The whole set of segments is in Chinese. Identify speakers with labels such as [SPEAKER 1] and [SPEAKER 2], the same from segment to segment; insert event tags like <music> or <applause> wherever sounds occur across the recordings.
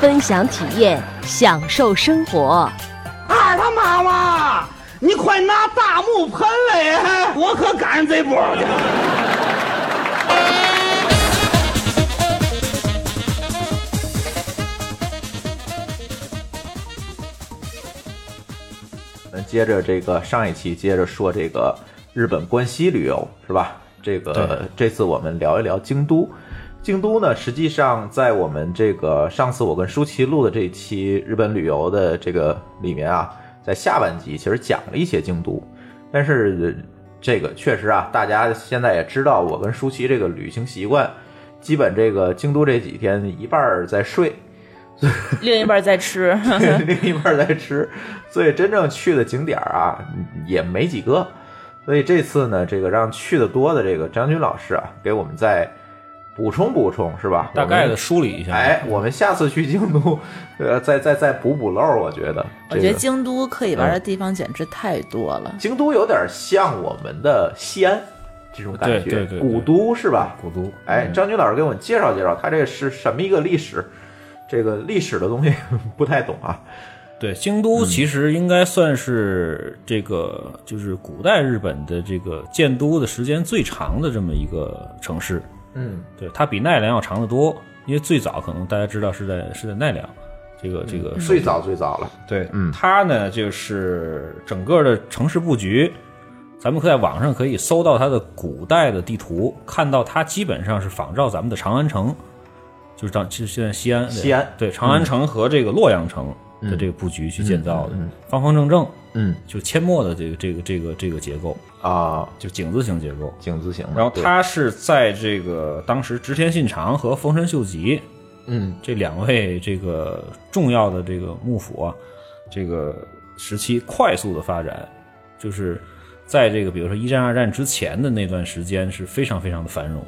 [SPEAKER 1] 分享体验，享受生活。
[SPEAKER 2] 二他妈妈，你快拿大木盆来，我可赶上这波了。
[SPEAKER 3] 咱接着这个上一期接着说这个日本关西旅游是吧？这个这次我们聊一聊京都。京都呢，实际上在我们这个上次我跟舒淇录的这一期日本旅游的这个里面啊，在下半集其实讲了一些京都，但是这个确实啊，大家现在也知道我跟舒淇这个旅行习惯，基本这个京都这几天一半儿在睡，
[SPEAKER 4] 另一半在吃。
[SPEAKER 5] <laughs>
[SPEAKER 3] 另一半在吃，所以真正去的景点儿啊也没几个。所以这次呢，这个让去的多的这个张军老师啊，给我们再补充补充，是吧？
[SPEAKER 5] 大概的梳理一
[SPEAKER 3] 我
[SPEAKER 5] 下。
[SPEAKER 3] 们。哎，我们下次去京都，呃，再再再补补漏儿。我觉得，
[SPEAKER 4] 我觉
[SPEAKER 3] 这
[SPEAKER 4] 得
[SPEAKER 3] 个
[SPEAKER 4] 京都可以玩的地方简直太多了。
[SPEAKER 3] 京都有点像我们的西安这种感觉，
[SPEAKER 5] 对对对对
[SPEAKER 3] 古都是吧？
[SPEAKER 5] 古都，嗯
[SPEAKER 3] 哎，张军老师给我们介绍介绍，他这是什么一个历史？这个历史的东西 <laughs> 不太懂啊。
[SPEAKER 5] 对，京都
[SPEAKER 3] 嗯
[SPEAKER 5] 其实应该算是这个就是古代日本的这个建都的时间最长的这么一个城市。
[SPEAKER 3] 嗯，
[SPEAKER 5] 对，它比奈良要长得多，因为最早可能大家知道是在是在奈良，这个这个首
[SPEAKER 3] 嗯最早最早了，
[SPEAKER 5] 对，嗯，它呢就是整个的城市布局，咱们可以在网上可以搜到它的古代的地图，看到它基本上是仿照咱们的长安城，就是长就是现在西安
[SPEAKER 3] 西安嗯
[SPEAKER 5] 对长安城和这个洛阳城的这个布局去建造的，方方正正，
[SPEAKER 3] 嗯
[SPEAKER 5] 就阡陌的这个这个这个这个结构，
[SPEAKER 3] 啊，
[SPEAKER 5] 就井字形结构。
[SPEAKER 3] 井字形嘛。
[SPEAKER 5] 然后
[SPEAKER 3] 嗯对
[SPEAKER 5] 它是在这个当时织田信长和丰臣秀吉
[SPEAKER 3] 嗯
[SPEAKER 5] 这两位这个重要的这个幕府啊，这个时期快速的发展，就是在这个比如说一战、二战之前的那段时间是非常非常的繁荣。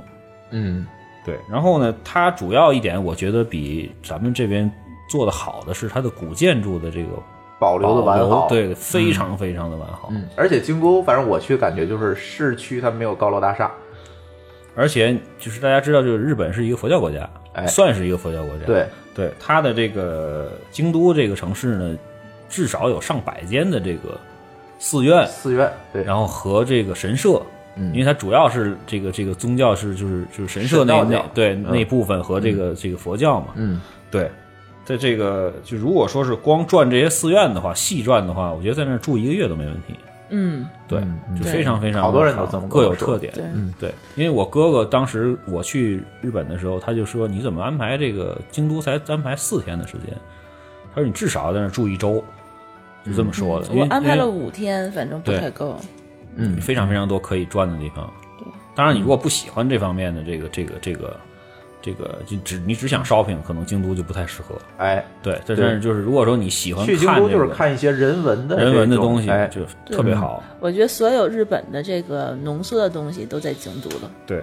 [SPEAKER 3] 嗯
[SPEAKER 5] 对，然后呢，它主要一点我觉得比咱们这边做的好的是它的古建筑的这个
[SPEAKER 3] 保留的完好，
[SPEAKER 5] 保留对，非常非常的完好。
[SPEAKER 3] 嗯，而且京都，反正我去感觉就是市区它没有高楼大厦，
[SPEAKER 5] 而且就是大家知道，就是日本是一个佛教国家，
[SPEAKER 3] 哎
[SPEAKER 5] 算是一个佛教国家。
[SPEAKER 3] 对
[SPEAKER 5] 对，它的这个京都这个城市呢，至少有上百间的这个寺院，
[SPEAKER 3] 寺院，对，
[SPEAKER 5] 然后和这个神社，
[SPEAKER 3] 嗯
[SPEAKER 5] 因为它主要是这个这个宗教是就是就是神社
[SPEAKER 3] 神道
[SPEAKER 5] 那那
[SPEAKER 3] 教
[SPEAKER 5] 对、
[SPEAKER 3] 嗯
[SPEAKER 5] 那部分和这个、这个佛教嘛，
[SPEAKER 3] 嗯
[SPEAKER 5] 对，在这个就如果说是光转这些寺院的话，细转的话，我觉得在那儿住一个月都没问题。
[SPEAKER 4] 嗯，
[SPEAKER 5] 对，就非常非常
[SPEAKER 3] 好多人都这么跟
[SPEAKER 5] 各有
[SPEAKER 3] 我说
[SPEAKER 5] 特点。嗯
[SPEAKER 4] 对，
[SPEAKER 5] 对，因为我哥哥当时我去日本的时候，他就说你怎么安排这个京都才安排四天的时间？他说你至少在那儿住一周，就这么说的。
[SPEAKER 4] 嗯
[SPEAKER 5] 因
[SPEAKER 4] 我
[SPEAKER 5] 为
[SPEAKER 4] 安排
[SPEAKER 5] 因为
[SPEAKER 4] 了五天，反正不
[SPEAKER 5] 对
[SPEAKER 4] 太够。
[SPEAKER 3] 嗯
[SPEAKER 5] 非常非常多可以转的地方。当然，你如果不喜欢这方面的这个这个这个这个，就只你只想 shopping，可能京都就不太适合。
[SPEAKER 3] 哎，
[SPEAKER 5] 对，但
[SPEAKER 3] 对
[SPEAKER 5] 是就是如果说你喜欢
[SPEAKER 3] 去京
[SPEAKER 5] 看
[SPEAKER 3] 都
[SPEAKER 5] 这
[SPEAKER 3] 就是
[SPEAKER 5] 个
[SPEAKER 3] 看一些人文的
[SPEAKER 5] 人文的
[SPEAKER 3] 这种
[SPEAKER 5] 东西
[SPEAKER 3] 哎，
[SPEAKER 5] 就特
[SPEAKER 4] 嗯
[SPEAKER 5] 别好。
[SPEAKER 4] 我觉得所有日本的这个浓缩的东西都在京都了，
[SPEAKER 5] 对，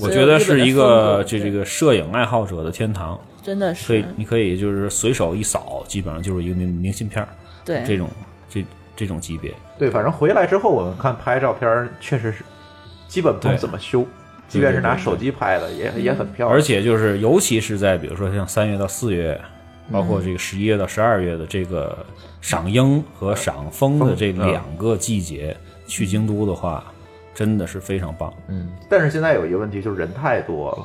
[SPEAKER 5] 我
[SPEAKER 4] 所
[SPEAKER 5] 觉
[SPEAKER 4] 有
[SPEAKER 5] 得
[SPEAKER 4] 日本
[SPEAKER 5] 是
[SPEAKER 4] 的
[SPEAKER 5] 一
[SPEAKER 4] 风
[SPEAKER 5] 个
[SPEAKER 4] 格
[SPEAKER 5] 这这
[SPEAKER 4] 对
[SPEAKER 5] 个摄影爱好者的天堂。
[SPEAKER 4] 真的
[SPEAKER 5] 所以
[SPEAKER 4] 是。
[SPEAKER 5] 你可以就是随手一扫，基本上就是一个明明信片儿
[SPEAKER 4] 对，
[SPEAKER 5] 这种这这种级别。
[SPEAKER 3] 对，反正回来之后我们看拍照片儿，确实是基本不用
[SPEAKER 5] 对
[SPEAKER 3] 怎么修，即
[SPEAKER 5] 对
[SPEAKER 3] 便
[SPEAKER 5] 对
[SPEAKER 3] 是拿
[SPEAKER 5] 对
[SPEAKER 3] 手机拍的，也也很漂亮，
[SPEAKER 5] 而且就是尤其是在比如说像三月到四月，包括
[SPEAKER 4] 嗯
[SPEAKER 5] 这个十一月到十二月的这个赏樱和赏枫的这
[SPEAKER 3] 嗯
[SPEAKER 5] 两个季节，
[SPEAKER 4] 嗯
[SPEAKER 5] 去京都的话，真的是非常棒。
[SPEAKER 3] 嗯，但是现在有一个问题就是人太多了，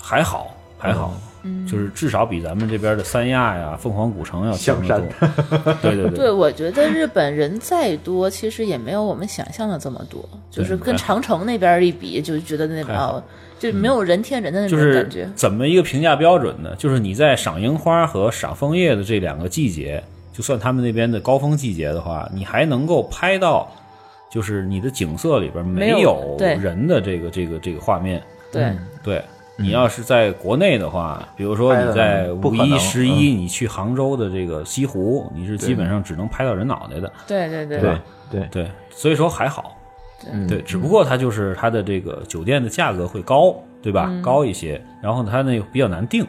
[SPEAKER 5] 还好还好，
[SPEAKER 4] 嗯
[SPEAKER 5] 就是至少比咱们这边的三亚呀、凤凰古城要强得多。 <laughs> 对对
[SPEAKER 4] 对，我觉得日本人再多，其实也没有我们想象的这么多，就是跟长城那边一比，就觉得那
[SPEAKER 5] 还好
[SPEAKER 4] 哦，就没有人贴人的那
[SPEAKER 5] 就
[SPEAKER 4] 种
[SPEAKER 5] 是
[SPEAKER 4] 感觉。
[SPEAKER 5] 怎么一个评价标准呢？就是你在赏樱花和赏枫叶的这两个季节，就算他们那边的高峰季节的话，你还能够拍到，就是你的景色里边没
[SPEAKER 4] 没有
[SPEAKER 5] 有
[SPEAKER 4] 对
[SPEAKER 5] 人的这个这个这个画面。
[SPEAKER 4] 对，
[SPEAKER 5] 对，
[SPEAKER 4] 嗯
[SPEAKER 5] 你要是在国内的话，比如说你在
[SPEAKER 3] 不
[SPEAKER 5] 五
[SPEAKER 3] 可能嗯
[SPEAKER 5] 一、十一，你去杭州的这个西湖，你是基本上只能拍到人脑袋的。
[SPEAKER 4] 对对对
[SPEAKER 3] 对对，
[SPEAKER 5] 对，所以说还好。
[SPEAKER 3] 嗯
[SPEAKER 5] 对，只不过它就是它的这个酒店的价格会高，对吧？
[SPEAKER 4] 嗯
[SPEAKER 5] 高一些，然后它那个比较难定，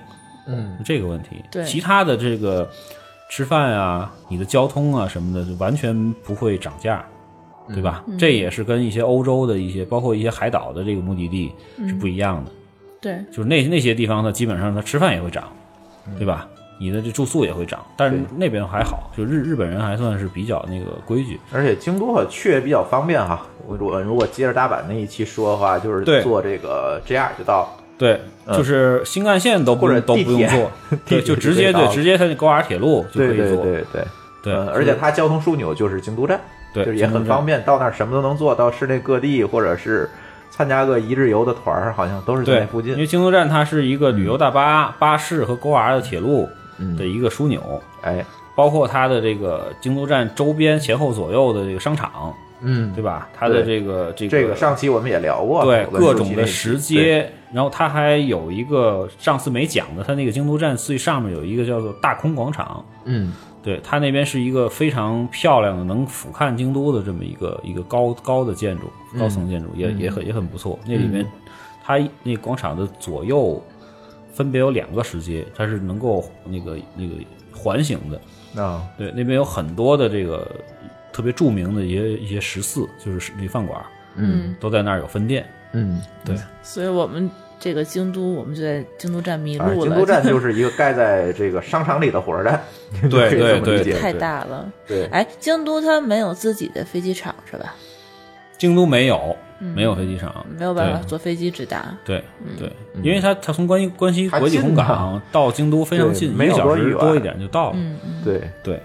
[SPEAKER 3] 嗯，
[SPEAKER 5] 这个问题。
[SPEAKER 4] 对
[SPEAKER 5] 其他的这个吃饭啊、你的交通啊什么的，就完全不会涨价，对吧？
[SPEAKER 4] 嗯
[SPEAKER 5] 这也是跟一些欧洲的一些，包括一些海岛的这个目的地是不一样的。
[SPEAKER 4] 嗯对
[SPEAKER 5] 就是那那些地方，它基本上它吃饭也会涨，对吧？你的这住宿也会涨，但是那边还好，就日日本人还算是比较那个规矩。
[SPEAKER 3] 而且京都哈去也比较方便哈。我我如果接着大阪那一期说的话，就是
[SPEAKER 5] 对
[SPEAKER 3] 坐这个 JR 就到。
[SPEAKER 5] 对，就是新干线都
[SPEAKER 3] 嗯
[SPEAKER 5] 不
[SPEAKER 3] 或者
[SPEAKER 5] 用都不
[SPEAKER 3] 地铁
[SPEAKER 5] 用
[SPEAKER 3] <laughs>
[SPEAKER 5] 坐，对，
[SPEAKER 3] 地铁就
[SPEAKER 5] 就直
[SPEAKER 3] 可以
[SPEAKER 5] 接
[SPEAKER 3] 到
[SPEAKER 5] 对，
[SPEAKER 3] 了
[SPEAKER 5] 直接它就高瓦铁路就可
[SPEAKER 3] 对
[SPEAKER 5] 以
[SPEAKER 3] 对
[SPEAKER 5] 坐，
[SPEAKER 3] 对对，
[SPEAKER 5] 对
[SPEAKER 3] 嗯而且它交通枢纽就是京都站，
[SPEAKER 5] 对
[SPEAKER 3] 就是也很方便，到那儿什么都能做，到市内各地或者是参加个一日游的团儿，好像都是在
[SPEAKER 5] 对
[SPEAKER 3] 那附
[SPEAKER 5] 因为
[SPEAKER 3] 近。嗯
[SPEAKER 5] 京都站它是一个旅游大巴、巴士和高瓦的铁路的一个枢纽，
[SPEAKER 3] 哎，
[SPEAKER 5] 包括它的这个京都站周边前后左右的这个商场，
[SPEAKER 3] 嗯，
[SPEAKER 5] 对吧？它的
[SPEAKER 3] 对
[SPEAKER 5] 这个这个
[SPEAKER 3] 这个上期我们也聊过，
[SPEAKER 5] 对
[SPEAKER 3] 我跟
[SPEAKER 5] 各
[SPEAKER 3] 舒淇
[SPEAKER 5] 种
[SPEAKER 3] 那
[SPEAKER 5] 的
[SPEAKER 3] 期
[SPEAKER 5] 石，阶，然后它还有一个上次没讲的，它那个京都站最上面有一个叫做大空广场，
[SPEAKER 3] 对嗯，
[SPEAKER 5] 对，它那边是一个非常漂亮的，能俯瞰京都的这么一个一个高高的建筑，高层建筑、也也很也很不错。那里面，它那广场的左右分别有两个石阶，它是能够那个那个环形的。
[SPEAKER 3] 啊，
[SPEAKER 5] 对，那边有很多的这个特别著名的一些一些食肆，就是那饭馆，
[SPEAKER 3] 嗯
[SPEAKER 5] 都在那儿有分店。
[SPEAKER 3] 嗯，
[SPEAKER 5] 对，
[SPEAKER 4] 所以我们这个京都，我们就在京都站迷
[SPEAKER 3] 反正
[SPEAKER 4] 路了。
[SPEAKER 3] 啊京都
[SPEAKER 4] <laughs>
[SPEAKER 3] 站就是一个盖在这个商场里的火车站， <laughs>
[SPEAKER 5] 对
[SPEAKER 3] 可以这么
[SPEAKER 5] 对
[SPEAKER 3] 理解
[SPEAKER 5] 对
[SPEAKER 4] 太大了。
[SPEAKER 3] 对，
[SPEAKER 4] 哎，京都它没有自己的飞机场是吧？
[SPEAKER 5] 京都没有、没有飞机场，
[SPEAKER 4] 嗯没有办法嗯坐飞机直达。
[SPEAKER 5] 对。对对，因为它它从关西关西国际
[SPEAKER 3] 还近
[SPEAKER 5] 空港到京都非常
[SPEAKER 3] 嗯对
[SPEAKER 5] 近，
[SPEAKER 3] 没
[SPEAKER 5] 一
[SPEAKER 3] 有
[SPEAKER 5] 个小
[SPEAKER 3] 多
[SPEAKER 5] 时
[SPEAKER 3] 远
[SPEAKER 5] 多一点就到了。
[SPEAKER 4] 嗯
[SPEAKER 3] 对。
[SPEAKER 5] 对，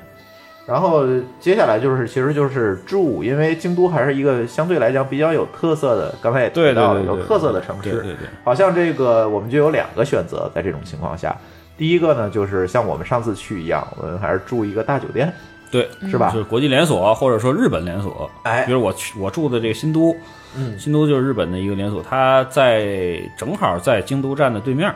[SPEAKER 3] 然后接下来就是，其实就是住，因为京都还是一个相对来讲比较有特色的，刚才也提
[SPEAKER 5] 对对
[SPEAKER 3] 到了
[SPEAKER 5] 对对
[SPEAKER 3] 有特色的城市。
[SPEAKER 5] 对对对
[SPEAKER 3] 好像这个我们就有两个选择，在这种情况下，第一个呢就是像我们上次去一样，我们还是住一个大酒店，
[SPEAKER 5] 对，
[SPEAKER 3] 是吧
[SPEAKER 5] 就是？国际连锁或者说日本连锁。
[SPEAKER 3] 哎
[SPEAKER 5] 比如我去我住的这个新都，
[SPEAKER 3] 嗯
[SPEAKER 5] 新都就是日本的一个连锁，它在正好在京都站的对面儿，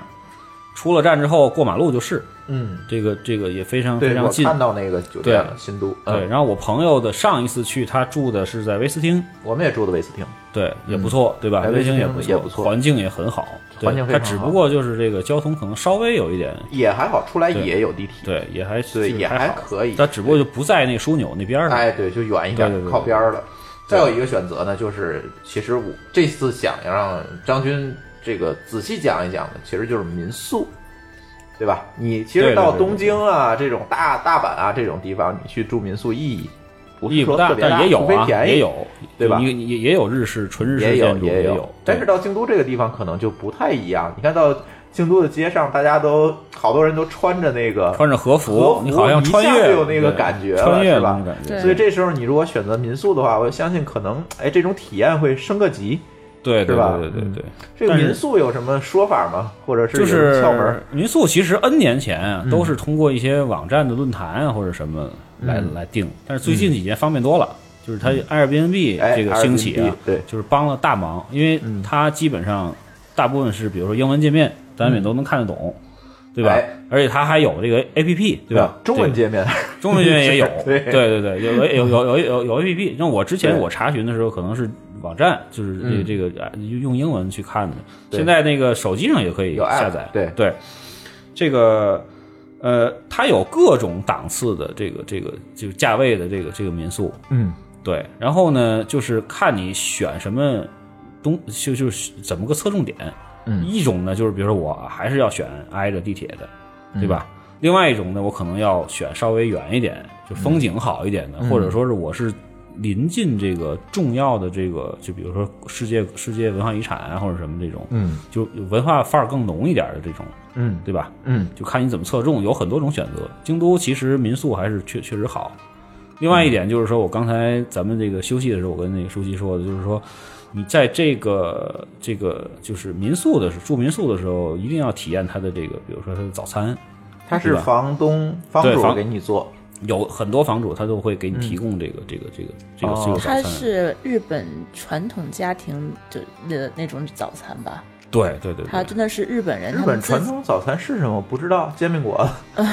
[SPEAKER 5] 出了站之后过马路就是，
[SPEAKER 3] 嗯，
[SPEAKER 5] 这个这个也非常非
[SPEAKER 3] 对，
[SPEAKER 5] 常
[SPEAKER 3] 我
[SPEAKER 5] 近。
[SPEAKER 3] 看到那个酒店了，新都。
[SPEAKER 5] 对，
[SPEAKER 3] 嗯，
[SPEAKER 5] 然后我朋友的上一次去，他住的是在威斯汀，
[SPEAKER 3] 我们也住的威斯汀。
[SPEAKER 5] 对，也不错，对吧？
[SPEAKER 3] 哎
[SPEAKER 5] 威斯汀
[SPEAKER 3] 威斯汀
[SPEAKER 5] 不
[SPEAKER 3] 也不错
[SPEAKER 5] 环境也很好，对
[SPEAKER 3] 环境非
[SPEAKER 5] 它
[SPEAKER 3] 常
[SPEAKER 5] 只不
[SPEAKER 3] 好
[SPEAKER 5] 过就是这个交通可能稍微有一点，
[SPEAKER 3] 也还好，出来
[SPEAKER 5] 对
[SPEAKER 3] 也有地铁。
[SPEAKER 5] 对，也还
[SPEAKER 3] 对
[SPEAKER 5] 就是
[SPEAKER 3] 也
[SPEAKER 5] 还
[SPEAKER 3] 还
[SPEAKER 5] 好
[SPEAKER 3] 可以
[SPEAKER 5] 它只不过就不在那个枢纽那边儿了。
[SPEAKER 3] 哎，对，就远一点，
[SPEAKER 5] 对对对
[SPEAKER 3] 靠边儿了。再有一个选择呢，就是其实我这次想要让张军这个仔细讲一讲的，其实就是民宿，对吧？你其实
[SPEAKER 5] 对对
[SPEAKER 3] 到
[SPEAKER 5] 对对
[SPEAKER 3] 东京啊这种大大阪啊这种地方，你去住民宿意义不
[SPEAKER 5] 意
[SPEAKER 3] 是
[SPEAKER 5] 义不
[SPEAKER 3] 说特
[SPEAKER 5] 大，
[SPEAKER 3] 别
[SPEAKER 5] 但也有
[SPEAKER 3] 除非
[SPEAKER 5] 啊，
[SPEAKER 3] 便宜
[SPEAKER 5] 也有，
[SPEAKER 3] 对吧
[SPEAKER 5] 就你也也有日式纯日式
[SPEAKER 3] 也有
[SPEAKER 5] 建筑，
[SPEAKER 3] 也
[SPEAKER 5] 也
[SPEAKER 3] 但是
[SPEAKER 5] 对
[SPEAKER 3] 到京都这个地方可能就不太一样。你看到京都的街上，大家都好多人都穿着那个
[SPEAKER 5] 穿着和服
[SPEAKER 3] 和，服
[SPEAKER 5] 你好像穿
[SPEAKER 3] 一下
[SPEAKER 5] 越
[SPEAKER 3] 就有那个
[SPEAKER 5] 对
[SPEAKER 3] 感觉了
[SPEAKER 5] 穿越
[SPEAKER 3] 是吧
[SPEAKER 5] 那种感觉，
[SPEAKER 4] 对
[SPEAKER 3] 所以这时候你如果选择民宿的话，我相信可能哎这种体验会升个级。
[SPEAKER 5] 对对
[SPEAKER 3] 是吧嗯
[SPEAKER 5] 对对对对。
[SPEAKER 3] 这个
[SPEAKER 5] 但是
[SPEAKER 3] 民宿有什么说法吗？或者是
[SPEAKER 5] 就
[SPEAKER 3] 有什么窍门
[SPEAKER 5] 是
[SPEAKER 3] 儿？
[SPEAKER 5] 民宿，其实 N 年前啊，都是通过一些网站的论坛啊或者什么
[SPEAKER 3] 嗯
[SPEAKER 5] 来来定，但是最近几年方便多了，就是它 Airbnb
[SPEAKER 3] 哎
[SPEAKER 5] 这个兴起啊
[SPEAKER 3] Airbnb，，对嗯
[SPEAKER 5] 就是帮了大忙，因为它基本上大部分是比如说英文界面，大家也都能看得懂，对吧
[SPEAKER 3] 嗯哎？啊
[SPEAKER 5] 而且它还有这个 APP，对吧？
[SPEAKER 3] 中文
[SPEAKER 5] 这个
[SPEAKER 3] 界面，，
[SPEAKER 5] 中文学院也有
[SPEAKER 3] <laughs> 对
[SPEAKER 5] 对对对，有有有有有有 A P P。那我之前
[SPEAKER 3] 对嗯
[SPEAKER 5] 我查询的时候，可能是网站，就是这个这个呃用英文去看的。
[SPEAKER 3] 对
[SPEAKER 5] 现在那个手机上也可以
[SPEAKER 3] 有 app，
[SPEAKER 5] 下载，
[SPEAKER 3] 对
[SPEAKER 5] 对。这个呃，它有各种档次的这个这个这个价位的这个这个民宿，
[SPEAKER 3] 嗯，
[SPEAKER 5] 对。然后呢，就是看你选什么东，就就是怎么个侧重点。
[SPEAKER 3] 嗯
[SPEAKER 5] 一种呢就是比如说我还是要选挨着地铁的，
[SPEAKER 3] 嗯
[SPEAKER 5] 对吧？另外一种呢，我可能要选稍微远一点，
[SPEAKER 3] 嗯
[SPEAKER 5] 就风景好一点的，或者说是我是临近这个重要的这个，就比如说世界世界文化遗产啊，或者什么这种，
[SPEAKER 3] 嗯，
[SPEAKER 5] 就文化范儿更浓一点的这种，
[SPEAKER 3] 嗯
[SPEAKER 5] 对吧？
[SPEAKER 3] 嗯，
[SPEAKER 5] 就看你怎么侧重，有很多种选择。京都其实民宿还是确确实好。另外一点就是说，我刚才咱们这个休息的时候，我跟那个舒淇说的，就是说，你在这个这个就是民宿的时候住民宿的时候，一定要体验它的这个，比如说它的早餐，
[SPEAKER 3] 他
[SPEAKER 5] 对
[SPEAKER 3] 是
[SPEAKER 5] 吧
[SPEAKER 3] 房东房
[SPEAKER 5] 对
[SPEAKER 3] 主
[SPEAKER 5] 房
[SPEAKER 3] 给你做，
[SPEAKER 5] 有很多房主他都会给你提供这个、这个这个这个
[SPEAKER 3] 哦
[SPEAKER 5] 这个早
[SPEAKER 4] 它呃
[SPEAKER 5] 餐。
[SPEAKER 4] 是日本传统家庭就那那种早餐吧？
[SPEAKER 5] 对对对，
[SPEAKER 4] 它真的是日本人，
[SPEAKER 3] 日
[SPEAKER 4] 他
[SPEAKER 3] 本
[SPEAKER 4] 们哎自
[SPEAKER 3] 传
[SPEAKER 4] 己
[SPEAKER 3] 统早餐是什么？不知道，煎饼果子。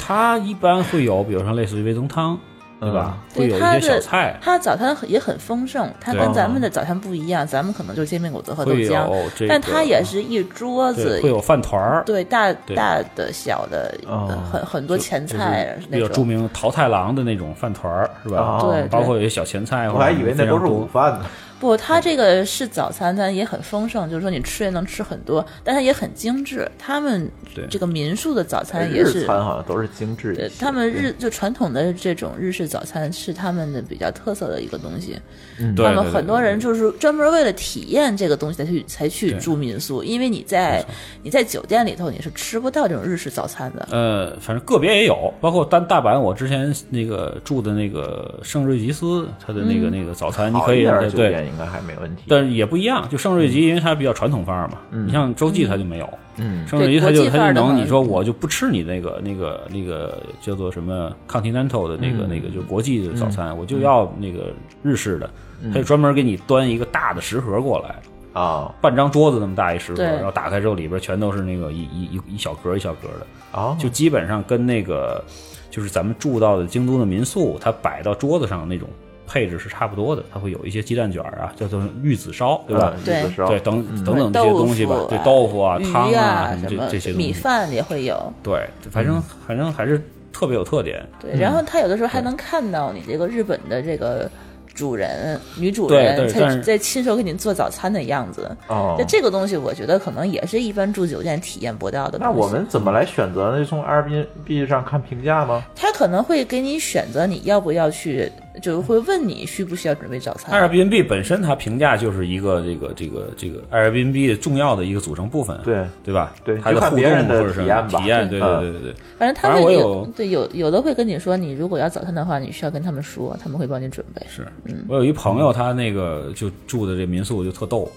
[SPEAKER 5] 它一般会有，比如说类似于味增汤，对吧？
[SPEAKER 4] 嗯
[SPEAKER 5] 会
[SPEAKER 4] 对
[SPEAKER 5] 有一
[SPEAKER 4] 它
[SPEAKER 5] 些
[SPEAKER 4] 的
[SPEAKER 5] 小菜，
[SPEAKER 4] 它早餐很也很丰盛，它
[SPEAKER 5] 对
[SPEAKER 4] 跟咱们的早餐不一样，咱们可能就是煎饼果子和豆
[SPEAKER 5] 会
[SPEAKER 4] 浆
[SPEAKER 5] 有，这
[SPEAKER 4] 但
[SPEAKER 5] 个
[SPEAKER 4] 它也是一桌子
[SPEAKER 5] 对，会有饭团儿，
[SPEAKER 4] 对大
[SPEAKER 5] 对
[SPEAKER 4] 大的小的，呃
[SPEAKER 3] 哦
[SPEAKER 4] 很很多前
[SPEAKER 5] 就是
[SPEAKER 4] 菜啊
[SPEAKER 5] 比
[SPEAKER 4] 那
[SPEAKER 5] 较著
[SPEAKER 4] 种。
[SPEAKER 5] 名的桃太郎的那种饭团儿，是吧？
[SPEAKER 3] 哦
[SPEAKER 4] 对对
[SPEAKER 5] 包括有些小前菜，
[SPEAKER 3] 我还以为那都是
[SPEAKER 5] 嗯
[SPEAKER 3] 午饭呢。
[SPEAKER 4] 不，它这个是早餐，但也很丰盛，就是说你吃也能吃很多，但它也很精致。他们
[SPEAKER 5] 对
[SPEAKER 4] 这个民宿的早餐也
[SPEAKER 3] 哎日
[SPEAKER 4] 是，
[SPEAKER 3] 餐好像都是精致一
[SPEAKER 4] 对
[SPEAKER 3] 些。
[SPEAKER 4] 他们日就传统的这种日式早餐是他们的比较特色的一个东西。
[SPEAKER 3] 嗯
[SPEAKER 5] 对，
[SPEAKER 4] 那么
[SPEAKER 5] 对
[SPEAKER 4] 很多人就是专门为了体验这个东西才去才去
[SPEAKER 5] 对
[SPEAKER 4] 住民宿，因为你在你在酒店里头你是吃不到这种日式早餐的。
[SPEAKER 5] 呃，反正个别也有，包括单大阪，我之前那个住的那个圣瑞吉斯，它的
[SPEAKER 4] 嗯
[SPEAKER 5] 那个、那个早餐，你
[SPEAKER 3] 好
[SPEAKER 5] 可
[SPEAKER 3] 一
[SPEAKER 5] 以
[SPEAKER 3] 点儿酒
[SPEAKER 5] 对
[SPEAKER 3] 店，应该还没问题。
[SPEAKER 5] 但是也不一样，就圣瑞吉，因为它比较传统范儿嘛。你像洲际它就没有，
[SPEAKER 3] 嗯
[SPEAKER 5] 圣瑞吉它
[SPEAKER 4] 对国
[SPEAKER 5] 就
[SPEAKER 4] 际
[SPEAKER 5] 它
[SPEAKER 4] 范
[SPEAKER 5] 就
[SPEAKER 4] 儿的
[SPEAKER 5] 能，
[SPEAKER 4] 话嗯
[SPEAKER 5] 你说我就不吃你那个那个那个叫做什么 continental 的那个、那个就国际的早餐，我就要那个日式的，它就专门给你端一个大的食盒过来。
[SPEAKER 3] 啊
[SPEAKER 5] 半张桌子那么大一食盒，
[SPEAKER 4] 对
[SPEAKER 5] 然后打开之后里边全都是那个一一一一小格一小格的，
[SPEAKER 3] 啊，
[SPEAKER 5] 就基本上跟那个就是咱们住到的京都的民宿，它摆到桌子上那种配置是差不多的。它会有一些鸡蛋卷儿啊，叫做玉子烧，对吧？
[SPEAKER 3] 嗯
[SPEAKER 4] 对
[SPEAKER 3] 有的时候
[SPEAKER 5] 对，等等等这些
[SPEAKER 4] 豆
[SPEAKER 5] 东西吧，
[SPEAKER 4] 腐啊
[SPEAKER 5] 对豆腐啊、
[SPEAKER 4] 鱼
[SPEAKER 5] 汤
[SPEAKER 4] 啊
[SPEAKER 5] 什么
[SPEAKER 4] 什
[SPEAKER 5] 这这些东
[SPEAKER 4] 米
[SPEAKER 5] 西，
[SPEAKER 4] 饭也会有。
[SPEAKER 5] 对，反
[SPEAKER 3] 嗯
[SPEAKER 5] 正反正还是特别有特点。
[SPEAKER 4] 对，然
[SPEAKER 5] 嗯
[SPEAKER 4] 后他有的时候还能看到你这个日本的这个主人、女主
[SPEAKER 5] 对对
[SPEAKER 4] 人
[SPEAKER 5] 但
[SPEAKER 4] 在
[SPEAKER 5] 是
[SPEAKER 4] 在亲手给你做早餐的样子。
[SPEAKER 3] 哦
[SPEAKER 4] 那这个东西，我觉得可能也是一般住酒店体验不到的东
[SPEAKER 3] 那
[SPEAKER 4] 西。
[SPEAKER 3] 我们怎么来选择呢？就从 Airbnb 上看评价吗？
[SPEAKER 4] 他可能会给你选择你要不要去，就是会问你需不需要准备早餐。
[SPEAKER 5] Airbnb 本身它评价就是一个这个这个这个 Airbnb 重要的一个组成部分，
[SPEAKER 3] 对
[SPEAKER 5] 对吧？
[SPEAKER 3] 对
[SPEAKER 5] 它的
[SPEAKER 3] 就看
[SPEAKER 5] 互
[SPEAKER 3] 别
[SPEAKER 5] 动
[SPEAKER 3] 人的
[SPEAKER 5] 或者是
[SPEAKER 3] 体验吧
[SPEAKER 5] 体验，对对
[SPEAKER 3] 嗯
[SPEAKER 5] 对对对。
[SPEAKER 4] 反正他
[SPEAKER 5] 反
[SPEAKER 4] 们
[SPEAKER 5] 正我
[SPEAKER 4] 有
[SPEAKER 5] 有
[SPEAKER 4] 对有有的会跟你说，你如果要早餐的话，你需要跟他们说，他们会帮你准备。
[SPEAKER 5] 是
[SPEAKER 3] 嗯
[SPEAKER 5] 我有一朋友，他那个就住的这民宿就特逗，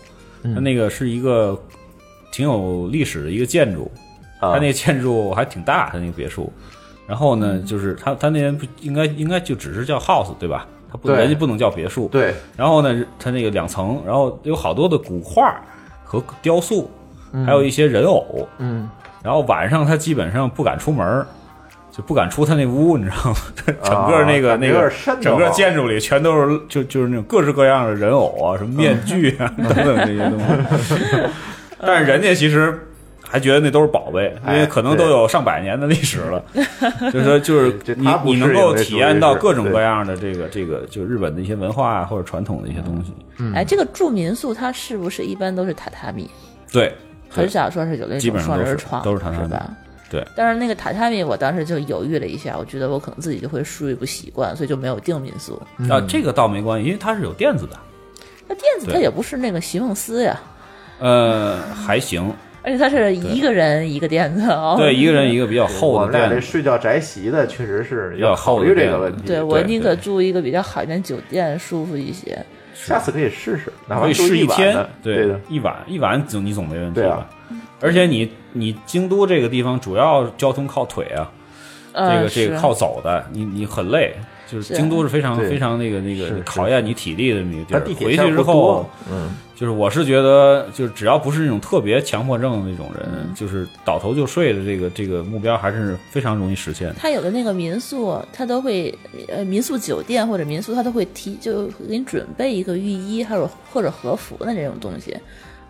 [SPEAKER 3] 嗯
[SPEAKER 5] 他那个是一个挺有历史的一个建筑，
[SPEAKER 3] 啊
[SPEAKER 5] 他那建筑还挺大，他那个别墅。然后呢，
[SPEAKER 3] 嗯
[SPEAKER 5] 就是他他那人不应该应该就只是叫 house 对吧？他不
[SPEAKER 3] 对
[SPEAKER 5] 人家不能叫别墅。
[SPEAKER 3] 对，
[SPEAKER 5] 然后呢，他那个两层，然后有好多的古画和雕塑，还有一些人偶。
[SPEAKER 3] 嗯，
[SPEAKER 5] 然后晚上他基本上不敢出门儿，就不敢出他那屋，你知道吗？ <laughs> 整个那个、
[SPEAKER 3] 感觉
[SPEAKER 5] 那
[SPEAKER 3] 有点
[SPEAKER 5] 个
[SPEAKER 3] 啊瘆得
[SPEAKER 5] 整个
[SPEAKER 3] 慌
[SPEAKER 5] 建筑里全都是就就是那种各式各样的人偶啊，什么面具啊、
[SPEAKER 3] 嗯
[SPEAKER 5] <laughs> 等等这些东西。但是人家其实还觉得那都是宝贝，因为
[SPEAKER 3] 哎
[SPEAKER 5] 可能都有上百年的历史了。
[SPEAKER 3] <laughs>
[SPEAKER 5] 就是说，就是
[SPEAKER 3] 这这
[SPEAKER 5] 你
[SPEAKER 3] 他不
[SPEAKER 5] 你
[SPEAKER 3] 是
[SPEAKER 5] 能
[SPEAKER 3] 因
[SPEAKER 5] 够
[SPEAKER 3] 为属
[SPEAKER 5] 体
[SPEAKER 3] 于
[SPEAKER 5] 验到
[SPEAKER 3] 是
[SPEAKER 5] 各种
[SPEAKER 3] 对
[SPEAKER 5] 各样的这个这个就日本的一些文化啊或者传统的一些东西。
[SPEAKER 3] 嗯
[SPEAKER 5] 嗯
[SPEAKER 4] 哎，这个住民宿它是不是一般都是榻榻米？
[SPEAKER 5] 对，
[SPEAKER 4] 很少说是有那
[SPEAKER 5] 基本
[SPEAKER 4] 种
[SPEAKER 5] 上
[SPEAKER 4] 双
[SPEAKER 5] 都
[SPEAKER 4] 人
[SPEAKER 5] 是
[SPEAKER 4] 床，
[SPEAKER 5] 都是榻榻米
[SPEAKER 4] 吧？
[SPEAKER 5] 对。
[SPEAKER 4] 但是那个榻榻米，我当时就犹豫了一下，我觉得我可能自己就会睡不习惯，所以就没有订民宿。
[SPEAKER 3] 嗯
[SPEAKER 5] 啊，这个倒没关系，因为它是有垫子的。
[SPEAKER 4] 那垫子它
[SPEAKER 5] 对
[SPEAKER 4] 也不是那个席梦思呀，
[SPEAKER 5] 呃，还行，
[SPEAKER 4] 而且它是一个人一个垫子哦。
[SPEAKER 5] 对，一个人一个比较厚
[SPEAKER 3] 我们
[SPEAKER 5] 的
[SPEAKER 3] 俩这
[SPEAKER 5] 垫子，
[SPEAKER 3] 睡觉宅席的确实是
[SPEAKER 5] 要
[SPEAKER 3] 要
[SPEAKER 5] 厚
[SPEAKER 3] 考
[SPEAKER 5] 的
[SPEAKER 3] 虑这
[SPEAKER 5] 垫
[SPEAKER 3] 个
[SPEAKER 5] 子
[SPEAKER 3] 问题。
[SPEAKER 4] <laughs> 对，我
[SPEAKER 5] 对
[SPEAKER 4] 宁可
[SPEAKER 5] 对
[SPEAKER 4] 住一个比较好一点酒店，舒服一些。
[SPEAKER 3] 下次可以试试，哪
[SPEAKER 5] 可
[SPEAKER 3] 怕
[SPEAKER 5] 以
[SPEAKER 3] 住
[SPEAKER 5] 试
[SPEAKER 3] 一晚
[SPEAKER 5] 天
[SPEAKER 3] 呢，
[SPEAKER 5] 对
[SPEAKER 3] 对的，
[SPEAKER 5] 一晚一晚总你总没问题
[SPEAKER 3] 对
[SPEAKER 5] 吧
[SPEAKER 3] 啊？
[SPEAKER 5] 而且你你京都这个地方主要交通靠腿啊，这
[SPEAKER 4] 嗯，
[SPEAKER 5] 个这个
[SPEAKER 4] 是
[SPEAKER 5] 靠走的，你你很累，就是
[SPEAKER 4] 是
[SPEAKER 5] 京都是非常
[SPEAKER 3] 对
[SPEAKER 5] 非常那个那
[SPEAKER 3] 是
[SPEAKER 5] 个
[SPEAKER 3] 是
[SPEAKER 5] 考验你体力的这么一个地
[SPEAKER 3] 它
[SPEAKER 5] 儿。
[SPEAKER 3] 地铁
[SPEAKER 5] 回
[SPEAKER 3] 线
[SPEAKER 5] 去
[SPEAKER 3] 不
[SPEAKER 5] 之后
[SPEAKER 3] 多，，嗯，
[SPEAKER 5] 就是我是觉得，就是只要不是那种特别强迫症的那种
[SPEAKER 4] 嗯
[SPEAKER 5] 人，就是倒头就睡的这个这个目标还是非常容易实现的。
[SPEAKER 4] 它有的那个民宿，它都会呃民宿酒店或者民宿，它都会提就给你准备一个浴衣，还有或者和服的那种东西。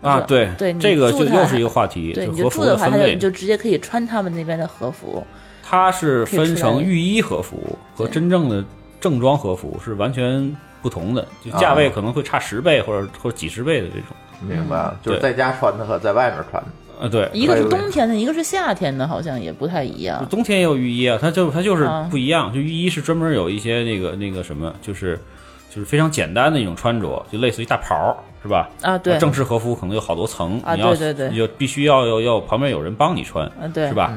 [SPEAKER 5] 啊，
[SPEAKER 4] 是
[SPEAKER 5] 对，
[SPEAKER 4] 对你
[SPEAKER 5] 这个
[SPEAKER 4] 住
[SPEAKER 5] 就
[SPEAKER 4] 它
[SPEAKER 5] 又是一个话题，
[SPEAKER 4] 对，你
[SPEAKER 5] 和
[SPEAKER 4] 就
[SPEAKER 5] 服
[SPEAKER 4] 住的话，
[SPEAKER 5] 分
[SPEAKER 4] 它就
[SPEAKER 5] 类
[SPEAKER 4] 你，就直接可以穿他们那边的和服。
[SPEAKER 5] 它是分
[SPEAKER 4] 可以出
[SPEAKER 5] 成
[SPEAKER 4] 来
[SPEAKER 5] 浴衣和服和真正的正装和服是完全不同的，就
[SPEAKER 3] 啊
[SPEAKER 5] 价位可能会差十倍或者或者几十倍的这种。
[SPEAKER 3] 明白了，就是
[SPEAKER 5] 对
[SPEAKER 3] 在家穿的和在外面穿的。
[SPEAKER 5] 啊，对，
[SPEAKER 4] 一个
[SPEAKER 3] 对
[SPEAKER 4] 是
[SPEAKER 3] 对
[SPEAKER 4] 冬天的，一个是夏天的，好像也不太一样。
[SPEAKER 5] 冬天也有浴衣啊，它就它就是
[SPEAKER 4] 啊
[SPEAKER 5] 不一样，就浴衣是专门有一些那个那个什么，就是就是非常简单的一种穿着，就类似于大袍儿是吧？
[SPEAKER 4] 啊对
[SPEAKER 5] 正式和服可能有好多层，
[SPEAKER 4] 啊
[SPEAKER 5] 你要
[SPEAKER 4] 对对对
[SPEAKER 5] 你就必须要要要旁边有人帮你穿，
[SPEAKER 4] 嗯，对，
[SPEAKER 5] 是？吧？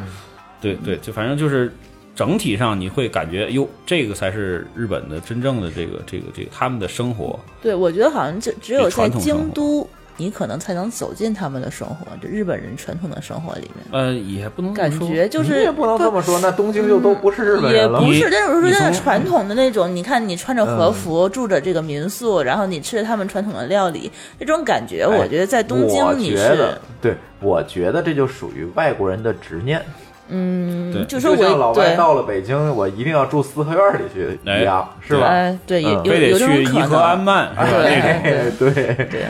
[SPEAKER 5] 对对，就反正就是整体上你会感觉，哟，这个才是日本的真正的这个这个这个他们的生活。
[SPEAKER 4] 对，我觉得好像就只有
[SPEAKER 5] 比传
[SPEAKER 4] 在
[SPEAKER 5] 统生
[SPEAKER 4] 京
[SPEAKER 5] 活
[SPEAKER 4] 都你可能才能走进他们的生活，就日本人传统的生活里面。
[SPEAKER 5] 呃，也不能这么
[SPEAKER 4] 感
[SPEAKER 5] 说
[SPEAKER 4] 觉就
[SPEAKER 3] 你
[SPEAKER 4] 是嗯
[SPEAKER 3] 也不能这么说，那东京就都不是日本
[SPEAKER 4] 也
[SPEAKER 3] 人了。
[SPEAKER 4] 不
[SPEAKER 5] 你
[SPEAKER 4] 是，但是我说
[SPEAKER 5] 你嗯
[SPEAKER 4] 真的
[SPEAKER 5] 从
[SPEAKER 4] 传统的那种，你看你穿着和服，住着这个民宿，然后你吃着他们传统的料理，这种感觉，我觉得在东
[SPEAKER 3] 哎我
[SPEAKER 4] 京你
[SPEAKER 3] 觉
[SPEAKER 4] 是
[SPEAKER 3] 得，，对，我觉得这就属于外国人的执念，
[SPEAKER 5] 对
[SPEAKER 4] 嗯，就说
[SPEAKER 3] 就像老
[SPEAKER 4] 我
[SPEAKER 3] 外
[SPEAKER 4] 对，
[SPEAKER 3] 到了北京，我一定要住四合院里去一样，是吧？
[SPEAKER 4] 哎，对，有
[SPEAKER 3] 嗯
[SPEAKER 4] 有
[SPEAKER 5] 非
[SPEAKER 4] 有
[SPEAKER 5] 得
[SPEAKER 4] 这
[SPEAKER 5] 去
[SPEAKER 4] 种
[SPEAKER 5] 颐
[SPEAKER 4] 可
[SPEAKER 5] 和安
[SPEAKER 4] 能，
[SPEAKER 5] 曼是吧？那种
[SPEAKER 4] 对
[SPEAKER 3] 哎，对
[SPEAKER 4] 对，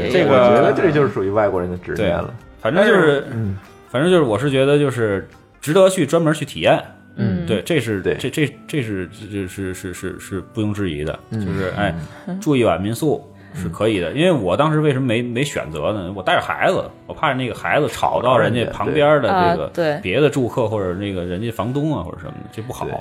[SPEAKER 3] 对，
[SPEAKER 5] 这个
[SPEAKER 3] 我觉得这就是属于外国人的执
[SPEAKER 5] 对
[SPEAKER 3] 念了。，
[SPEAKER 5] 反正
[SPEAKER 4] 哎
[SPEAKER 5] 就是，
[SPEAKER 4] 嗯
[SPEAKER 5] 反正就是，我是觉得就是值得去专门去体验。
[SPEAKER 4] 嗯，
[SPEAKER 5] 对，这是
[SPEAKER 3] 对
[SPEAKER 5] 这这这是这是是是是不庸置疑的，
[SPEAKER 4] 嗯
[SPEAKER 5] 就是哎，住一晚民宿是可以的。因为我当时为什么没没选择呢？我带着孩子，我怕那个孩子吵到人家旁边的这
[SPEAKER 4] 啊
[SPEAKER 5] 个
[SPEAKER 4] 对
[SPEAKER 5] 别的住客或者那个人家房东啊或者什么的，这不好
[SPEAKER 3] 对，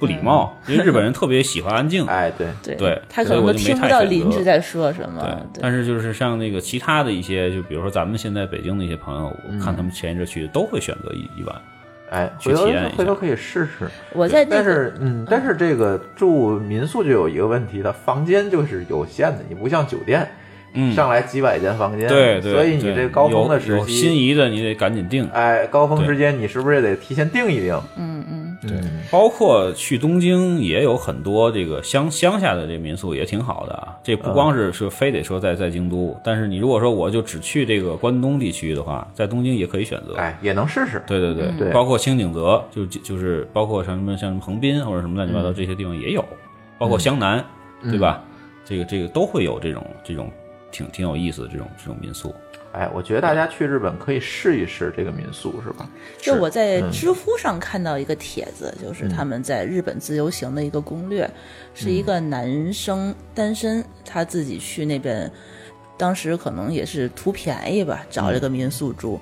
[SPEAKER 5] 不礼貌。
[SPEAKER 4] 嗯
[SPEAKER 5] 因为日本人特别喜欢安 <laughs> 静，
[SPEAKER 3] 哎，对，
[SPEAKER 4] 对
[SPEAKER 5] 对
[SPEAKER 4] 他可
[SPEAKER 5] 所以
[SPEAKER 4] 能
[SPEAKER 5] 我
[SPEAKER 4] 都
[SPEAKER 5] 就没
[SPEAKER 4] 听不
[SPEAKER 5] 太
[SPEAKER 4] 到
[SPEAKER 5] 选择
[SPEAKER 4] 邻居在说什么，
[SPEAKER 5] 对，
[SPEAKER 4] 啊对，
[SPEAKER 5] 但是就是像那个其他的一些，就比如说咱们现在北京的一些朋友，我看他们前一阵去都会选择一一晚。
[SPEAKER 3] 哎，
[SPEAKER 5] 去
[SPEAKER 3] 回头
[SPEAKER 5] 体验一下
[SPEAKER 3] 回头可以试试。
[SPEAKER 4] 我在那
[SPEAKER 3] 但
[SPEAKER 4] 个
[SPEAKER 3] 是，嗯，但是这个住民宿就有一个问题，它房间就是有限的，你不像酒店，
[SPEAKER 5] 嗯
[SPEAKER 3] 上来几百间房间，
[SPEAKER 5] 对对，
[SPEAKER 3] 所以你
[SPEAKER 5] 对
[SPEAKER 3] 这高峰的时
[SPEAKER 5] 有有
[SPEAKER 3] 期，
[SPEAKER 5] 心仪的你得赶紧定。
[SPEAKER 3] 哎，高峰时间你是不是也得提前定一定？
[SPEAKER 4] 嗯嗯，
[SPEAKER 5] 包括去东京也有很多这个乡乡下的这民宿也挺好的啊，这
[SPEAKER 3] 嗯
[SPEAKER 5] 不光是是非得说在在京都，但是你如果说我就只去这个关东地区的话，在东京也可以选择。
[SPEAKER 3] 哎，也能试试。
[SPEAKER 5] 对对对，
[SPEAKER 3] 对
[SPEAKER 5] 包括清景泽，就就是包括像什么像什么横滨或者什么乱七八
[SPEAKER 3] 嗯
[SPEAKER 5] 糟这些地方也有，包括湘南，对吧？这个这个都会有这种这种挺挺有意思的这种这种民宿。
[SPEAKER 3] 哎，我觉得大家去日本可以试一试这个民宿，是吧？
[SPEAKER 4] 就我在知乎上看到一个帖子，就是他们在日本自由行的一个攻略，是一个男生单身，他自己去那边，当时可能也是图便宜吧，找了个民宿住。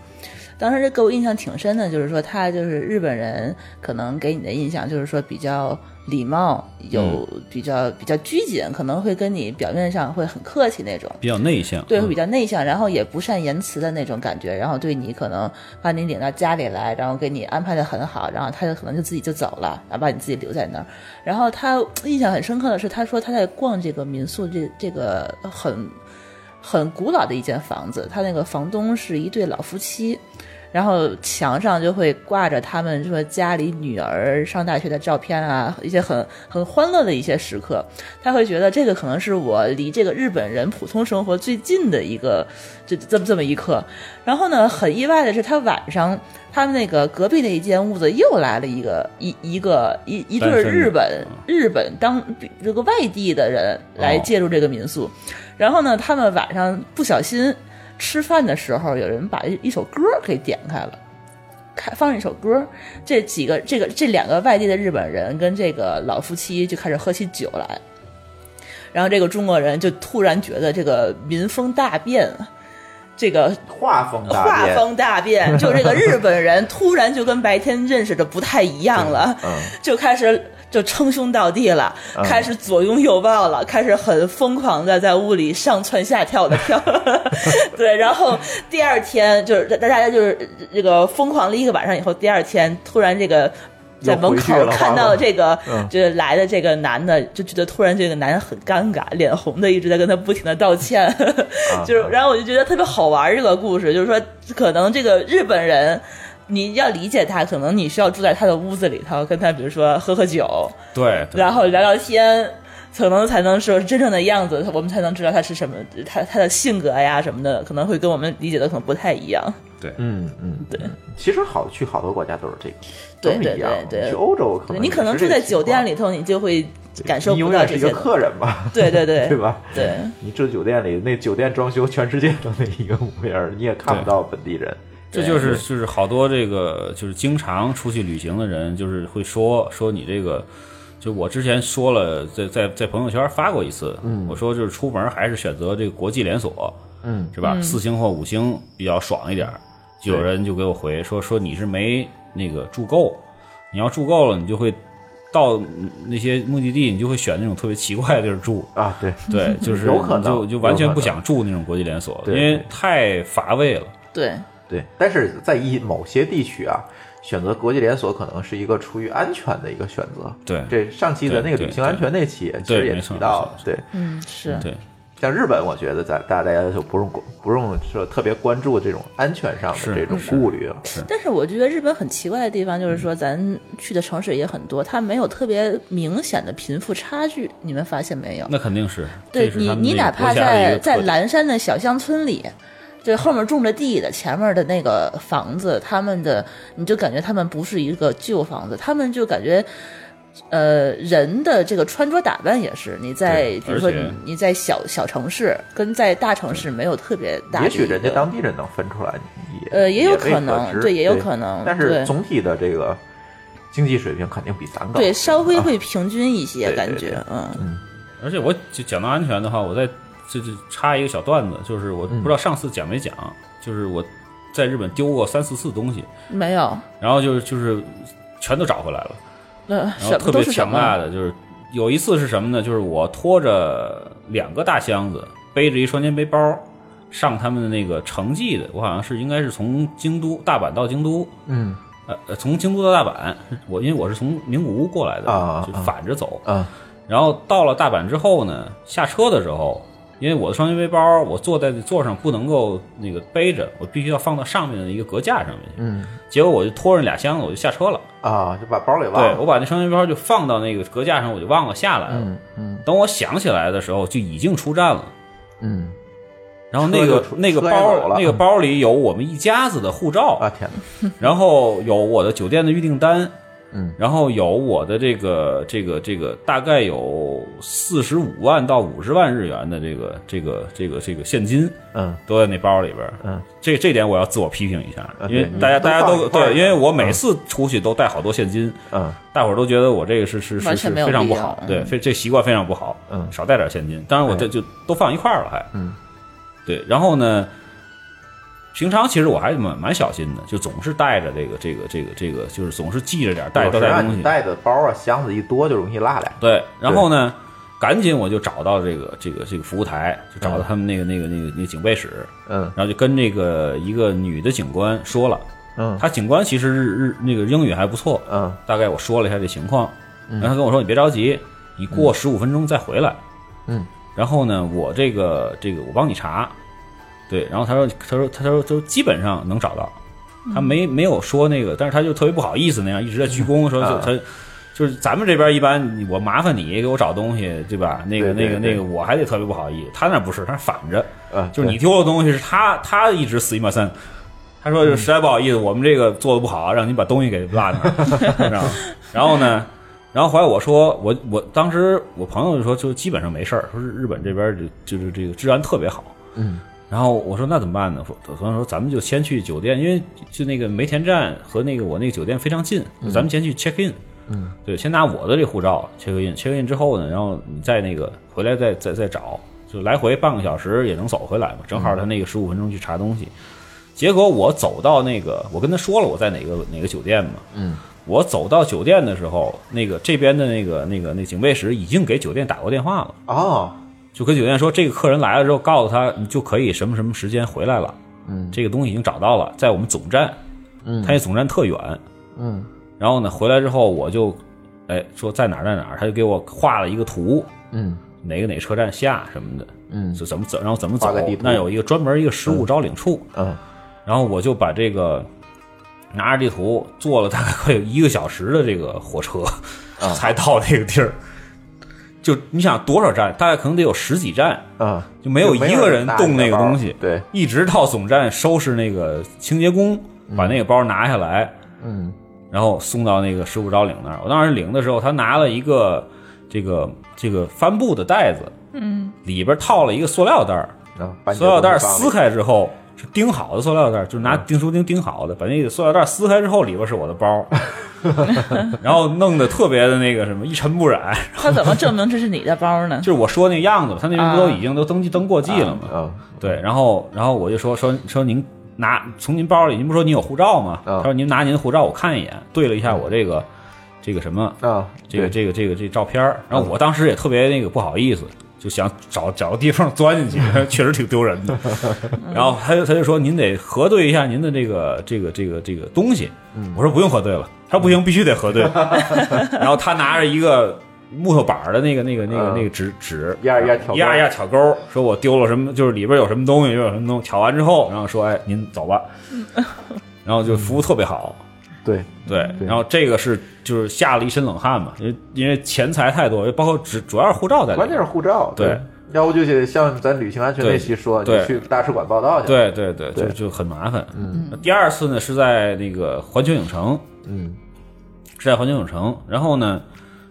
[SPEAKER 4] 当时这给我印象挺深的，就是说他就是日本人，可能给你的印象就是说比较礼貌，有比较比较拘谨，可能会跟你表面上会很客气那种。
[SPEAKER 5] 比较内向，
[SPEAKER 4] 对，
[SPEAKER 5] 嗯
[SPEAKER 4] 会比较内向，然后也不善言辞的那种感觉，然后对你可能把你领到家里来，然后给你安排的很好，然后他就可能就自己就走了，然后把你自己留在那儿。然后他印象很深刻的是，他说他在逛这个民宿这这个很很古老的一间房子，他那个房东是一对老夫妻。然后墙上就会挂着他们说家里女儿上大学的照片啊，一些很很欢乐的一些时刻。他会觉得这个可能是我离这个日本人普通生活最近的一个这这么这么一刻。然后呢，很意外的是，他晚上他们那个隔壁那一间屋子又来了一个一一个一一对
[SPEAKER 5] 单身的啊
[SPEAKER 4] 日本日本当这个外地的人
[SPEAKER 5] 哦
[SPEAKER 4] 来借助这个民宿。然后呢，他们晚上不小心吃饭的时候，有人把一一首歌给点开了。开放一首歌，这几个这个这两个外地的日本人跟这个老夫妻就开始喝起酒来，然后这个中国人就突然觉得这个民风大变，这个
[SPEAKER 3] 画风大
[SPEAKER 4] 画
[SPEAKER 3] 变，
[SPEAKER 4] 风大变，就这个日本人突然就跟白天认识的不太一样
[SPEAKER 3] <laughs>
[SPEAKER 4] 了，
[SPEAKER 3] 嗯
[SPEAKER 4] 就开始就称兄道弟了，开始左拥右抱了，开始很疯狂的在屋里上蹿下跳的
[SPEAKER 3] <laughs>
[SPEAKER 4] 跳，对，然后第二天就是大大家就是这个疯狂了一个晚上以后，第二天突然这个。在门
[SPEAKER 3] 又
[SPEAKER 4] 口
[SPEAKER 3] 回去了
[SPEAKER 4] 看
[SPEAKER 3] 画
[SPEAKER 4] 到
[SPEAKER 3] 风
[SPEAKER 4] 这个，就是来的这个男的，就觉得突然这个男的很尴尬，脸红的一直在跟他不停的道歉，
[SPEAKER 3] 啊
[SPEAKER 4] <laughs> 就是，然后我就觉得特别好玩儿这个故事，就是说，可能这个日本人，你要理解他，可能你需要住在他的屋子里头，跟他比如说喝喝酒，
[SPEAKER 5] 对，对
[SPEAKER 4] 然后聊聊天，可能才能说真正的样子，我们才能知道他是什么，他他的性格呀什么的，可能会跟我们理解的可能不太一样。
[SPEAKER 3] 嗯嗯，对。其实好去好多国家都是这个，
[SPEAKER 4] 对
[SPEAKER 3] 都是一样
[SPEAKER 4] 对对对
[SPEAKER 3] 去欧洲可
[SPEAKER 4] 对
[SPEAKER 3] 能
[SPEAKER 4] 你可能
[SPEAKER 3] 也是
[SPEAKER 4] 住
[SPEAKER 3] 这
[SPEAKER 4] 在
[SPEAKER 3] 个
[SPEAKER 4] 酒店
[SPEAKER 3] 情
[SPEAKER 4] 里头，你就会
[SPEAKER 3] 况，
[SPEAKER 4] 感受
[SPEAKER 3] 你
[SPEAKER 4] 不
[SPEAKER 3] 永
[SPEAKER 4] 到
[SPEAKER 3] 远
[SPEAKER 4] 这
[SPEAKER 3] 是一
[SPEAKER 4] 些
[SPEAKER 3] 个
[SPEAKER 4] 东西。
[SPEAKER 3] 客人吧，
[SPEAKER 4] <laughs> 对对对
[SPEAKER 3] 对吧？
[SPEAKER 4] 对
[SPEAKER 3] 你住酒店里，那酒店装修全世界都那一个模样
[SPEAKER 4] <laughs>
[SPEAKER 3] 儿，你也看不到本地人。
[SPEAKER 5] 这就是就是好多这个就是经常出去旅行的人，就是会说说你这个，就我之前说了，在在在朋友圈发过一次，我说就是出门还是选择这个国际连锁，
[SPEAKER 3] 嗯，
[SPEAKER 5] 是吧？四星或五星比较爽一点儿。就有人就给我回说说你是没那个住够，你要住够了，你就会到那些目的地，你就会选那种特别奇怪的地儿住。
[SPEAKER 3] 啊，对， <laughs>
[SPEAKER 5] 对，就是
[SPEAKER 3] 有可能
[SPEAKER 5] 就就完全
[SPEAKER 3] 有可能
[SPEAKER 5] 不想住那种国际连锁，因
[SPEAKER 3] 对
[SPEAKER 5] 为太乏味了。
[SPEAKER 4] 对
[SPEAKER 3] 对，但是在一某些地区啊，选择国际连锁可能是一个出于安全的一个选择。
[SPEAKER 5] 对
[SPEAKER 3] 这上期咱那个
[SPEAKER 5] 对
[SPEAKER 3] 旅行安全那期也其实
[SPEAKER 5] 对
[SPEAKER 3] 也
[SPEAKER 5] 没
[SPEAKER 3] 提
[SPEAKER 5] 错
[SPEAKER 3] 到了，对，
[SPEAKER 4] 嗯，是
[SPEAKER 5] 对，
[SPEAKER 3] 像日本，我觉得咱大家就不用不用说特别关注这种安全上的
[SPEAKER 5] 是
[SPEAKER 3] 这种
[SPEAKER 5] 是
[SPEAKER 3] 顾虑啊了。
[SPEAKER 4] 但是我觉得日本很奇怪的地方就是说，咱去的城市也很多，它没有特别明显的贫富差距，你们发现没有？
[SPEAKER 5] 那肯定是，
[SPEAKER 4] 对
[SPEAKER 5] 这是
[SPEAKER 4] 你
[SPEAKER 5] 他，们
[SPEAKER 4] 你
[SPEAKER 5] 那
[SPEAKER 4] 哪
[SPEAKER 5] 个国
[SPEAKER 4] 怕
[SPEAKER 5] 家的
[SPEAKER 4] 在
[SPEAKER 5] 一个
[SPEAKER 4] 在
[SPEAKER 5] 特点
[SPEAKER 4] 蓝山的小乡村里，对后面种着地的，前面的那个房子，他们的你就感觉他们不是一个旧房子，他们就感觉。呃，人的这个穿着打扮也是，你在
[SPEAKER 5] 对
[SPEAKER 4] 比如说
[SPEAKER 5] 而且
[SPEAKER 4] 你你在小小城市跟在大城市没有特别大的
[SPEAKER 3] 也
[SPEAKER 4] 一个，
[SPEAKER 3] 许人家当地人能分出来，也
[SPEAKER 4] 呃也有
[SPEAKER 3] 未
[SPEAKER 4] 可能
[SPEAKER 3] 知
[SPEAKER 4] 对
[SPEAKER 3] 对，
[SPEAKER 4] 也有可能
[SPEAKER 3] 但是
[SPEAKER 4] 对
[SPEAKER 3] 总体的这个经济水平肯定比咱高。
[SPEAKER 4] 对稍微
[SPEAKER 3] 啊
[SPEAKER 4] 会平均一些
[SPEAKER 3] 对
[SPEAKER 4] 感
[SPEAKER 3] 对
[SPEAKER 4] 觉，
[SPEAKER 3] 对
[SPEAKER 4] 嗯，
[SPEAKER 5] 而且我就讲到安全的话，我再这这插一个小段子，就是我不知道上次讲没讲，就是我在日本丢过三四次东西，
[SPEAKER 4] 没有，
[SPEAKER 5] 然后就是就是全都找回来了，
[SPEAKER 4] 呃，
[SPEAKER 5] 然后
[SPEAKER 4] 什么
[SPEAKER 5] 特
[SPEAKER 4] 都
[SPEAKER 5] 别
[SPEAKER 4] 是什
[SPEAKER 5] 强大
[SPEAKER 4] 么？啊
[SPEAKER 5] 的就是有一次是什么呢？就是我拖着两个大箱子，背着一双肩背包，上他们的那个城际的，我好像是应该是从京都大阪到京都，
[SPEAKER 3] 嗯
[SPEAKER 5] 呃呃，从京都到大阪，我因为我是从名古屋过来的，
[SPEAKER 3] 啊
[SPEAKER 5] 就
[SPEAKER 3] 啊
[SPEAKER 5] 反着走，
[SPEAKER 3] 啊
[SPEAKER 5] 然后到了大阪之后呢，下车的时候，因为我的双肩背包，我坐在座上不能够那个背着，我必须要放到上面的一个隔架上面去。
[SPEAKER 3] 嗯
[SPEAKER 5] 结果我就拖着俩箱子，我就下车了。
[SPEAKER 3] 啊，就把包给忘
[SPEAKER 5] 对
[SPEAKER 3] 了。
[SPEAKER 5] 我把那双肩背包就放到那个隔架上，我就忘了下来了。
[SPEAKER 3] 嗯嗯
[SPEAKER 5] 等我想起来的时候，就已经出站了。
[SPEAKER 3] 嗯
[SPEAKER 5] 然后那
[SPEAKER 3] 车
[SPEAKER 5] 个
[SPEAKER 3] 就出
[SPEAKER 5] 那个
[SPEAKER 3] 车也走
[SPEAKER 5] 包
[SPEAKER 3] 了
[SPEAKER 5] 那个包里有我们一家子的护照，
[SPEAKER 3] 啊天哪，
[SPEAKER 5] 然后有我的酒店的预订单，
[SPEAKER 3] 嗯
[SPEAKER 5] 然后有我的这个这个这个大概有四十五万到五十万日元的这个这个这个这个现金
[SPEAKER 3] 嗯
[SPEAKER 5] 都在那包里边儿。
[SPEAKER 3] 嗯
[SPEAKER 5] 这这点我要自我批评一下，
[SPEAKER 3] 啊
[SPEAKER 5] 因为
[SPEAKER 3] 对你
[SPEAKER 5] 大家
[SPEAKER 3] 都
[SPEAKER 5] 大家
[SPEAKER 3] 放一
[SPEAKER 5] 都
[SPEAKER 3] 块儿
[SPEAKER 5] 对，因为我每
[SPEAKER 3] 嗯
[SPEAKER 5] 次出去都带好多现金，
[SPEAKER 3] 嗯
[SPEAKER 5] 大伙儿都觉得我这个是是
[SPEAKER 4] 完
[SPEAKER 5] 是
[SPEAKER 4] 全
[SPEAKER 5] 是
[SPEAKER 4] 没有
[SPEAKER 5] 非常不
[SPEAKER 4] 必要
[SPEAKER 5] 好
[SPEAKER 4] 嗯，
[SPEAKER 5] 对，非这习惯非常不好，
[SPEAKER 3] 嗯
[SPEAKER 5] 少带点现金。当然我这就都放一块儿了还，
[SPEAKER 3] 嗯
[SPEAKER 5] 对，然后呢，平常其实我还蛮蛮小心的，就总是带着这个这个这个这个，就是总是记着点儿带
[SPEAKER 3] 有
[SPEAKER 5] 多
[SPEAKER 3] 时
[SPEAKER 5] 带
[SPEAKER 3] 让
[SPEAKER 5] 东
[SPEAKER 3] 你
[SPEAKER 5] 西。
[SPEAKER 3] 带的包啊箱子一多就容易落俩。
[SPEAKER 5] 对，然后呢，赶紧我就找到这个这个这个服务台，就找到
[SPEAKER 3] 嗯
[SPEAKER 5] 他们那个那个那个那个警备室，
[SPEAKER 3] 嗯
[SPEAKER 5] 然后就跟那个一个女的警官说了，
[SPEAKER 3] 嗯
[SPEAKER 5] 她警官其实日日那个英语还不错，
[SPEAKER 3] 嗯
[SPEAKER 5] 大概我说了一下这情况，然后他跟我说你别着急，你过十五分钟再回来。
[SPEAKER 3] 嗯，
[SPEAKER 5] 然后呢，我这个这个我帮你查，对，然后他说他说他说他说基本上能找到，
[SPEAKER 3] 嗯
[SPEAKER 5] 他没没有说那个，但是他就特别不好意思那样一直在鞠躬说就
[SPEAKER 3] 啊
[SPEAKER 5] 他。就是咱们这边一般，我麻烦你给我找东西，对吧？那
[SPEAKER 3] 对
[SPEAKER 5] 个、那
[SPEAKER 3] 对
[SPEAKER 5] 个、
[SPEAKER 3] 对
[SPEAKER 5] 那个，我还得特别不好意思。他那不是，他是反着，
[SPEAKER 3] 嗯，
[SPEAKER 5] 就是你丢的东西是他，他一直死一马三。他说实在不好意思，我们这个做的不好，让你把东西给落那儿，你知道吗？然后呢，然后后来我说，我我当时我朋友就说，就基本上没事儿，说是日本这边儿就就是这个治安特别好。
[SPEAKER 3] 嗯
[SPEAKER 5] 然后我说那怎么办呢？我我朋友说咱们就先去酒店，因为就那个梅田站和那个我那个酒店非常近，咱们先去 check in。
[SPEAKER 3] 嗯，
[SPEAKER 5] 对，先拿我的这护照 check in，check in 之后呢，然后你再那个回来再再再找，就来回半个小时也能走回来嘛，正好他
[SPEAKER 3] 嗯
[SPEAKER 5] 那个十五分钟去查东西。结果我走到那个，我跟他说了我在哪个哪个酒店嘛，
[SPEAKER 3] 嗯，
[SPEAKER 5] 我走到酒店的时候，那个这边的那个那个那警卫室已经给酒店打过电话了。
[SPEAKER 3] 哦
[SPEAKER 5] 就跟酒店说，这个客人来了之后，告诉他你就可以什么什么时间回来了。
[SPEAKER 3] 嗯
[SPEAKER 5] 这个东西已经找到了，在我们总站，
[SPEAKER 3] 嗯
[SPEAKER 5] 他那总站特远。
[SPEAKER 3] 嗯
[SPEAKER 5] 然后呢，回来之后我就，哎，说在哪儿在哪儿，他就给我画了一个图，
[SPEAKER 3] 嗯
[SPEAKER 5] 哪个哪车站下什么的，
[SPEAKER 3] 嗯
[SPEAKER 5] 就怎么走，然后怎么
[SPEAKER 3] 画
[SPEAKER 5] 走
[SPEAKER 3] 个地图。
[SPEAKER 5] 那有一个专门一个失物招领处，
[SPEAKER 3] 嗯
[SPEAKER 5] 然后我就把这个拿着地图坐了大概快有一个小时的这个火车，
[SPEAKER 3] 啊
[SPEAKER 5] <laughs> 才到那个地儿。就你想多少站？大概可能得有十几站，
[SPEAKER 3] 嗯，
[SPEAKER 5] 就没有一个人动那个东
[SPEAKER 3] 就没有人搭
[SPEAKER 5] 西，
[SPEAKER 3] 你的包对，
[SPEAKER 5] 一直到总站收拾那个清洁工，把那个包拿下来，
[SPEAKER 3] 嗯
[SPEAKER 5] 然后送到那个失物招领那儿。我当时领的时候，他拿了一个这个这个帆布的袋子，嗯，里边套了一个塑料袋儿，
[SPEAKER 3] 啊，把你
[SPEAKER 5] 塑
[SPEAKER 3] 的
[SPEAKER 5] 料袋儿
[SPEAKER 3] 东西
[SPEAKER 5] 撕
[SPEAKER 3] 放里
[SPEAKER 5] 开之后是钉好的塑料袋儿，就是拿钉书钉钉好的，把那个塑料袋儿撕开之后，里边是我的包， <laughs> 然后弄得特别的那个什么一尘不染，
[SPEAKER 4] <laughs>
[SPEAKER 5] <laughs>
[SPEAKER 4] 他怎么证明这是你的包呢？
[SPEAKER 5] 就是我说那样子，他那边不都已经都登记登过季了吗？
[SPEAKER 3] 嗯
[SPEAKER 5] 对，然后然后我就说说说您拿从您包里，您不说您有护照吗？
[SPEAKER 3] 嗯
[SPEAKER 5] 他说您拿您的护照，我看一眼，对了一下我这个这个什么
[SPEAKER 3] 啊，
[SPEAKER 5] 这个
[SPEAKER 3] 对嗯
[SPEAKER 5] 这个这个这个照片儿，然后我当时也特别那个不好意思，就想找找个地方钻进去， <laughs> 确实挺丢人
[SPEAKER 3] <laughs>
[SPEAKER 5] 的。然后他就他就说您得核对一下您的这个这个这个这个
[SPEAKER 3] 嗯 <laughs>
[SPEAKER 5] 东西，我说不用核对了，他说不行，必须得核对。然后他拿着一个木头板儿的那个那个那个
[SPEAKER 3] 嗯
[SPEAKER 5] 那个纸纸啊
[SPEAKER 3] 压一压挑钩
[SPEAKER 5] 压一压挑钩儿，说我丢了什么，就是里边有什么东西，又有什么东西，挑完之后，然后说哎您
[SPEAKER 3] <laughs>
[SPEAKER 5] 走吧，然后就服务特别好，
[SPEAKER 3] 对，
[SPEAKER 5] 对，然后这个是就是吓了一身冷汗嘛，因为因为钱财太多，包括只主要是护照在里面，
[SPEAKER 3] 关键是护照，
[SPEAKER 5] 对
[SPEAKER 3] 要不就得像咱旅行安全那期说，
[SPEAKER 5] 对
[SPEAKER 3] 你去大使馆报道去，，
[SPEAKER 5] 对对对，就
[SPEAKER 3] 对
[SPEAKER 5] 就很麻烦。嗯，第二次呢是在那个环球影城，
[SPEAKER 3] 嗯，
[SPEAKER 5] 是在环球影城。然后呢，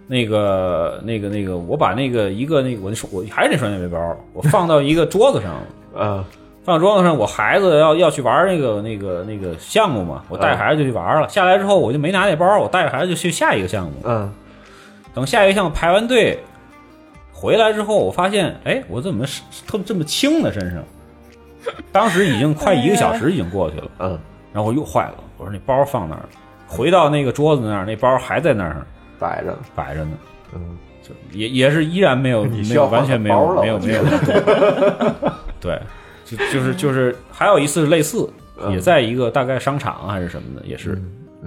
[SPEAKER 5] 那个那个那个，我把那个一个那个我那手我还是那双肩背包，我放到一个桌子上 <laughs> 了。
[SPEAKER 3] 呃，
[SPEAKER 5] 放桌子上，我孩子要要去玩那个那个那个项目嘛，我带
[SPEAKER 3] 哎
[SPEAKER 5] 着孩子就去玩了。下来之后，我就没拿那包，我带着孩子就去下一个项目。
[SPEAKER 3] 嗯，
[SPEAKER 5] 等下一个项目排完队回来之后，我发现，哎，我怎么是特这么轻呢？身上，当时已经快一个小时已经过去了，
[SPEAKER 3] 嗯，
[SPEAKER 5] 然后我又坏了，我说那包放哪儿了？回到那个桌子那儿，那包还在那儿
[SPEAKER 3] 摆着呢，
[SPEAKER 5] 摆着呢，
[SPEAKER 3] 嗯，
[SPEAKER 5] 就也也是依然没有，
[SPEAKER 3] 你
[SPEAKER 5] 没
[SPEAKER 3] 需
[SPEAKER 5] 有
[SPEAKER 3] 要
[SPEAKER 5] 完全没
[SPEAKER 3] 换个包
[SPEAKER 5] 有
[SPEAKER 3] 了
[SPEAKER 5] 没有
[SPEAKER 3] 我
[SPEAKER 5] 没有， <laughs> 对，就就是就是还有一次类似，
[SPEAKER 3] 嗯
[SPEAKER 5] 也在一个大概商场啊还是什么的，也是。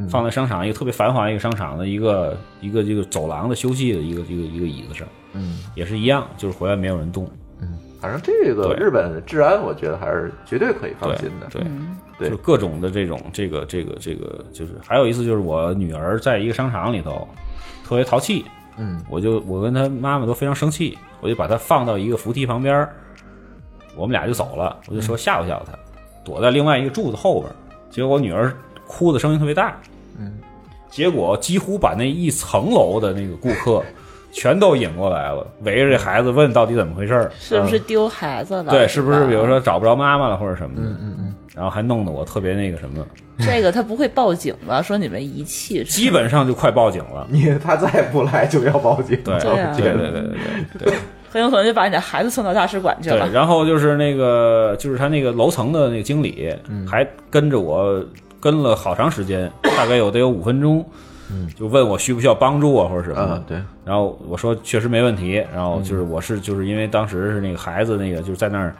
[SPEAKER 5] 放在商场一个特别繁华一个商场的一个一个这个走廊的休息的一个一个一个椅子上，
[SPEAKER 3] 嗯，
[SPEAKER 5] 也是一样，就是回来没有人动，
[SPEAKER 3] 反正这个
[SPEAKER 5] 对
[SPEAKER 3] 日本治安，我觉得还是绝对可以放
[SPEAKER 5] 对
[SPEAKER 3] 心的，
[SPEAKER 5] 对，
[SPEAKER 4] 嗯
[SPEAKER 3] 对
[SPEAKER 5] 就是各种的这种这个这个这个，就是还有一次就是我女儿在一个商场里头特别淘气，
[SPEAKER 3] 嗯，
[SPEAKER 5] 我就我跟她妈妈都非常生气，我就把她放到一个扶梯旁边儿，我们俩就走了，我就说吓唬吓唬她，
[SPEAKER 3] 嗯
[SPEAKER 5] 躲在另外一个柱子后边儿，结果我女儿哭的声音特别大，
[SPEAKER 3] 嗯，
[SPEAKER 5] 结果几乎把那一层楼的那个顾客全都引过来了，围着这孩子问到底怎么回事儿。
[SPEAKER 4] 是不是丢孩子了？
[SPEAKER 5] 对，是不
[SPEAKER 4] 啊吧
[SPEAKER 5] 是比如说找不着妈妈了或者什么的，
[SPEAKER 3] 嗯嗯，
[SPEAKER 5] 然后还弄得我特别那个什么，
[SPEAKER 4] <laughs> 这个他不会报警吧？说你们遗弃，
[SPEAKER 5] 基本上就快报警了。
[SPEAKER 3] 你 <laughs> 他再不来就要报警，
[SPEAKER 5] 对
[SPEAKER 4] 对啊
[SPEAKER 5] 对对对对对对
[SPEAKER 4] <laughs> 很有可能就把你的孩子送到大使馆去
[SPEAKER 5] 对
[SPEAKER 4] 了。
[SPEAKER 5] 然后就是那个，就是他那个楼层的那个经理，还跟着我跟了好长时间，大概有得有五分钟，就问我需不需要帮助啊或者什么的
[SPEAKER 3] 嗯。对，
[SPEAKER 5] 然后我说确实没问题。然后就是我是就是因为当时是那个孩子那个就是在那儿，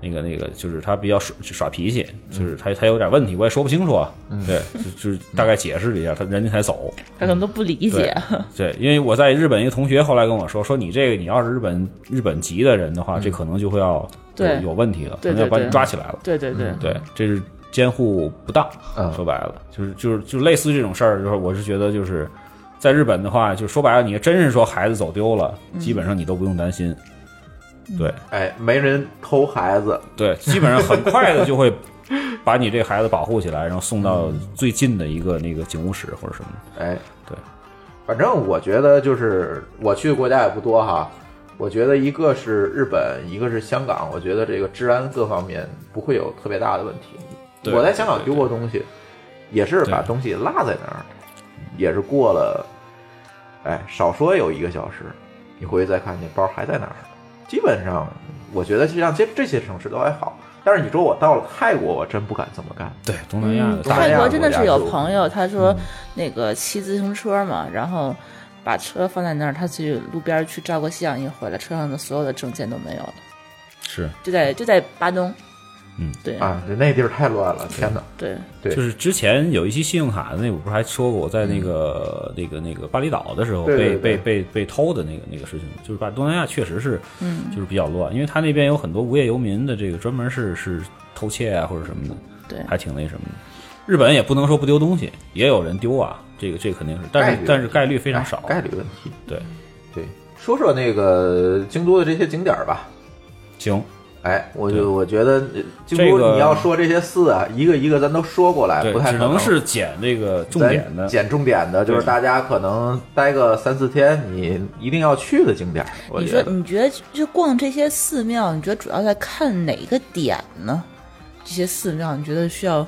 [SPEAKER 5] 那个那个就是他比较耍耍脾气，
[SPEAKER 4] 嗯
[SPEAKER 5] 就是他他有点问题，我也说不清楚啊。对，就就是大概解释了一下，他人家才走。
[SPEAKER 4] 他可能都不 <laughs> 理解，
[SPEAKER 5] 对，因为我在日本一个同学后来跟我说，说你这个你要是日本日本籍的人的话，这可能就会要
[SPEAKER 4] 嗯对
[SPEAKER 5] 有有问题了，可
[SPEAKER 4] 对
[SPEAKER 5] 能要
[SPEAKER 4] 对
[SPEAKER 5] 把你
[SPEAKER 4] 对
[SPEAKER 5] 抓起来了。
[SPEAKER 4] 对对对，
[SPEAKER 5] 对，嗯这是监护不当，
[SPEAKER 3] 嗯
[SPEAKER 5] 说白了就是就是就类似于这种事儿，就是我是觉得就是在日本的话，就说白了，你真是说孩子走丢了，
[SPEAKER 3] 嗯
[SPEAKER 5] 基本上你都不用担心。对
[SPEAKER 3] 哎，没人偷孩子，
[SPEAKER 5] 对，基本上
[SPEAKER 3] <laughs>
[SPEAKER 5] 很快的就会把你这孩子保护起来，然后送到最近的一个那个警务室或者什么。
[SPEAKER 3] 哎，
[SPEAKER 5] 对，
[SPEAKER 3] 反正我觉得就是我去的国家也不多哈，我觉得一个是日本，一个是香港，我觉得这个治安各方面不会有特别大的问题。
[SPEAKER 5] 对
[SPEAKER 3] 我在香港丢过东西，也是把东西落在那儿，也是过了，哎，少说有一个小时，你回去再看见包还在那儿。基本上，我觉得像这这些城市都还好，但是你说我到了泰国，我真不敢这么干。
[SPEAKER 5] 对，东南亚的
[SPEAKER 3] 嗯东
[SPEAKER 5] 大
[SPEAKER 3] 南
[SPEAKER 4] 泰
[SPEAKER 3] 亚
[SPEAKER 4] 国真的是有
[SPEAKER 3] 国家
[SPEAKER 4] 朋友，他
[SPEAKER 5] 嗯
[SPEAKER 4] 说那个骑自行车嘛，然后把车放在那儿，他去路边去照个相，一回来车上的所有的证件都没有了，
[SPEAKER 5] 是
[SPEAKER 4] 就在就在巴东，
[SPEAKER 5] 嗯，
[SPEAKER 4] 对
[SPEAKER 3] 啊，那地儿太乱了，天哪！
[SPEAKER 4] 对，
[SPEAKER 3] 对
[SPEAKER 5] 就是之前有一期信用卡的那，我不是还说过我在那个、那个那个巴厘岛的时候
[SPEAKER 3] 嗯对对
[SPEAKER 5] 被
[SPEAKER 3] 对
[SPEAKER 5] 被被被偷的那个那个事情，就是把东南亚确实是，
[SPEAKER 4] 嗯
[SPEAKER 5] 就是比较乱，因为他那边有很多无业游民的这个专门是是偷窃啊或者什么的，
[SPEAKER 4] 对
[SPEAKER 5] 还挺那什么的。日本也不能说不丢东西，也有人丢啊，这个这肯定是，但
[SPEAKER 3] 概
[SPEAKER 5] 是
[SPEAKER 3] 率哎
[SPEAKER 5] 但是概率非常少，
[SPEAKER 3] 概率问题。
[SPEAKER 5] 对，
[SPEAKER 3] 对，说说那个京都的这些景点儿吧。
[SPEAKER 5] 行，
[SPEAKER 3] 哎，我
[SPEAKER 5] 对
[SPEAKER 3] 就我觉得呃京
[SPEAKER 5] 这个
[SPEAKER 3] 都你要说这些寺啊，一个一个咱都说过来，
[SPEAKER 5] 对
[SPEAKER 3] 哎不，太
[SPEAKER 5] 只
[SPEAKER 3] 可
[SPEAKER 5] 能是捡这个重
[SPEAKER 3] 咱
[SPEAKER 5] 点的，
[SPEAKER 3] 捡重点的，就是
[SPEAKER 5] 对
[SPEAKER 3] 大家可能待个三四天，你一定要去的景点儿。我
[SPEAKER 4] 你
[SPEAKER 3] 觉
[SPEAKER 4] 说
[SPEAKER 3] 得
[SPEAKER 4] 你觉得就逛这些寺庙，你觉得主要在看哪个点呢？这些寺庙你觉得需要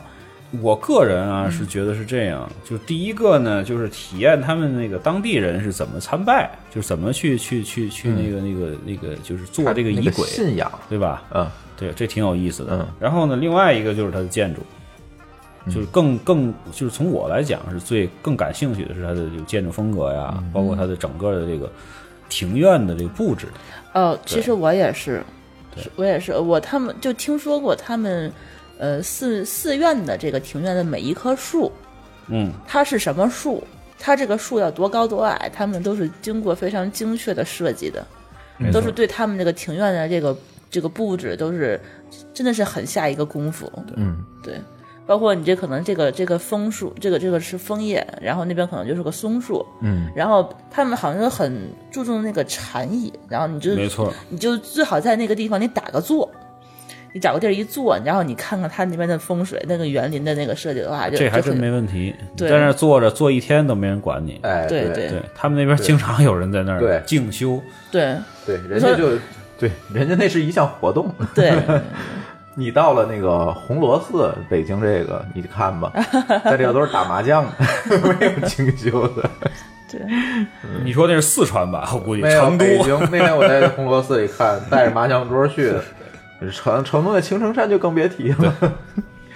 [SPEAKER 5] 我个人啊
[SPEAKER 3] 嗯
[SPEAKER 5] 是觉得是这样，就第一个呢，就是体验他们那个当地人是怎么参拜，就是怎么去去去去那个、那个那个，就是做这个
[SPEAKER 3] 嗯那
[SPEAKER 5] 仪轨，
[SPEAKER 3] 信仰，
[SPEAKER 5] 对吧？
[SPEAKER 3] 嗯，
[SPEAKER 5] 对，这挺有意思的。
[SPEAKER 3] 嗯
[SPEAKER 5] 然后呢，另外一个就是它的建筑，就是更更就是从我来讲是最更感兴趣的是它的这个建筑风格呀，
[SPEAKER 3] 嗯
[SPEAKER 5] 包括它的整个的这个庭院的这个布置。
[SPEAKER 4] 哦，其实我也是，是我也是，我他们就听说过他们，呃，寺寺院的这个庭院的每一棵树，
[SPEAKER 5] 嗯，
[SPEAKER 4] 它是什么树，它这个树要多高多矮，他们都是经过非常精确的设计的，
[SPEAKER 5] 没
[SPEAKER 4] 都
[SPEAKER 5] 错
[SPEAKER 4] 是对他们这个庭院的这个这个布置都是真的是很下一个功夫。
[SPEAKER 5] 嗯，
[SPEAKER 4] 对，包括你这可能这个这个枫树，这个这个是枫叶，然后那边可能就是个松树，
[SPEAKER 5] 嗯，
[SPEAKER 4] 然后他们好像都很注重那个禅意，然后你就
[SPEAKER 5] 没错，
[SPEAKER 4] 你就最好在那个地方你打个坐。你找个地儿一坐，然后你看看它那边的风水，那个园林的那个设计的话，就
[SPEAKER 5] 这还
[SPEAKER 4] 就
[SPEAKER 5] 真
[SPEAKER 4] 很
[SPEAKER 5] 没问题。你
[SPEAKER 4] 对
[SPEAKER 5] 在那儿坐着坐一天都没人管你。
[SPEAKER 3] 哎，
[SPEAKER 4] 对
[SPEAKER 3] 对
[SPEAKER 5] 对他们那边经常有人在那
[SPEAKER 3] 对
[SPEAKER 5] 儿静修，
[SPEAKER 4] 对
[SPEAKER 3] 对，人家就对，人家那是一项活动。
[SPEAKER 4] 对，
[SPEAKER 3] <laughs> 你到了那个红螺寺，北京这个你看吧，在这个都是打麻将的， <laughs> 没有清修的。
[SPEAKER 5] 你说那是四川吧？我估计
[SPEAKER 3] 没有
[SPEAKER 5] 成都
[SPEAKER 3] 北京那天我在红螺寺里看，带着麻将桌去的。成成都的青城山就更别提了，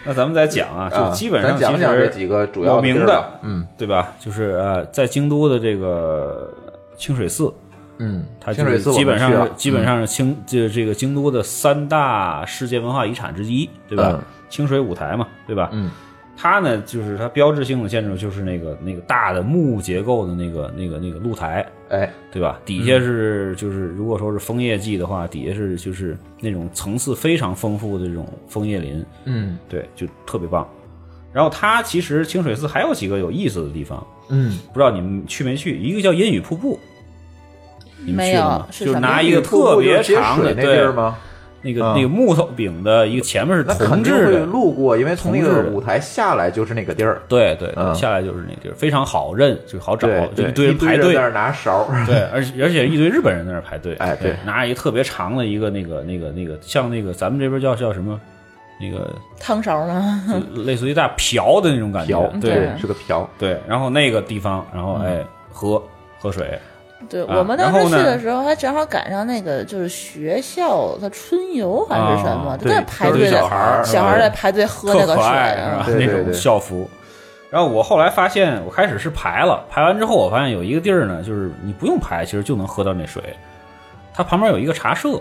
[SPEAKER 5] 那咱们再讲啊，
[SPEAKER 3] 啊
[SPEAKER 5] 就基本上
[SPEAKER 3] 咱讲
[SPEAKER 5] 其实
[SPEAKER 3] 讲这几个主要
[SPEAKER 5] 有
[SPEAKER 3] 的地
[SPEAKER 5] 名
[SPEAKER 3] 儿吧
[SPEAKER 5] 的，
[SPEAKER 3] 嗯
[SPEAKER 5] 对吧？就是呃，在京都的这个清水寺，
[SPEAKER 3] 嗯，
[SPEAKER 5] 它就
[SPEAKER 3] 清水
[SPEAKER 5] 是
[SPEAKER 3] 寺我
[SPEAKER 5] 基
[SPEAKER 3] 们
[SPEAKER 5] 本上
[SPEAKER 3] 去啊了嗯
[SPEAKER 5] 是基本上是清这这个京都的三大世界文化遗产之一，对吧
[SPEAKER 3] 嗯？
[SPEAKER 5] 清水舞台嘛，对吧？
[SPEAKER 3] 嗯，
[SPEAKER 5] 它呢就是它标志性的建筑就是那个那个大的木结构的那个那个那个露台，
[SPEAKER 3] 哎，
[SPEAKER 5] 对吧？底下是就是，如果说是枫叶季的话，底下是就是那种层次非常丰富的这种枫叶林，
[SPEAKER 3] 嗯
[SPEAKER 5] 对，就特别棒。然后它其实清水寺还有几个有意思的地方，
[SPEAKER 3] 嗯，
[SPEAKER 5] 不知道你们去没去？一个叫阴雨瀑布，你们
[SPEAKER 4] 没
[SPEAKER 5] 去了吗
[SPEAKER 4] 有？是
[SPEAKER 5] 就是
[SPEAKER 4] 什么
[SPEAKER 5] 拿
[SPEAKER 4] 阴
[SPEAKER 5] 一个特别
[SPEAKER 3] 瀑布就是接
[SPEAKER 5] 长的
[SPEAKER 3] 水那地
[SPEAKER 5] 对
[SPEAKER 3] 儿吗？
[SPEAKER 5] 那个
[SPEAKER 3] 啊
[SPEAKER 5] 那个木头柄的一个前面是
[SPEAKER 3] 那肯
[SPEAKER 5] 铜
[SPEAKER 3] 定
[SPEAKER 5] 制
[SPEAKER 3] 会
[SPEAKER 5] 的，
[SPEAKER 3] 路过，因为从那
[SPEAKER 5] 铜制
[SPEAKER 3] 个
[SPEAKER 5] 的
[SPEAKER 3] 舞台下来就是那个地儿，
[SPEAKER 5] 对对，对
[SPEAKER 3] 嗯
[SPEAKER 5] 下来就是那个地儿，非常好认，就好找，
[SPEAKER 3] 对
[SPEAKER 5] 就
[SPEAKER 3] 对，
[SPEAKER 5] 一堆人排
[SPEAKER 3] 人
[SPEAKER 5] 队
[SPEAKER 3] 在那儿拿勺， <laughs>
[SPEAKER 5] 对，而且而且一堆日本人在那儿排队，
[SPEAKER 3] 哎对
[SPEAKER 5] 拿着一个特别长的一个那个那个那个，像那个咱们这边叫叫什么，
[SPEAKER 4] <laughs>
[SPEAKER 5] 那个
[SPEAKER 4] 汤勺
[SPEAKER 5] <laughs>
[SPEAKER 4] 吗？
[SPEAKER 5] 就类似于大瓢的那种感
[SPEAKER 3] 瓢嗯
[SPEAKER 5] 觉，，对
[SPEAKER 3] 是个瓢，
[SPEAKER 5] 对，然后那个地方，然后哎喝喝水，
[SPEAKER 4] 对、
[SPEAKER 5] 啊
[SPEAKER 4] 我们当
[SPEAKER 5] 然
[SPEAKER 4] 时
[SPEAKER 5] 后
[SPEAKER 4] 去
[SPEAKER 5] 呢
[SPEAKER 4] 的时候，还正好赶上那个就是学校的春游还是什么，
[SPEAKER 5] 啊
[SPEAKER 4] 都在
[SPEAKER 5] 对
[SPEAKER 4] 排
[SPEAKER 3] 都是
[SPEAKER 4] 队的
[SPEAKER 3] 小孩儿
[SPEAKER 4] 小孩儿在排队喝那
[SPEAKER 5] 嗯特
[SPEAKER 4] 个
[SPEAKER 5] 可
[SPEAKER 4] 水
[SPEAKER 5] 爱是
[SPEAKER 4] 啊
[SPEAKER 5] 吧？
[SPEAKER 3] 对对
[SPEAKER 5] <laughs> 那
[SPEAKER 3] 对
[SPEAKER 5] 种校服。然后我后来发现，我开始是排了，排完之后我发现有一个地儿呢，就是你不用排，其实就能喝到那水。它旁边有一个茶社，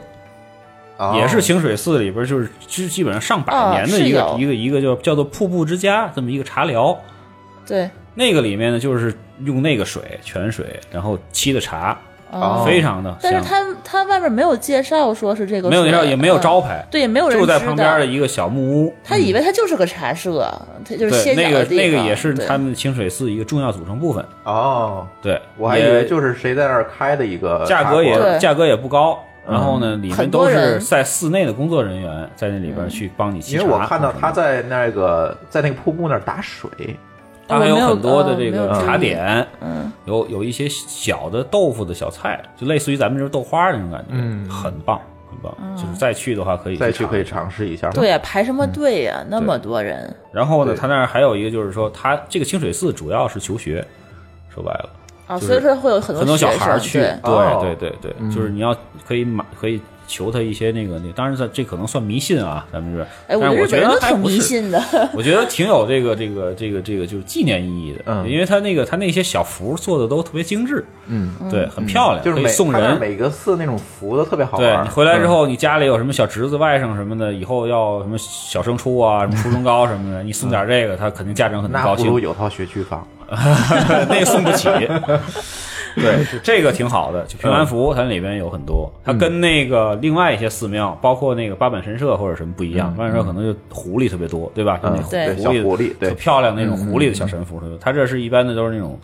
[SPEAKER 3] 啊
[SPEAKER 5] 也是清水寺里边，就是基基本上上百
[SPEAKER 4] 啊
[SPEAKER 5] 年的
[SPEAKER 4] 哦是
[SPEAKER 5] 一个、
[SPEAKER 4] 有
[SPEAKER 5] 一个一个叫叫做瀑布之家这么一个茶寮。
[SPEAKER 4] 对，
[SPEAKER 5] 那个里面呢，就是用那个水泉水，然后沏的茶，
[SPEAKER 3] 哦
[SPEAKER 5] 非常的
[SPEAKER 4] 但是
[SPEAKER 5] 香。
[SPEAKER 4] 它它外面没有介绍说是这个水，
[SPEAKER 5] 没有介绍，也没有
[SPEAKER 4] 嗯
[SPEAKER 5] 招牌，
[SPEAKER 4] 对，也没有人
[SPEAKER 5] 就在
[SPEAKER 4] 知
[SPEAKER 5] 旁
[SPEAKER 4] 道
[SPEAKER 5] 边的一个小木屋。嗯
[SPEAKER 4] 他以为它就是个茶社，它就是歇
[SPEAKER 5] 对，
[SPEAKER 4] 脚
[SPEAKER 5] 那
[SPEAKER 4] 的
[SPEAKER 5] 个
[SPEAKER 4] 地方。
[SPEAKER 5] 那个也是
[SPEAKER 4] 对
[SPEAKER 5] 他们清水寺一个重要组成部分。
[SPEAKER 3] 哦，
[SPEAKER 5] 对，
[SPEAKER 3] 我还以
[SPEAKER 5] 也
[SPEAKER 3] 为就是谁在那儿开的一个
[SPEAKER 5] 价格
[SPEAKER 3] 茶馆
[SPEAKER 5] 也
[SPEAKER 4] 对嗯
[SPEAKER 5] 价格也不高。然后呢，里面
[SPEAKER 4] 很
[SPEAKER 5] 都
[SPEAKER 4] 多
[SPEAKER 5] 是
[SPEAKER 4] 人嗯
[SPEAKER 5] 在寺内的工作人员在那里边去帮你沏
[SPEAKER 3] 因
[SPEAKER 5] 茶。
[SPEAKER 3] 为我看到他在那个在那个瀑布那儿打水，
[SPEAKER 5] 它还有
[SPEAKER 4] 我没有
[SPEAKER 5] 很多的这
[SPEAKER 4] 呃
[SPEAKER 5] 个
[SPEAKER 4] 没有注意
[SPEAKER 5] 茶点，嗯，有有一些小的豆腐的小菜，就类似于咱们这儿豆花儿那种感觉，
[SPEAKER 3] 嗯
[SPEAKER 5] 很棒，很
[SPEAKER 4] 嗯
[SPEAKER 5] 棒。就是再去的话可以
[SPEAKER 3] 再去可以
[SPEAKER 5] 尝。
[SPEAKER 3] 尝试一下。
[SPEAKER 4] 对呀、排什么队呀、那么多人，
[SPEAKER 5] 然后呢，
[SPEAKER 3] 对
[SPEAKER 5] 他那儿还有一个就是说，他这个清水寺主要是求学，说白了，
[SPEAKER 4] 啊，
[SPEAKER 5] 就是
[SPEAKER 4] 所以说会有很
[SPEAKER 5] 很多
[SPEAKER 4] 学
[SPEAKER 5] 小
[SPEAKER 4] 生
[SPEAKER 5] 孩儿去，
[SPEAKER 4] 对
[SPEAKER 3] 哦
[SPEAKER 5] 对对对对，就是你要可以买可以。求他一些那个那个，当然这这可能算迷信啊，咱们这边。
[SPEAKER 4] 哎，
[SPEAKER 5] 但
[SPEAKER 4] 我
[SPEAKER 5] 是
[SPEAKER 4] 日
[SPEAKER 5] 觉
[SPEAKER 4] 本人
[SPEAKER 5] 得
[SPEAKER 4] 都
[SPEAKER 5] 还
[SPEAKER 4] 挺
[SPEAKER 5] 不
[SPEAKER 4] 迷
[SPEAKER 5] 是
[SPEAKER 4] 信的。 <laughs>
[SPEAKER 3] <laughs>
[SPEAKER 5] 我觉得挺有这个这个这个这个就是纪念意义的，
[SPEAKER 3] 嗯
[SPEAKER 5] 因为他那个他那些小服做的都特别精致，
[SPEAKER 3] 嗯，
[SPEAKER 5] 对，很漂亮，
[SPEAKER 3] 就是
[SPEAKER 5] 可以
[SPEAKER 3] 每
[SPEAKER 5] 送
[SPEAKER 3] 他那儿
[SPEAKER 5] 人。
[SPEAKER 3] 每个寺那种服都特别好
[SPEAKER 5] 对
[SPEAKER 3] 玩。
[SPEAKER 5] 你回来之后，你家里有什么小侄子、外甥什么的，以后要什么小升初啊、什么初中高什么的，你送点这个，他肯定家长
[SPEAKER 3] 嗯，
[SPEAKER 5] 很
[SPEAKER 3] 那
[SPEAKER 5] 高
[SPEAKER 3] 不
[SPEAKER 5] 兴。
[SPEAKER 3] 如有套学区房。
[SPEAKER 5] <laughs> 那个送不起。对，这个挺好的，就平安符，它里边有很多，它跟那个另外一些寺庙，包括那个八坂神社或者什么不一样，八坂神社可能就狐狸特别多，对吧？就那
[SPEAKER 3] 嗯
[SPEAKER 5] 狐
[SPEAKER 4] 对
[SPEAKER 5] 狐狸
[SPEAKER 3] 小狐狸对
[SPEAKER 5] 特漂亮那种狐狸的小神符，它这是一般的都是那种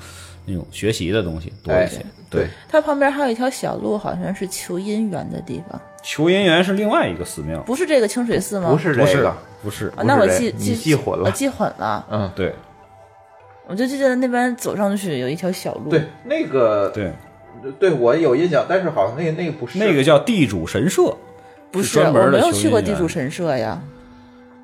[SPEAKER 5] 那种学习的东西多一些
[SPEAKER 3] 哎。
[SPEAKER 5] 对，
[SPEAKER 4] 它旁边还有一条小路，好像是求姻缘的地方，
[SPEAKER 5] 求姻缘是另外一个寺庙，
[SPEAKER 4] 不是这个清水寺吗？
[SPEAKER 3] 不是
[SPEAKER 5] 不
[SPEAKER 3] 这
[SPEAKER 5] 是
[SPEAKER 3] 个，
[SPEAKER 5] 不是，
[SPEAKER 4] 啊，那
[SPEAKER 3] 不
[SPEAKER 4] 我
[SPEAKER 3] 是这
[SPEAKER 4] 记
[SPEAKER 3] 个
[SPEAKER 4] 记
[SPEAKER 3] 你记混了
[SPEAKER 4] 我记混了。
[SPEAKER 3] 嗯，
[SPEAKER 5] 对
[SPEAKER 4] 我就记得那边走上去有一条小路，
[SPEAKER 3] 对，那个
[SPEAKER 5] 对，
[SPEAKER 3] 对我有印象，但是好像那那个不是
[SPEAKER 5] 那个叫地主神社，
[SPEAKER 4] 不
[SPEAKER 5] 是
[SPEAKER 4] 是，
[SPEAKER 5] 专
[SPEAKER 4] 我
[SPEAKER 5] 门的
[SPEAKER 4] 没有
[SPEAKER 5] 求
[SPEAKER 4] 去过
[SPEAKER 5] 姻
[SPEAKER 4] 地
[SPEAKER 5] 缘
[SPEAKER 4] 主神社呀。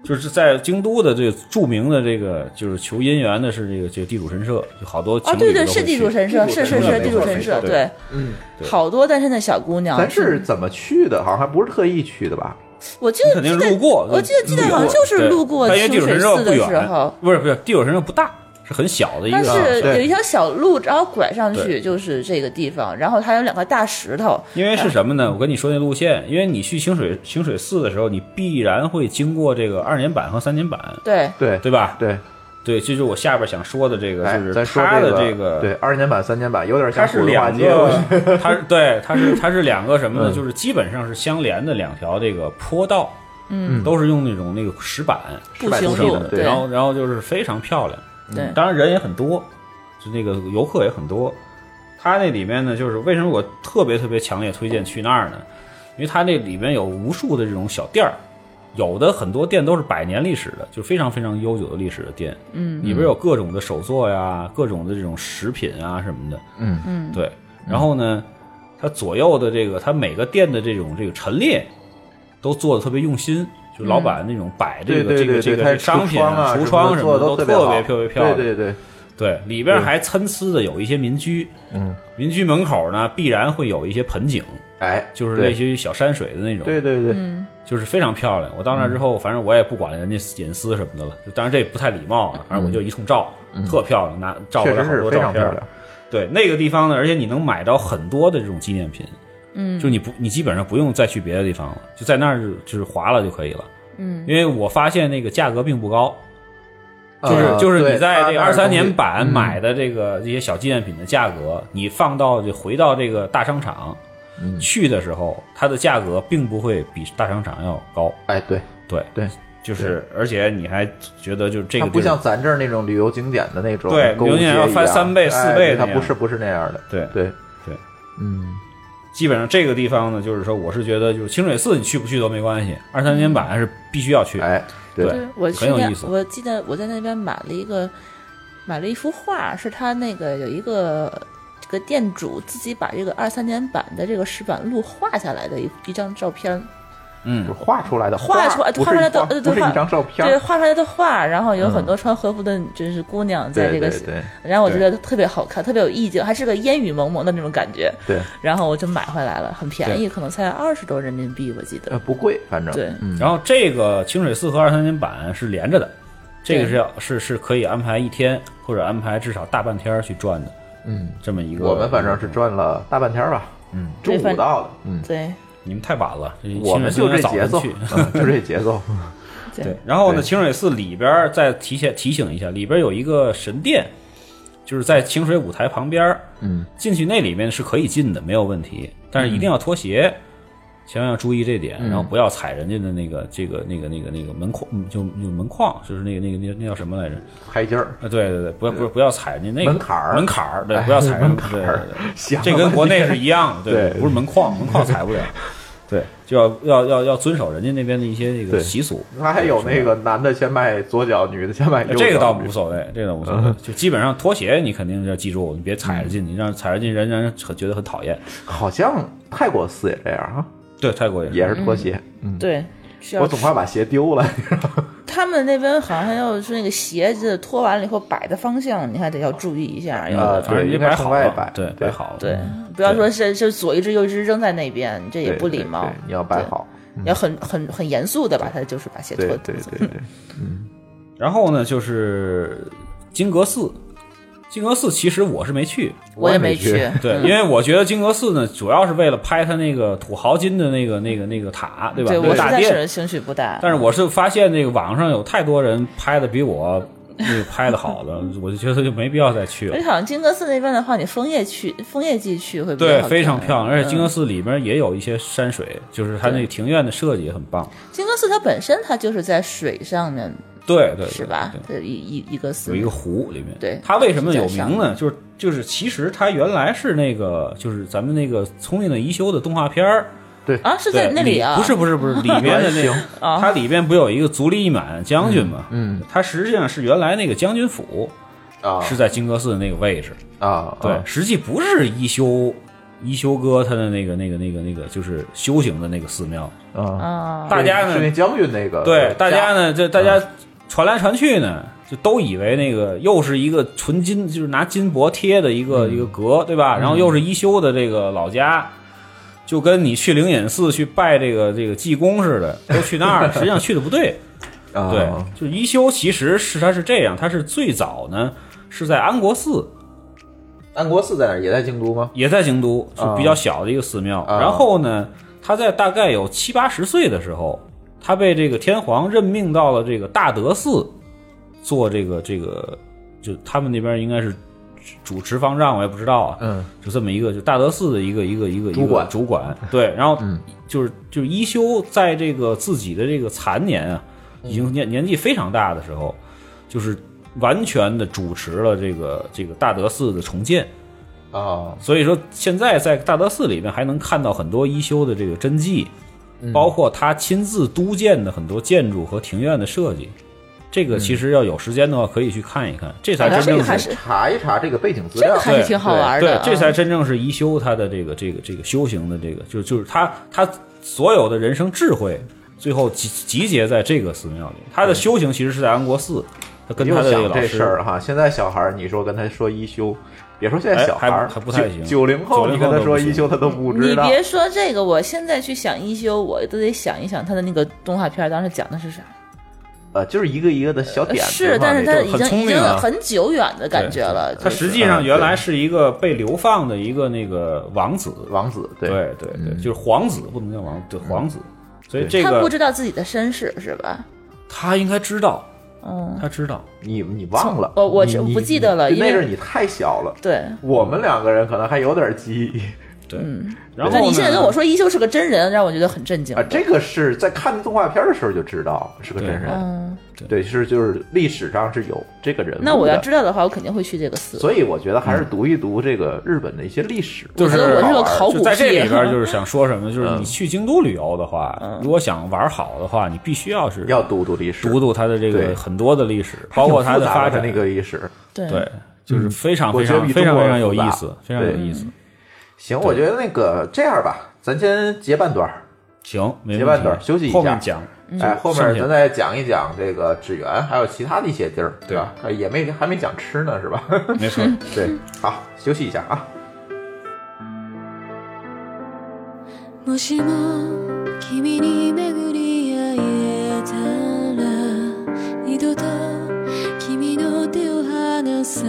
[SPEAKER 5] 就是在京都的这个著名的这个就是求姻缘的是这个这个地主神社，就好多情
[SPEAKER 4] 啊，
[SPEAKER 5] 侣
[SPEAKER 4] 对对，
[SPEAKER 5] 都会
[SPEAKER 4] 是地主
[SPEAKER 5] 去
[SPEAKER 4] 神社，是是
[SPEAKER 5] 神社
[SPEAKER 4] 是
[SPEAKER 5] 没
[SPEAKER 4] 地主
[SPEAKER 5] 错
[SPEAKER 4] 神
[SPEAKER 5] 没
[SPEAKER 4] 社，
[SPEAKER 5] 错
[SPEAKER 4] 对，
[SPEAKER 3] 嗯，
[SPEAKER 4] 好多单身的小姑娘。
[SPEAKER 3] 咱是怎么去的？好像还不是特意去的吧？
[SPEAKER 4] 我记得
[SPEAKER 5] 你肯定
[SPEAKER 4] 记得
[SPEAKER 5] 路过，
[SPEAKER 4] 我记得记得好像就是路过
[SPEAKER 5] 对但因为
[SPEAKER 4] 清
[SPEAKER 5] 地主
[SPEAKER 4] 水
[SPEAKER 5] 神社
[SPEAKER 4] 寺
[SPEAKER 5] 不
[SPEAKER 4] 的
[SPEAKER 5] 远
[SPEAKER 4] 时候，，
[SPEAKER 5] 不是不是，地主神社不大，是很小的一
[SPEAKER 4] 它
[SPEAKER 5] 个。啊
[SPEAKER 4] 是
[SPEAKER 3] 对
[SPEAKER 4] 有一条小路，然后拐上
[SPEAKER 5] 对
[SPEAKER 4] 去就是这个地方，然后还有两块大石头，
[SPEAKER 5] 因为是什么呢？我跟你说那路线，因为你去清水清水寺的时候，你必然会经过这个二年坂和三年坂，
[SPEAKER 4] 对
[SPEAKER 3] 对
[SPEAKER 5] 对吧？
[SPEAKER 3] 对，
[SPEAKER 5] 对，这就是我下边想说的这个，
[SPEAKER 3] 哎
[SPEAKER 5] 就，
[SPEAKER 3] 咱
[SPEAKER 5] 是
[SPEAKER 3] 说
[SPEAKER 5] 他的
[SPEAKER 3] 这
[SPEAKER 5] 个
[SPEAKER 3] 对二年版、三年版有点像
[SPEAKER 5] 它是
[SPEAKER 3] 葫芦画
[SPEAKER 5] 两
[SPEAKER 3] 街，我觉得
[SPEAKER 5] 个，它对，它是它是两个什么呢？
[SPEAKER 3] 嗯
[SPEAKER 5] 就是基本上是相连的两条这个坡道，嗯，都是用那种那个石板
[SPEAKER 4] 步
[SPEAKER 3] 百
[SPEAKER 4] 行
[SPEAKER 3] 步行
[SPEAKER 4] 路
[SPEAKER 3] 的，
[SPEAKER 4] 对
[SPEAKER 5] 然后然后就是非常漂亮，
[SPEAKER 4] 对
[SPEAKER 5] 当然人也很多，就那个游客也很多。它那里面呢，就是为什么我特别特别强烈推荐去那儿呢？因为它那里面有无数的这种小店儿，有的很多店都是百年历史的，就非常非常悠久的历史的店。嗯，里边有各种的手作呀，各种的这种食品啊什么的。
[SPEAKER 3] 嗯
[SPEAKER 5] 嗯，对。然后呢，它左右的这个，它每个店的这种这个陈列都做的特别用心，就老板那种摆这个
[SPEAKER 3] 嗯对对
[SPEAKER 5] 这个
[SPEAKER 3] 对
[SPEAKER 5] 这
[SPEAKER 3] 对，
[SPEAKER 5] 个
[SPEAKER 3] 它
[SPEAKER 5] 这
[SPEAKER 3] 是
[SPEAKER 5] 个商品
[SPEAKER 3] 窗啊
[SPEAKER 5] 橱
[SPEAKER 3] 窗
[SPEAKER 5] 窗什么的
[SPEAKER 3] 都
[SPEAKER 5] 特
[SPEAKER 3] 别好
[SPEAKER 5] 特别漂亮。
[SPEAKER 3] 对对对，
[SPEAKER 5] 对，里边还参差的有一些民居，
[SPEAKER 3] 嗯，
[SPEAKER 5] 民居门口呢必然会有一些盆景，
[SPEAKER 3] 哎，
[SPEAKER 5] 就是嗯
[SPEAKER 3] 对
[SPEAKER 5] 类似于小山水的那种，
[SPEAKER 3] 对对对，
[SPEAKER 5] 就是非常漂亮。我到那之
[SPEAKER 3] 嗯
[SPEAKER 5] 后，反正我也不管人家隐私什么的了，就当然这也不太礼貌啊，反正我就一通照，特漂亮，拿照
[SPEAKER 3] 嗯确
[SPEAKER 5] 过来
[SPEAKER 3] 实
[SPEAKER 5] 好
[SPEAKER 3] 是
[SPEAKER 5] 多
[SPEAKER 3] 非
[SPEAKER 5] 照
[SPEAKER 3] 常
[SPEAKER 5] 片
[SPEAKER 3] 漂
[SPEAKER 5] 儿
[SPEAKER 3] 亮。。
[SPEAKER 5] 对那个地方呢，而且你能买到很多的这种纪念品，嗯，就你不你基本上不用再去别的地方了，就在那儿就就是划了就可以了，嗯，因为我发现那个价格并不高，就是
[SPEAKER 3] 呃
[SPEAKER 5] 就是
[SPEAKER 3] 对
[SPEAKER 5] 你在
[SPEAKER 3] 它
[SPEAKER 5] 这
[SPEAKER 3] 那儿
[SPEAKER 5] 二三
[SPEAKER 3] 东西
[SPEAKER 5] 年版
[SPEAKER 3] 嗯
[SPEAKER 5] 买的这个这些小纪念品的价格，你放到这回到这个大商场
[SPEAKER 3] 嗯
[SPEAKER 5] 去的时候，它的价格并不会比大商场要高，
[SPEAKER 3] 哎，对
[SPEAKER 5] 对，
[SPEAKER 3] 对，
[SPEAKER 5] 就是而且你还觉得就是这个
[SPEAKER 3] 它不
[SPEAKER 5] 地儿
[SPEAKER 3] 像咱这儿那种旅游景点的那种
[SPEAKER 5] 对
[SPEAKER 3] 购物
[SPEAKER 5] 旅游景点
[SPEAKER 3] 街
[SPEAKER 5] 要
[SPEAKER 3] 一
[SPEAKER 5] 翻
[SPEAKER 3] 样
[SPEAKER 5] 三倍
[SPEAKER 3] 哎
[SPEAKER 5] 四倍
[SPEAKER 3] 它不
[SPEAKER 5] 那样
[SPEAKER 3] 是不是那样的，
[SPEAKER 5] 对
[SPEAKER 3] 对
[SPEAKER 5] 对，
[SPEAKER 3] 嗯，
[SPEAKER 5] 基本上这个地方呢，就是说我是觉得就是清水寺你去不去都没关系，二三年版还是必须要去，
[SPEAKER 3] 哎，对
[SPEAKER 5] 对
[SPEAKER 4] 我去
[SPEAKER 5] 很有
[SPEAKER 4] 那
[SPEAKER 5] 意思，
[SPEAKER 4] 我记得我在那边买了一个，买了一幅画，是他那个有一个这个店主自己把这个二三年版的这个石板路画下来的一一张照片，
[SPEAKER 5] 嗯
[SPEAKER 3] 就是，画出来的
[SPEAKER 4] 画出来
[SPEAKER 3] 不
[SPEAKER 4] 画
[SPEAKER 3] 是
[SPEAKER 4] 出来
[SPEAKER 3] 一
[SPEAKER 4] 的
[SPEAKER 3] 张
[SPEAKER 4] 呃
[SPEAKER 3] 不是
[SPEAKER 4] 画
[SPEAKER 3] 一张照片
[SPEAKER 4] 对，
[SPEAKER 3] 儿，嗯
[SPEAKER 4] 画出来的画，然后有很多穿和服的就是姑娘在这
[SPEAKER 3] 对
[SPEAKER 4] 个，
[SPEAKER 3] 对对
[SPEAKER 4] 然后我觉得特别好看，特别有意境，还是个烟雨蒙蒙的那种感觉，
[SPEAKER 3] 对，
[SPEAKER 4] 然后我就买回来了，很便宜，可能才二十多人民币，我记
[SPEAKER 3] 呃
[SPEAKER 4] 得，
[SPEAKER 3] 不贵，反正
[SPEAKER 4] 对
[SPEAKER 3] 嗯，
[SPEAKER 5] 然后这个清水寺和二三年版是连着的，这个
[SPEAKER 4] 对
[SPEAKER 5] 是要是是可以安排一天或者安排至少大半天儿去转的，
[SPEAKER 3] 嗯，
[SPEAKER 5] 这么一个。
[SPEAKER 3] 我们反正是转了大半天儿吧，嗯，中
[SPEAKER 4] 对
[SPEAKER 3] 午
[SPEAKER 4] 反
[SPEAKER 3] 到的，嗯，
[SPEAKER 4] 对，
[SPEAKER 5] 你们太晚了，这
[SPEAKER 3] 我们就
[SPEAKER 5] 清
[SPEAKER 3] 这
[SPEAKER 5] 水寺应该
[SPEAKER 3] 节
[SPEAKER 5] 早
[SPEAKER 3] 奏
[SPEAKER 5] 晨去。，
[SPEAKER 3] 嗯就这节奏， <laughs>
[SPEAKER 5] 对，然后呢，
[SPEAKER 3] 对
[SPEAKER 5] 清水寺里边儿再提前提醒一下，里边儿有一个神殿，就是在清水舞台旁边儿
[SPEAKER 3] 嗯，
[SPEAKER 5] 进去那里面是可以进的，没有问题，但是一定要脱鞋，千万要注意这点，
[SPEAKER 3] 嗯
[SPEAKER 5] 然后不要踩人家的那个这个那个那个那个门框，嗯就就门框，就是那个那个那那叫什么来着？
[SPEAKER 3] 嗨劲儿，
[SPEAKER 5] 啊，对对对，不要不要不要踩人家那个
[SPEAKER 3] 门槛儿
[SPEAKER 5] 门槛儿，对，
[SPEAKER 3] 哎
[SPEAKER 5] 不要踩人
[SPEAKER 3] 门槛儿
[SPEAKER 5] 对对对
[SPEAKER 3] <laughs> 想
[SPEAKER 5] 这跟国内是一样的，
[SPEAKER 3] 对
[SPEAKER 5] 对，不是门框，门
[SPEAKER 3] <laughs>
[SPEAKER 5] 框踩不了，对，就要要要要遵守人家那边的一些那个
[SPEAKER 3] 对
[SPEAKER 5] 习俗。
[SPEAKER 3] 他还有那个男的先迈左脚，女的先迈右脚，
[SPEAKER 5] 这个倒无所谓，这个倒无所
[SPEAKER 3] 嗯
[SPEAKER 5] 谓，就基本上拖鞋你肯定要记住，你别踩着进去，让踩着进去人让人很觉得很讨厌。
[SPEAKER 3] 好像泰国寺也这样啊，
[SPEAKER 5] 对，泰国也是，
[SPEAKER 3] 也是拖鞋，嗯，
[SPEAKER 4] 对，需要
[SPEAKER 3] 我总怕把鞋丢了，
[SPEAKER 4] 他们那边好像还要是那个鞋子脱完了以后摆的方向，你还得要注意一下，要、
[SPEAKER 3] 啊
[SPEAKER 5] 反正
[SPEAKER 3] 对
[SPEAKER 5] 你
[SPEAKER 3] 应该
[SPEAKER 5] 摆
[SPEAKER 3] 从
[SPEAKER 5] 好
[SPEAKER 3] 外
[SPEAKER 5] 了
[SPEAKER 3] 摆，
[SPEAKER 5] 对，
[SPEAKER 3] 对
[SPEAKER 5] 摆好了，
[SPEAKER 4] 对，不要说是是左一只右一只扔在那边，这也
[SPEAKER 3] 对
[SPEAKER 4] 不
[SPEAKER 3] 对
[SPEAKER 4] 礼貌
[SPEAKER 3] 对。你要摆
[SPEAKER 4] 对
[SPEAKER 3] 好，
[SPEAKER 5] 嗯
[SPEAKER 4] 要很很很严肃的把它就是把鞋脱
[SPEAKER 3] 对
[SPEAKER 4] 脱。
[SPEAKER 3] 对对
[SPEAKER 5] <laughs>
[SPEAKER 3] 对，
[SPEAKER 5] 然后呢，就是金阁寺，金阁寺其实我是没去，
[SPEAKER 4] 我也没
[SPEAKER 3] 我也没
[SPEAKER 5] 对，因为我觉得金阁寺呢，主要是为了拍它那个土豪金的那个那个那个塔，对吧？
[SPEAKER 4] 对
[SPEAKER 5] 那
[SPEAKER 4] 我
[SPEAKER 5] 个
[SPEAKER 4] 实
[SPEAKER 5] 大
[SPEAKER 4] 在
[SPEAKER 5] 殿
[SPEAKER 4] 是。兴趣不大。
[SPEAKER 5] 但是我是发现这个网上有太多人拍的比我那个拍的好的，我就觉得就没必要再去了
[SPEAKER 4] 而且。好像金阁寺那边的话，你枫叶去枫叶季去会比较
[SPEAKER 5] 对，
[SPEAKER 4] 好
[SPEAKER 5] 非常
[SPEAKER 4] 看
[SPEAKER 5] 漂亮，而且金
[SPEAKER 4] 嗯
[SPEAKER 5] 阁寺里面也有一些山水，就是它那个庭院的设计也很棒。
[SPEAKER 4] 金阁寺它本身它就是在水上面
[SPEAKER 5] 对对，
[SPEAKER 4] 是
[SPEAKER 5] 对
[SPEAKER 4] 吧
[SPEAKER 5] 对？
[SPEAKER 4] 对一一一个寺
[SPEAKER 5] 有一个湖里面，
[SPEAKER 4] 对
[SPEAKER 5] 它为什么有名呢？就是就是，其实它原来是那个，就是咱们那个《聪明的一休》的动画片儿，
[SPEAKER 4] 啊，是在
[SPEAKER 5] 对
[SPEAKER 4] 那里啊？
[SPEAKER 5] 不是不
[SPEAKER 4] <laughs>
[SPEAKER 5] 是不是，里边的那个，它里边不有一个足利义满将军嘛？
[SPEAKER 3] 嗯，
[SPEAKER 5] 它实际上是原来那个将军府
[SPEAKER 3] 啊
[SPEAKER 5] 是在金阁寺的那个位置，
[SPEAKER 3] 啊，
[SPEAKER 5] 对
[SPEAKER 3] 啊，
[SPEAKER 5] 实际不是一休一休哥他的那个那个那个那个就是修行的那个寺庙，
[SPEAKER 3] 啊，
[SPEAKER 4] 啊，
[SPEAKER 5] 大家
[SPEAKER 3] 是那
[SPEAKER 5] 呢
[SPEAKER 3] 将军那个，
[SPEAKER 5] 对大家呢这大家
[SPEAKER 3] 呃嗯
[SPEAKER 5] 传来传去呢。就都以为那个又是一个纯金，就是拿金箔贴的一
[SPEAKER 3] 嗯
[SPEAKER 5] 个、一个格，对吧？然后又是一休的这个老家，就跟你去灵隐寺去拜这个这个济公似的，都去那儿了，实际上去的不对。
[SPEAKER 3] <laughs> 啊，
[SPEAKER 5] 对，就一休其实是他是这样，他是最早呢是在安国寺，
[SPEAKER 3] 安国寺在哪儿？也在京都吗？
[SPEAKER 5] 也在京都，是比较小的一个寺庙。
[SPEAKER 3] 啊
[SPEAKER 5] 然后呢，他在大概有七八十岁的时候，他被这个天皇任命到了这个大德寺做这个这个，就他们那边应该是主持方丈，我也不知道啊。
[SPEAKER 3] 嗯，
[SPEAKER 5] 就这么一个，就大德寺的一个一个一个一个
[SPEAKER 3] 主管嗯 <laughs>
[SPEAKER 5] 主管对，然后就是就是一休在这个自己的这个残年啊，
[SPEAKER 3] 嗯
[SPEAKER 5] 已经年年纪非常大的时候，就是完全的主持了这个这个大德寺的重建。
[SPEAKER 3] 哦，
[SPEAKER 5] 所以说，现在在大德寺里面还能看到很多一休的这个真迹，
[SPEAKER 4] 嗯
[SPEAKER 5] 包括他亲自督建的很多建筑和庭院的设计。这个其实要有时间的话，可以去看一看，这才
[SPEAKER 4] 嗯
[SPEAKER 5] 真
[SPEAKER 4] 这
[SPEAKER 5] 正
[SPEAKER 4] 个还
[SPEAKER 5] 是
[SPEAKER 4] 是
[SPEAKER 3] 查一查这个背景资
[SPEAKER 4] 这
[SPEAKER 3] 料
[SPEAKER 4] 个，还是
[SPEAKER 5] 对
[SPEAKER 4] 挺好玩
[SPEAKER 5] 对
[SPEAKER 4] 的，，嗯
[SPEAKER 5] 这才真正是一休他的这个这个这个修行的这个，就就是他他所有的人生智慧，最后集集结在这个寺庙里。他的修行其实是在安国寺，他跟
[SPEAKER 3] 又
[SPEAKER 5] 他的个
[SPEAKER 3] 想
[SPEAKER 5] 老
[SPEAKER 3] 这
[SPEAKER 5] 师
[SPEAKER 3] 事儿哈，现在小孩儿，你说跟他说一休，别说现在
[SPEAKER 5] 哎
[SPEAKER 3] 小孩儿，
[SPEAKER 5] 还不还不太行
[SPEAKER 3] 九零后，
[SPEAKER 5] 90
[SPEAKER 3] 你跟他
[SPEAKER 5] 后都
[SPEAKER 3] 说
[SPEAKER 5] 不行
[SPEAKER 3] 一休，他都不知
[SPEAKER 4] 你
[SPEAKER 3] 道。
[SPEAKER 4] 别说这个，我现在去想一休，我都得想一想他的那个动画片当时讲的是啥。呃
[SPEAKER 3] 呃，就是一个一个的小点子嘛。
[SPEAKER 4] 是，但是
[SPEAKER 3] 那种
[SPEAKER 4] 他已经
[SPEAKER 5] 很聪
[SPEAKER 4] 已
[SPEAKER 5] 明
[SPEAKER 4] 经
[SPEAKER 5] 啊
[SPEAKER 4] 很久远的感觉了。
[SPEAKER 5] 他
[SPEAKER 4] 就是
[SPEAKER 5] 实际上原来是一个被流放的一个那个王子，
[SPEAKER 3] 王子，对，嗯
[SPEAKER 5] 对对对，就是皇子不能叫王，对皇子，所以这
[SPEAKER 4] 他不
[SPEAKER 5] 个
[SPEAKER 4] 知道自己的身世是吧？
[SPEAKER 5] 他应该知道，
[SPEAKER 4] 嗯，
[SPEAKER 5] 他知道，
[SPEAKER 3] 你你忘了，
[SPEAKER 4] 我我
[SPEAKER 5] 你
[SPEAKER 4] 这我
[SPEAKER 5] 你
[SPEAKER 4] 不记得了，
[SPEAKER 3] 就
[SPEAKER 4] 因
[SPEAKER 3] 那阵儿
[SPEAKER 4] 为
[SPEAKER 3] 你太小了。
[SPEAKER 4] 对。
[SPEAKER 3] 我们两个人可能还有点记忆
[SPEAKER 5] 对。
[SPEAKER 3] 嗯
[SPEAKER 5] 然后
[SPEAKER 4] 那
[SPEAKER 5] 呢
[SPEAKER 4] 你现在跟我说一休是个真人，让我觉得很震惊
[SPEAKER 3] 啊，。这个是在看动画片的时候就知道是个真人，
[SPEAKER 4] 嗯，
[SPEAKER 3] 对，是就是历史上是有这个人物的。
[SPEAKER 4] 那我要知道的话，我肯定会去这个寺。
[SPEAKER 3] 所以我觉得还是读一读这个日本的一些历史，
[SPEAKER 5] 嗯就
[SPEAKER 4] 我觉得
[SPEAKER 5] 是
[SPEAKER 4] 我是个
[SPEAKER 3] 好玩儿
[SPEAKER 4] 考古
[SPEAKER 5] 就在这
[SPEAKER 4] 屁
[SPEAKER 5] 里边，就是想说什么，就是
[SPEAKER 3] 嗯
[SPEAKER 5] 你去京都旅游的话，
[SPEAKER 4] 嗯
[SPEAKER 5] 如果想玩好的话，你必须要是
[SPEAKER 3] 要读读历史，
[SPEAKER 5] 读读它的这
[SPEAKER 3] 对
[SPEAKER 5] 个很多的历史，包括它
[SPEAKER 3] 它
[SPEAKER 5] 的发展
[SPEAKER 3] 那个历史。
[SPEAKER 4] 对
[SPEAKER 5] 对，就是非常
[SPEAKER 3] 我
[SPEAKER 5] 非
[SPEAKER 3] 觉得
[SPEAKER 5] 常
[SPEAKER 3] 比
[SPEAKER 5] 非常
[SPEAKER 3] 中国
[SPEAKER 5] 非常有
[SPEAKER 3] 复杂
[SPEAKER 5] 意思，非常有意思。
[SPEAKER 3] 行，我觉得那个这样吧，咱先结半段儿，
[SPEAKER 5] 行，没
[SPEAKER 3] 结
[SPEAKER 5] 问
[SPEAKER 3] 半
[SPEAKER 5] 题
[SPEAKER 3] 段儿休息一下
[SPEAKER 5] 后面讲。嗯
[SPEAKER 3] 哎，后面
[SPEAKER 5] 剩下
[SPEAKER 3] 咱再讲一讲这个纸园，还有其他的一些地儿，
[SPEAKER 5] 对
[SPEAKER 3] 吧？呃也没还没讲吃呢，是
[SPEAKER 5] <laughs>
[SPEAKER 3] 吧？<laughs>
[SPEAKER 5] 没错，
[SPEAKER 3] 对，好，休息一下啊。
[SPEAKER 6] もしも君に巡り会えたら二度と君の手を離さ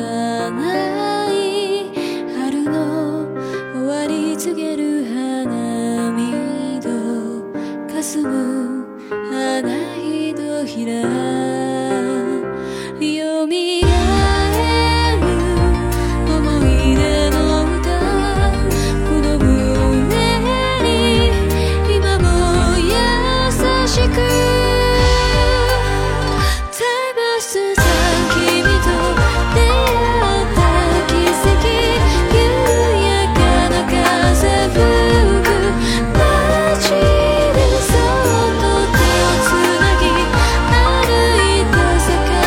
[SPEAKER 6] ない春の終わり告げる花見と霞む花ひとひらよみがえる思い出の歌この胸に今も優しく Time s t 君と出会った奇跡緩やかな風吹く街でそっと手をつなぎ歩い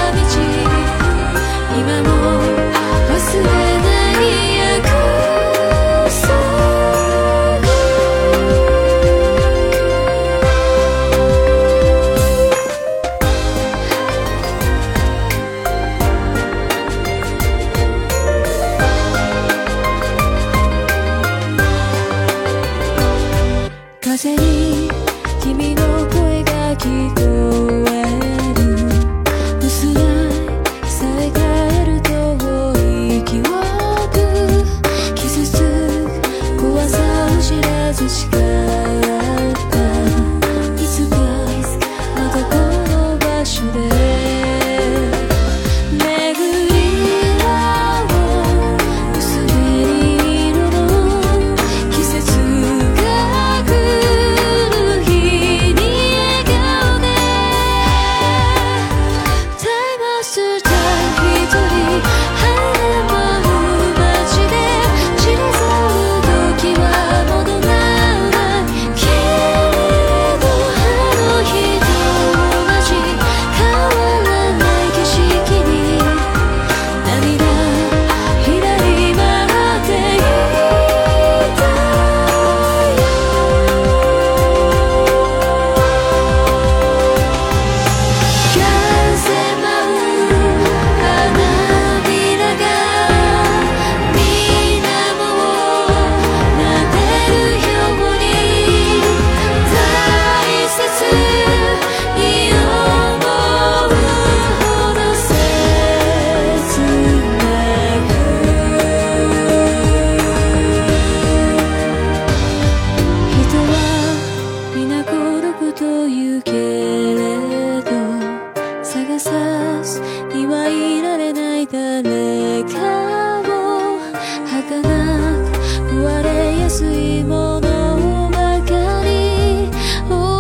[SPEAKER 6] 壊れやすいものばかり追い求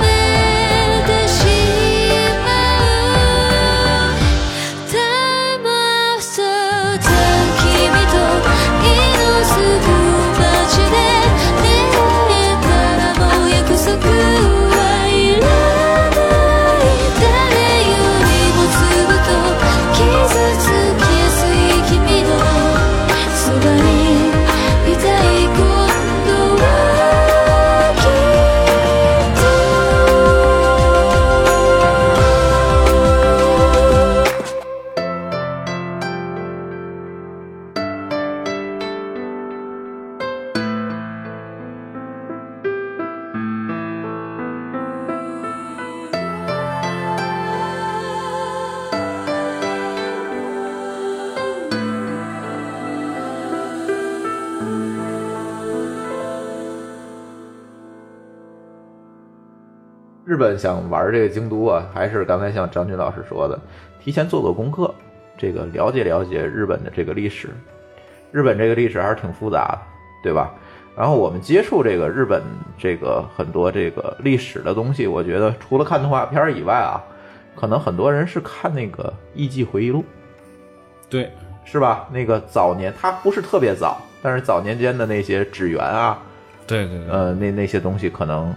[SPEAKER 6] めてしまう Time after time 君と色づく街で出会えたらもう約束はいらない誰よりもずっと傷つきやすい君のそばにいたい今度はきっと
[SPEAKER 3] 日本想玩这个京都啊，还是刚才像张军老师说的，提前做做功课，这个了解了解日本的这个历史。日本这个历史还是挺复杂的，对吧？然后我们接触这个日本这个很多这个历史的东西，我觉得除了看动画片儿以外啊，可能很多人是看那个《艺伎回忆录》，
[SPEAKER 5] 对，
[SPEAKER 3] 是吧？那个早年它不是特别早，但是早年间的那些纸鸢啊，
[SPEAKER 5] 对对对，
[SPEAKER 3] 呃，那那些东西可能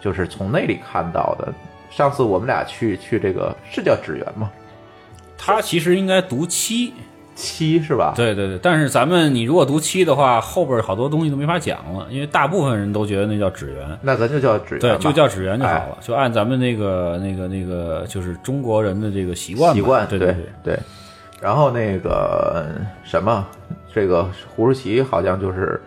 [SPEAKER 3] 就是从那里看到的。上次我们俩去去这个是叫纸鸢吗？
[SPEAKER 5] 他其实应该读七，
[SPEAKER 3] 七是吧？
[SPEAKER 5] 对对对，但是咱们你如果读七的话，后边好多东西都没法讲了，因为大部分人都觉得那叫纸鸢，
[SPEAKER 3] 那咱就叫纸鸢
[SPEAKER 5] 对，
[SPEAKER 3] 吧
[SPEAKER 5] 就叫纸鸢就好
[SPEAKER 3] 哎
[SPEAKER 5] 了，就按咱们那个那个那个，就是中国人的这个习惯吧
[SPEAKER 3] 习惯，
[SPEAKER 5] 对
[SPEAKER 3] 对
[SPEAKER 5] 对，
[SPEAKER 3] 然后那个什么，这个胡舒淇好像就是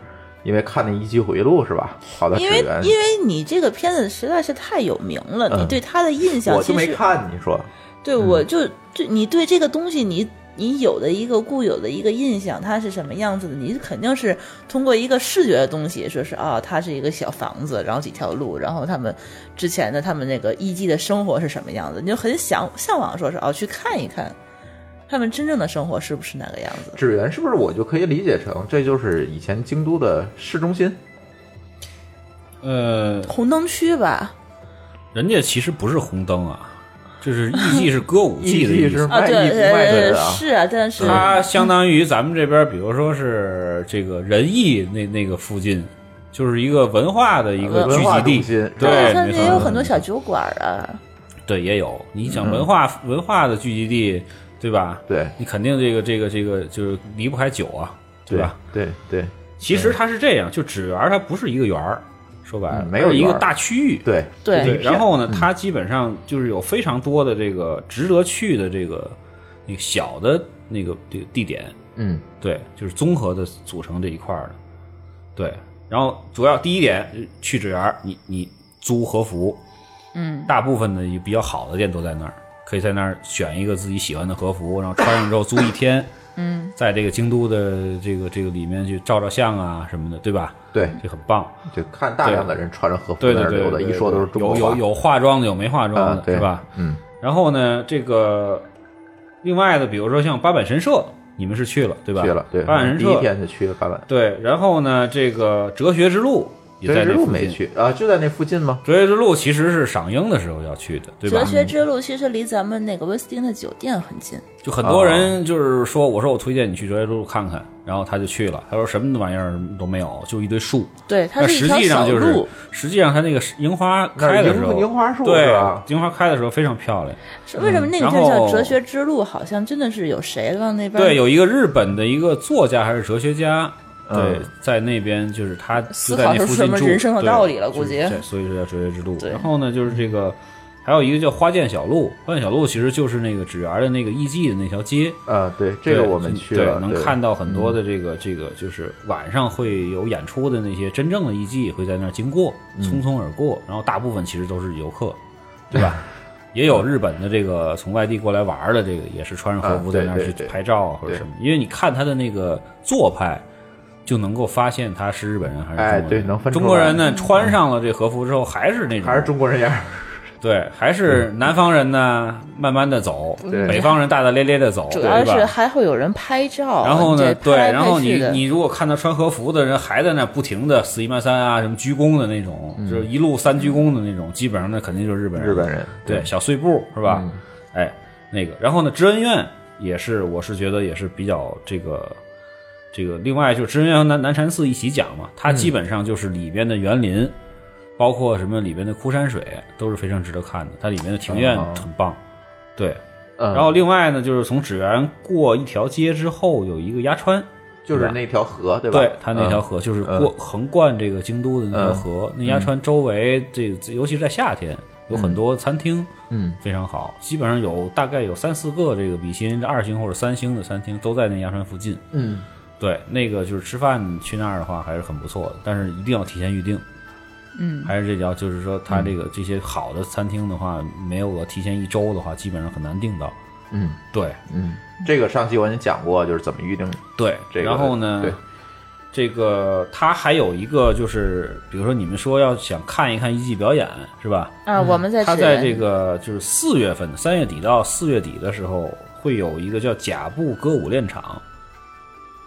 [SPEAKER 3] 因为看那《一期回忆录》是吧？跑到纸
[SPEAKER 4] 因为
[SPEAKER 3] 鸢，
[SPEAKER 4] 因为你这个片子实在是太有名了，
[SPEAKER 3] 嗯
[SPEAKER 4] 你对他的印象
[SPEAKER 3] 我就
[SPEAKER 4] 其
[SPEAKER 3] 没
[SPEAKER 4] 实
[SPEAKER 3] 看，你说
[SPEAKER 4] 对我
[SPEAKER 5] 嗯
[SPEAKER 4] 就就你对这个东西你。你有的一个固有的一个印象，它是什么样子的？你肯定是通过一个视觉的东西，说是啊，它是一个小房子，然后几条路，然后他们之前的他们那个艺妓的生活是什么样子，你就很想向往，说是哦、去看一看他们真正的生活是不是那个样子。
[SPEAKER 3] 纸鸢是不是我就可以理解成这就是以前京都的市中心？
[SPEAKER 5] 呃，
[SPEAKER 4] 红灯区吧，
[SPEAKER 5] 人家其实不是红灯啊，就是艺妓是歌舞
[SPEAKER 3] 艺
[SPEAKER 5] 伎的
[SPEAKER 3] 伎
[SPEAKER 5] 意
[SPEAKER 3] 是
[SPEAKER 5] 思。
[SPEAKER 4] 啊，
[SPEAKER 3] 卖艺
[SPEAKER 4] 对，
[SPEAKER 3] 不卖身
[SPEAKER 4] 呃，
[SPEAKER 3] 的啊，
[SPEAKER 4] 是啊，但是
[SPEAKER 5] 它相当于咱们这边，比如说是这个仁义那那个附近，就是一个文化的一个
[SPEAKER 3] 文
[SPEAKER 5] 聚
[SPEAKER 3] 化中
[SPEAKER 5] 集
[SPEAKER 3] 心
[SPEAKER 5] 地，
[SPEAKER 4] 但
[SPEAKER 5] 对，
[SPEAKER 4] 是他
[SPEAKER 5] 没
[SPEAKER 4] 们
[SPEAKER 5] 错
[SPEAKER 4] 也有很多小酒馆啊，
[SPEAKER 5] 对，也有。你想文化、文化的聚集地，对吧？
[SPEAKER 3] 对
[SPEAKER 5] 你肯定这个这个这个就是离不开酒啊，对吧？？
[SPEAKER 3] 对对
[SPEAKER 5] 其实它是这样，就纸园儿它不是一个园儿，说白了、
[SPEAKER 3] 嗯没有
[SPEAKER 5] 它是一
[SPEAKER 3] 园
[SPEAKER 5] 个
[SPEAKER 3] 儿
[SPEAKER 5] 大区域。
[SPEAKER 3] 对
[SPEAKER 4] 对
[SPEAKER 5] 对，然后
[SPEAKER 3] 嗯
[SPEAKER 5] 呢，它基本上就是有非常多的这个值得去的这个那个小的那个这个地点，
[SPEAKER 3] 嗯，
[SPEAKER 5] 对，就是综合的组成这一块儿的。对，然后主要第一点呃去纸园儿，你你租和服，
[SPEAKER 4] 嗯，
[SPEAKER 5] 大部分的也比较好的店都在那儿，可以在那儿选一个自己喜欢的和服，然后穿上之后租一天，嗯，在这个京都的这个这个里面去照照相啊什么的，对吧？
[SPEAKER 3] 对，
[SPEAKER 5] 这很棒。
[SPEAKER 3] 就看大量的人穿着和服
[SPEAKER 5] 对
[SPEAKER 3] 在那
[SPEAKER 5] 对
[SPEAKER 3] 儿
[SPEAKER 5] 对
[SPEAKER 3] 溜
[SPEAKER 5] 对
[SPEAKER 3] 达，
[SPEAKER 5] 对
[SPEAKER 3] 一说都是中国
[SPEAKER 5] 有
[SPEAKER 3] 话
[SPEAKER 5] 有有化妆的，有没化妆
[SPEAKER 3] 啊
[SPEAKER 5] 的，，
[SPEAKER 3] 对
[SPEAKER 5] 是吧？
[SPEAKER 3] 嗯，
[SPEAKER 5] 然后呢，这个另外的，比如说像八坂神社，你们是去了对吧？
[SPEAKER 3] 去了，对，
[SPEAKER 5] 八坂神
[SPEAKER 3] 第
[SPEAKER 5] 社
[SPEAKER 3] 一天就去了八坂，
[SPEAKER 5] 对，然后呢，这个哲学之路也
[SPEAKER 3] 哲
[SPEAKER 5] 在
[SPEAKER 3] 学之
[SPEAKER 5] 那
[SPEAKER 3] 路
[SPEAKER 5] 附
[SPEAKER 3] 没
[SPEAKER 5] 近。
[SPEAKER 3] 去啊，就在那附近吗？
[SPEAKER 5] 哲学之路其实是赏樱的时候要去的，对吧嗯
[SPEAKER 4] 哲？学之路其实离咱们那个威斯汀的酒店很近。
[SPEAKER 5] 就很多人就是说，我说我推荐你去哲学之路看看，然后他就去了，他说什么玩意儿都没有，就一堆树。
[SPEAKER 4] 对，它
[SPEAKER 5] 那
[SPEAKER 4] 是一
[SPEAKER 5] 实
[SPEAKER 4] 条
[SPEAKER 5] 际上
[SPEAKER 4] 小
[SPEAKER 5] 就是
[SPEAKER 4] 路，，
[SPEAKER 5] 实际上它那个樱花
[SPEAKER 3] 那
[SPEAKER 5] 开的
[SPEAKER 3] 樱
[SPEAKER 5] 时候，
[SPEAKER 3] 樱花树是
[SPEAKER 5] 对
[SPEAKER 3] 吧，
[SPEAKER 5] 樱花开的时候非常漂亮。
[SPEAKER 4] 是为什么那个
[SPEAKER 5] 嗯然
[SPEAKER 4] 地儿叫
[SPEAKER 5] 后
[SPEAKER 4] 哲学之路？好像真的是有谁往那边
[SPEAKER 5] 对，有一个日本的一个作家还是哲学家，对
[SPEAKER 3] 嗯，
[SPEAKER 5] 在那边就是他
[SPEAKER 4] 思
[SPEAKER 5] 就
[SPEAKER 4] 考
[SPEAKER 5] 在那
[SPEAKER 4] 出
[SPEAKER 5] 附
[SPEAKER 4] 什
[SPEAKER 5] 近
[SPEAKER 4] 么
[SPEAKER 5] 住，
[SPEAKER 4] 人生的
[SPEAKER 5] 对
[SPEAKER 4] 道理了
[SPEAKER 5] 就是
[SPEAKER 4] 估计
[SPEAKER 5] 这所以说叫哲学之路。
[SPEAKER 4] 对
[SPEAKER 5] 然后呢，就是这个还有一个叫花见小路，花见小路其实就是那个纸园的那个艺妓的那条街。
[SPEAKER 3] 啊，对，这个
[SPEAKER 5] 对
[SPEAKER 3] 我们
[SPEAKER 5] 就
[SPEAKER 3] 去了，嗯
[SPEAKER 5] 对，能看到很多的这个这个，就是晚上会有演出的那些真正的艺妓会在那儿经过，
[SPEAKER 3] 嗯
[SPEAKER 5] 匆匆而过，然后大部分其实都是游客，对吧？也有日本的这个从外地过来玩儿的，这个也是穿上和
[SPEAKER 3] 嗯啊
[SPEAKER 5] 服
[SPEAKER 3] 对
[SPEAKER 5] 在那儿
[SPEAKER 3] 对
[SPEAKER 5] 去
[SPEAKER 3] 对
[SPEAKER 5] 拍照啊或者
[SPEAKER 3] 对
[SPEAKER 5] 什么，因为你看他的那个做派。就能够发现他是日本人还是中国人。
[SPEAKER 3] 哎对能分出
[SPEAKER 5] 中国人呢，穿上了这和服之后还是那种
[SPEAKER 3] 还是中国人样儿，
[SPEAKER 5] 对，还是南方人呢，慢慢的走；
[SPEAKER 3] 对
[SPEAKER 5] 北方人大大咧咧的走，
[SPEAKER 4] 主要
[SPEAKER 5] 对
[SPEAKER 4] 是
[SPEAKER 5] 吧？
[SPEAKER 4] 还会有人拍照，
[SPEAKER 5] 然后呢，
[SPEAKER 4] 啊你这
[SPEAKER 5] 对，
[SPEAKER 4] 拍来
[SPEAKER 5] 然后
[SPEAKER 4] 拍
[SPEAKER 5] 你
[SPEAKER 4] 去的
[SPEAKER 5] 你如果看到穿和服的人还在那不停的四一慢三啊，什么鞠躬的那种，
[SPEAKER 4] 嗯
[SPEAKER 5] 就是一路三鞠躬的那种，基本上那肯定就是日本人。
[SPEAKER 3] 日本人
[SPEAKER 5] 对小碎步是吧？
[SPEAKER 4] 嗯
[SPEAKER 5] 哎，那个，然后呢，知恩院也是，我是觉得也是比较这个这个。另外就是知恩院和南南禅寺一起讲嘛，它基本上就是里边的园林，包括什么里边的枯山水都是非常值得看的，它里面的庭院
[SPEAKER 4] 嗯
[SPEAKER 3] 哦
[SPEAKER 5] 很棒。对，
[SPEAKER 3] 嗯
[SPEAKER 5] 然后另外呢，就是从纸园过一条街之后，有一个鸭川，
[SPEAKER 3] 就是那条河，对吧？
[SPEAKER 5] 对，它那条
[SPEAKER 3] 嗯
[SPEAKER 5] 河就是
[SPEAKER 3] 嗯
[SPEAKER 5] 过横贯这个京都的那条河。那鸭川周围，这尤其是在夏天，有很多餐厅，
[SPEAKER 3] 嗯，
[SPEAKER 5] 非常好，基本上有大概有三四个这个比心二星或者三星的餐厅都在那鸭川附近。
[SPEAKER 3] 嗯，
[SPEAKER 5] 对，那个就是吃饭去那儿的话还是很不错的，但是一定要提前预定。
[SPEAKER 4] 嗯，
[SPEAKER 5] 还是这条，就是说它这个这些好的餐厅的话，没有个提前一周的话，基本上很难订到。
[SPEAKER 3] 嗯
[SPEAKER 5] 对，
[SPEAKER 3] 嗯，这个上期我已经讲过，就是怎么预定
[SPEAKER 5] 对，
[SPEAKER 3] 这个。
[SPEAKER 5] 然后呢，
[SPEAKER 3] 对，
[SPEAKER 5] 这个它还有一个就是，比如说你们说要想看一看艺伎表演是吧？
[SPEAKER 4] 啊，我们在
[SPEAKER 5] 它
[SPEAKER 4] 指
[SPEAKER 5] 在这个就是四月份，三月底到四月底的时候，会有一个叫甲部歌舞练场。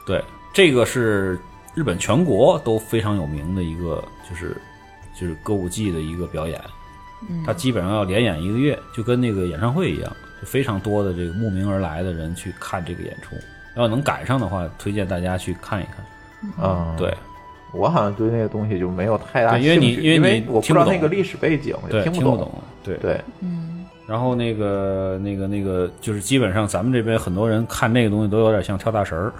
[SPEAKER 5] 对，这个是日本全国都非常有名的一个，就是就是歌舞伎的一个表演。它基本上要连演一个月，就跟那个演唱会一样，就非常多的这个慕名而来的人去看这个演出。要能赶上的话，推荐大家去看一看。
[SPEAKER 3] 嗯，
[SPEAKER 5] 对，
[SPEAKER 3] 我好像对那个东西就没有太大
[SPEAKER 5] 对
[SPEAKER 3] 兴
[SPEAKER 5] 因
[SPEAKER 3] 趣，
[SPEAKER 5] 为
[SPEAKER 3] 因
[SPEAKER 5] 你因为你
[SPEAKER 3] 我不知
[SPEAKER 5] 听不
[SPEAKER 3] 道
[SPEAKER 5] 懂
[SPEAKER 3] 那个历史背景，我就
[SPEAKER 5] 对，
[SPEAKER 3] 听
[SPEAKER 5] 听
[SPEAKER 3] 懂。
[SPEAKER 5] 懂，对。
[SPEAKER 3] 对，
[SPEAKER 5] 然后那个那个那个，就是基本上咱们这边很多人看那个东西都有点像跳大神儿，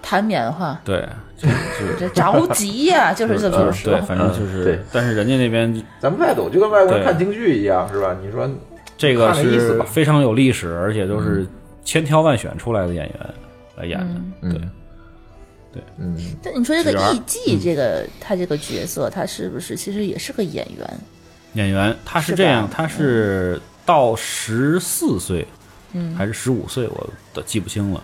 [SPEAKER 4] 谈棉花，
[SPEAKER 5] 对，就就
[SPEAKER 4] <laughs> 这着急呀，就是这么
[SPEAKER 5] 就
[SPEAKER 4] 说。
[SPEAKER 5] 呃对，反正就
[SPEAKER 3] 嗯
[SPEAKER 5] 是
[SPEAKER 3] 对，
[SPEAKER 5] 但是人家那边
[SPEAKER 3] 咱们态度就跟外国人
[SPEAKER 5] 对
[SPEAKER 3] 看京剧一样，是吧？你说
[SPEAKER 5] 这个
[SPEAKER 3] 看个意思
[SPEAKER 5] 是
[SPEAKER 3] 吧嗯
[SPEAKER 5] 非常有历史，而且都是千挑万选出来的演员来演的，对，
[SPEAKER 4] 但你说这个
[SPEAKER 5] 纸人儿
[SPEAKER 4] 艺伎这个他这个角色，他是不是其实也是个演员？
[SPEAKER 5] 演员他是
[SPEAKER 4] 是
[SPEAKER 5] 这
[SPEAKER 4] 吧
[SPEAKER 5] 样，他是到十四岁，嗯，还是十五岁，我都记不清了。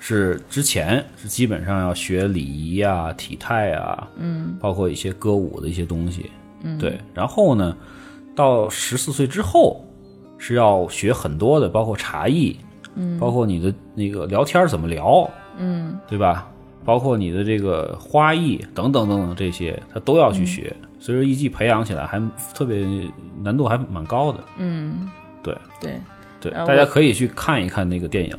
[SPEAKER 5] 是之前是基本上要学礼仪啊、体态啊，嗯，包括一些歌舞的一些东西，嗯，对。然后呢，到十四岁之后是要学很多的，包括茶艺，嗯，包括你的那个聊天儿怎么聊，嗯，对吧？包括你的这个花艺等等等等这些，他都要
[SPEAKER 4] 嗯
[SPEAKER 5] 去学。所以说艺伎培养起来还特别难度还蛮高的。
[SPEAKER 4] 嗯，
[SPEAKER 5] 对
[SPEAKER 4] 对
[SPEAKER 5] 对，
[SPEAKER 4] 然后
[SPEAKER 5] 大家
[SPEAKER 4] 我
[SPEAKER 5] 可以去看一看那个电影，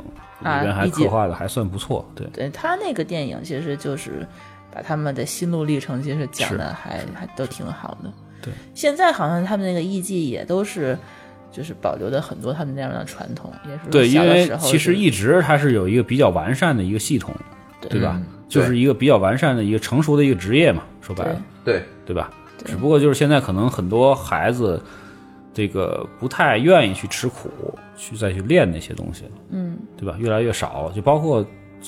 [SPEAKER 5] 里
[SPEAKER 4] 啊
[SPEAKER 5] 边还
[SPEAKER 4] 理解
[SPEAKER 5] 刻画的还算不错。对
[SPEAKER 4] 对，他那个电影其实就是把他们的心路历程，其实讲的还还都挺好的。
[SPEAKER 5] 对，
[SPEAKER 4] 现在好像他们那个艺伎也都是。就是保留的很多他们那样的传统，也是
[SPEAKER 5] 对，因
[SPEAKER 4] 小的
[SPEAKER 5] 为
[SPEAKER 4] 时候
[SPEAKER 5] 其实
[SPEAKER 4] 是
[SPEAKER 5] 一直它是有一个比较完善的一个系统，对吧？
[SPEAKER 4] 嗯
[SPEAKER 5] 就是一个比较完善的一个成熟的一个职业嘛，说白了
[SPEAKER 4] 对，
[SPEAKER 3] 对，
[SPEAKER 5] 对吧？只不过就是现在可能很多孩子。这个不太愿意去吃苦，去再去练那些东西了，
[SPEAKER 4] 嗯，
[SPEAKER 5] 对吧？越来越少，就包括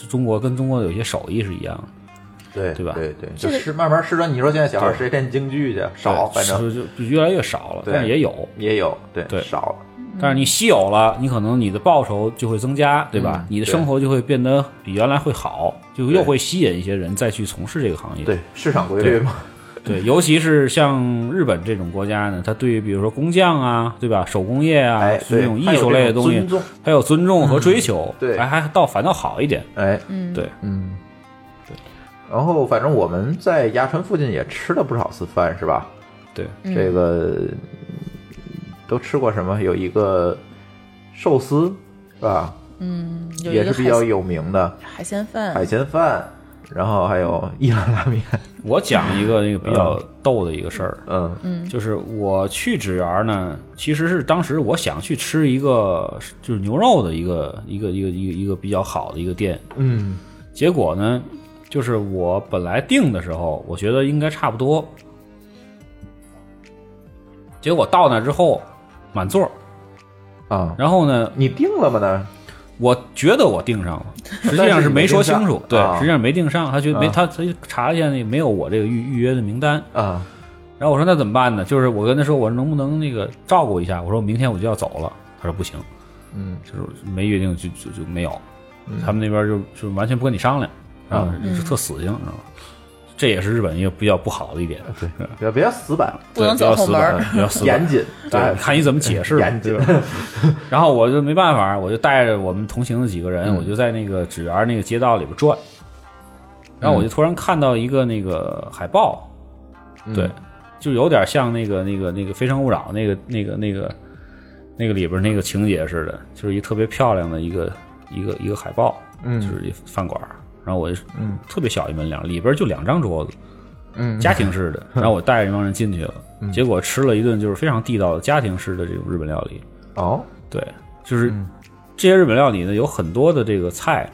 [SPEAKER 5] 中国跟中国有些手艺是一样的，
[SPEAKER 3] 对
[SPEAKER 5] 对吧
[SPEAKER 3] 对对，
[SPEAKER 4] 这
[SPEAKER 3] 就
[SPEAKER 4] 个
[SPEAKER 3] 是慢慢试着你说现在小孩谁练京剧去？少，反正
[SPEAKER 5] 就就就越来越少了，
[SPEAKER 3] 对
[SPEAKER 5] 但是也有，
[SPEAKER 3] 也有，对
[SPEAKER 5] 对
[SPEAKER 3] 少了。
[SPEAKER 5] 但是你稀有了，你可能你的报酬就会增加，对吧？
[SPEAKER 3] 嗯
[SPEAKER 5] 你的生活就会变得比原来会好，就又会吸引一些人再去从事这个行业。
[SPEAKER 3] 对，市场规律
[SPEAKER 5] 对
[SPEAKER 3] 嘛，
[SPEAKER 5] 对尤其是像日本这种国家呢，它对于比如说工匠啊，对吧，手工业啊，
[SPEAKER 3] 哎
[SPEAKER 5] 这种艺术类的东
[SPEAKER 3] 对还有这
[SPEAKER 5] 西
[SPEAKER 3] 种尊重，
[SPEAKER 5] 它有尊重和追求，
[SPEAKER 3] 对
[SPEAKER 5] 还还倒反倒好一点，
[SPEAKER 3] 哎，
[SPEAKER 5] 对，
[SPEAKER 3] 嗯，对。然后反正我们在鸭川附近也吃了不少次饭，是吧？
[SPEAKER 5] 对，
[SPEAKER 4] 嗯
[SPEAKER 3] 这个都吃过什么？有一个寿司，是吧？
[SPEAKER 4] 有一
[SPEAKER 3] 也
[SPEAKER 4] 个
[SPEAKER 3] 是
[SPEAKER 4] 海
[SPEAKER 3] 比较有名的
[SPEAKER 4] 海鲜饭，
[SPEAKER 3] 海鲜饭，然后还有伊朗拉面，
[SPEAKER 5] 我讲一个那个比较逗的一个事儿，
[SPEAKER 3] 嗯嗯
[SPEAKER 5] 就是我去纸园呢，其实是当时我想去吃一个就是牛肉的一个一个一个一个一个比较好的一个店，
[SPEAKER 3] 嗯
[SPEAKER 5] 结果呢，就是我本来定的时候，我觉得应该差不多，结果到那之后满座儿，
[SPEAKER 3] 啊，
[SPEAKER 5] 然后呢，
[SPEAKER 3] 你定了吗呢？
[SPEAKER 5] 我觉得我定上
[SPEAKER 3] <laughs>
[SPEAKER 5] 了，实际上没说清楚，对
[SPEAKER 3] 但是你没定上啊，
[SPEAKER 5] 实际上没定上，他觉得没
[SPEAKER 3] 啊
[SPEAKER 5] 他他就查了一下那没有我这个预预约的名单，
[SPEAKER 3] 啊，
[SPEAKER 5] 然后我说那怎么办呢？就是我跟他说我能不能那个照顾一下？我说明天我就要走了。他说不行，
[SPEAKER 3] 嗯，
[SPEAKER 5] 就是没约定就就啊
[SPEAKER 3] 嗯
[SPEAKER 5] 就没有，他们那边就就完全不跟你商量，啊，就是特死性，你知道吗？这也是日本一个比较不好的一点，对，
[SPEAKER 3] 别别死板，
[SPEAKER 4] 不能走
[SPEAKER 5] 要
[SPEAKER 4] 后
[SPEAKER 5] 死
[SPEAKER 4] 门儿
[SPEAKER 5] 板，，不嗯要死板
[SPEAKER 3] <laughs> 严谨，哎
[SPEAKER 5] 对，看你怎么解释吧
[SPEAKER 3] 严谨
[SPEAKER 5] 对吧然后我就没办法，我就带着我们同行的几个人，我就在那个纸园那个街道里边转。然后我就突然看到一个那个海报，对，就有点像那个那个那个《非诚勿扰》那个那个那个那个里边那个情节似的，就是一特别漂亮的一个一个一个海报，嗯，就是一饭馆儿。然后我就嗯，特别小一门脸，里边就两张桌子，家庭式 <laughs> 的，然后我带着一帮人进去了，结果吃了一顿就是非常地道的家庭式的这种日本料理。
[SPEAKER 3] 哦，
[SPEAKER 5] 对，就是这些日本料理呢，有很多的这个菜，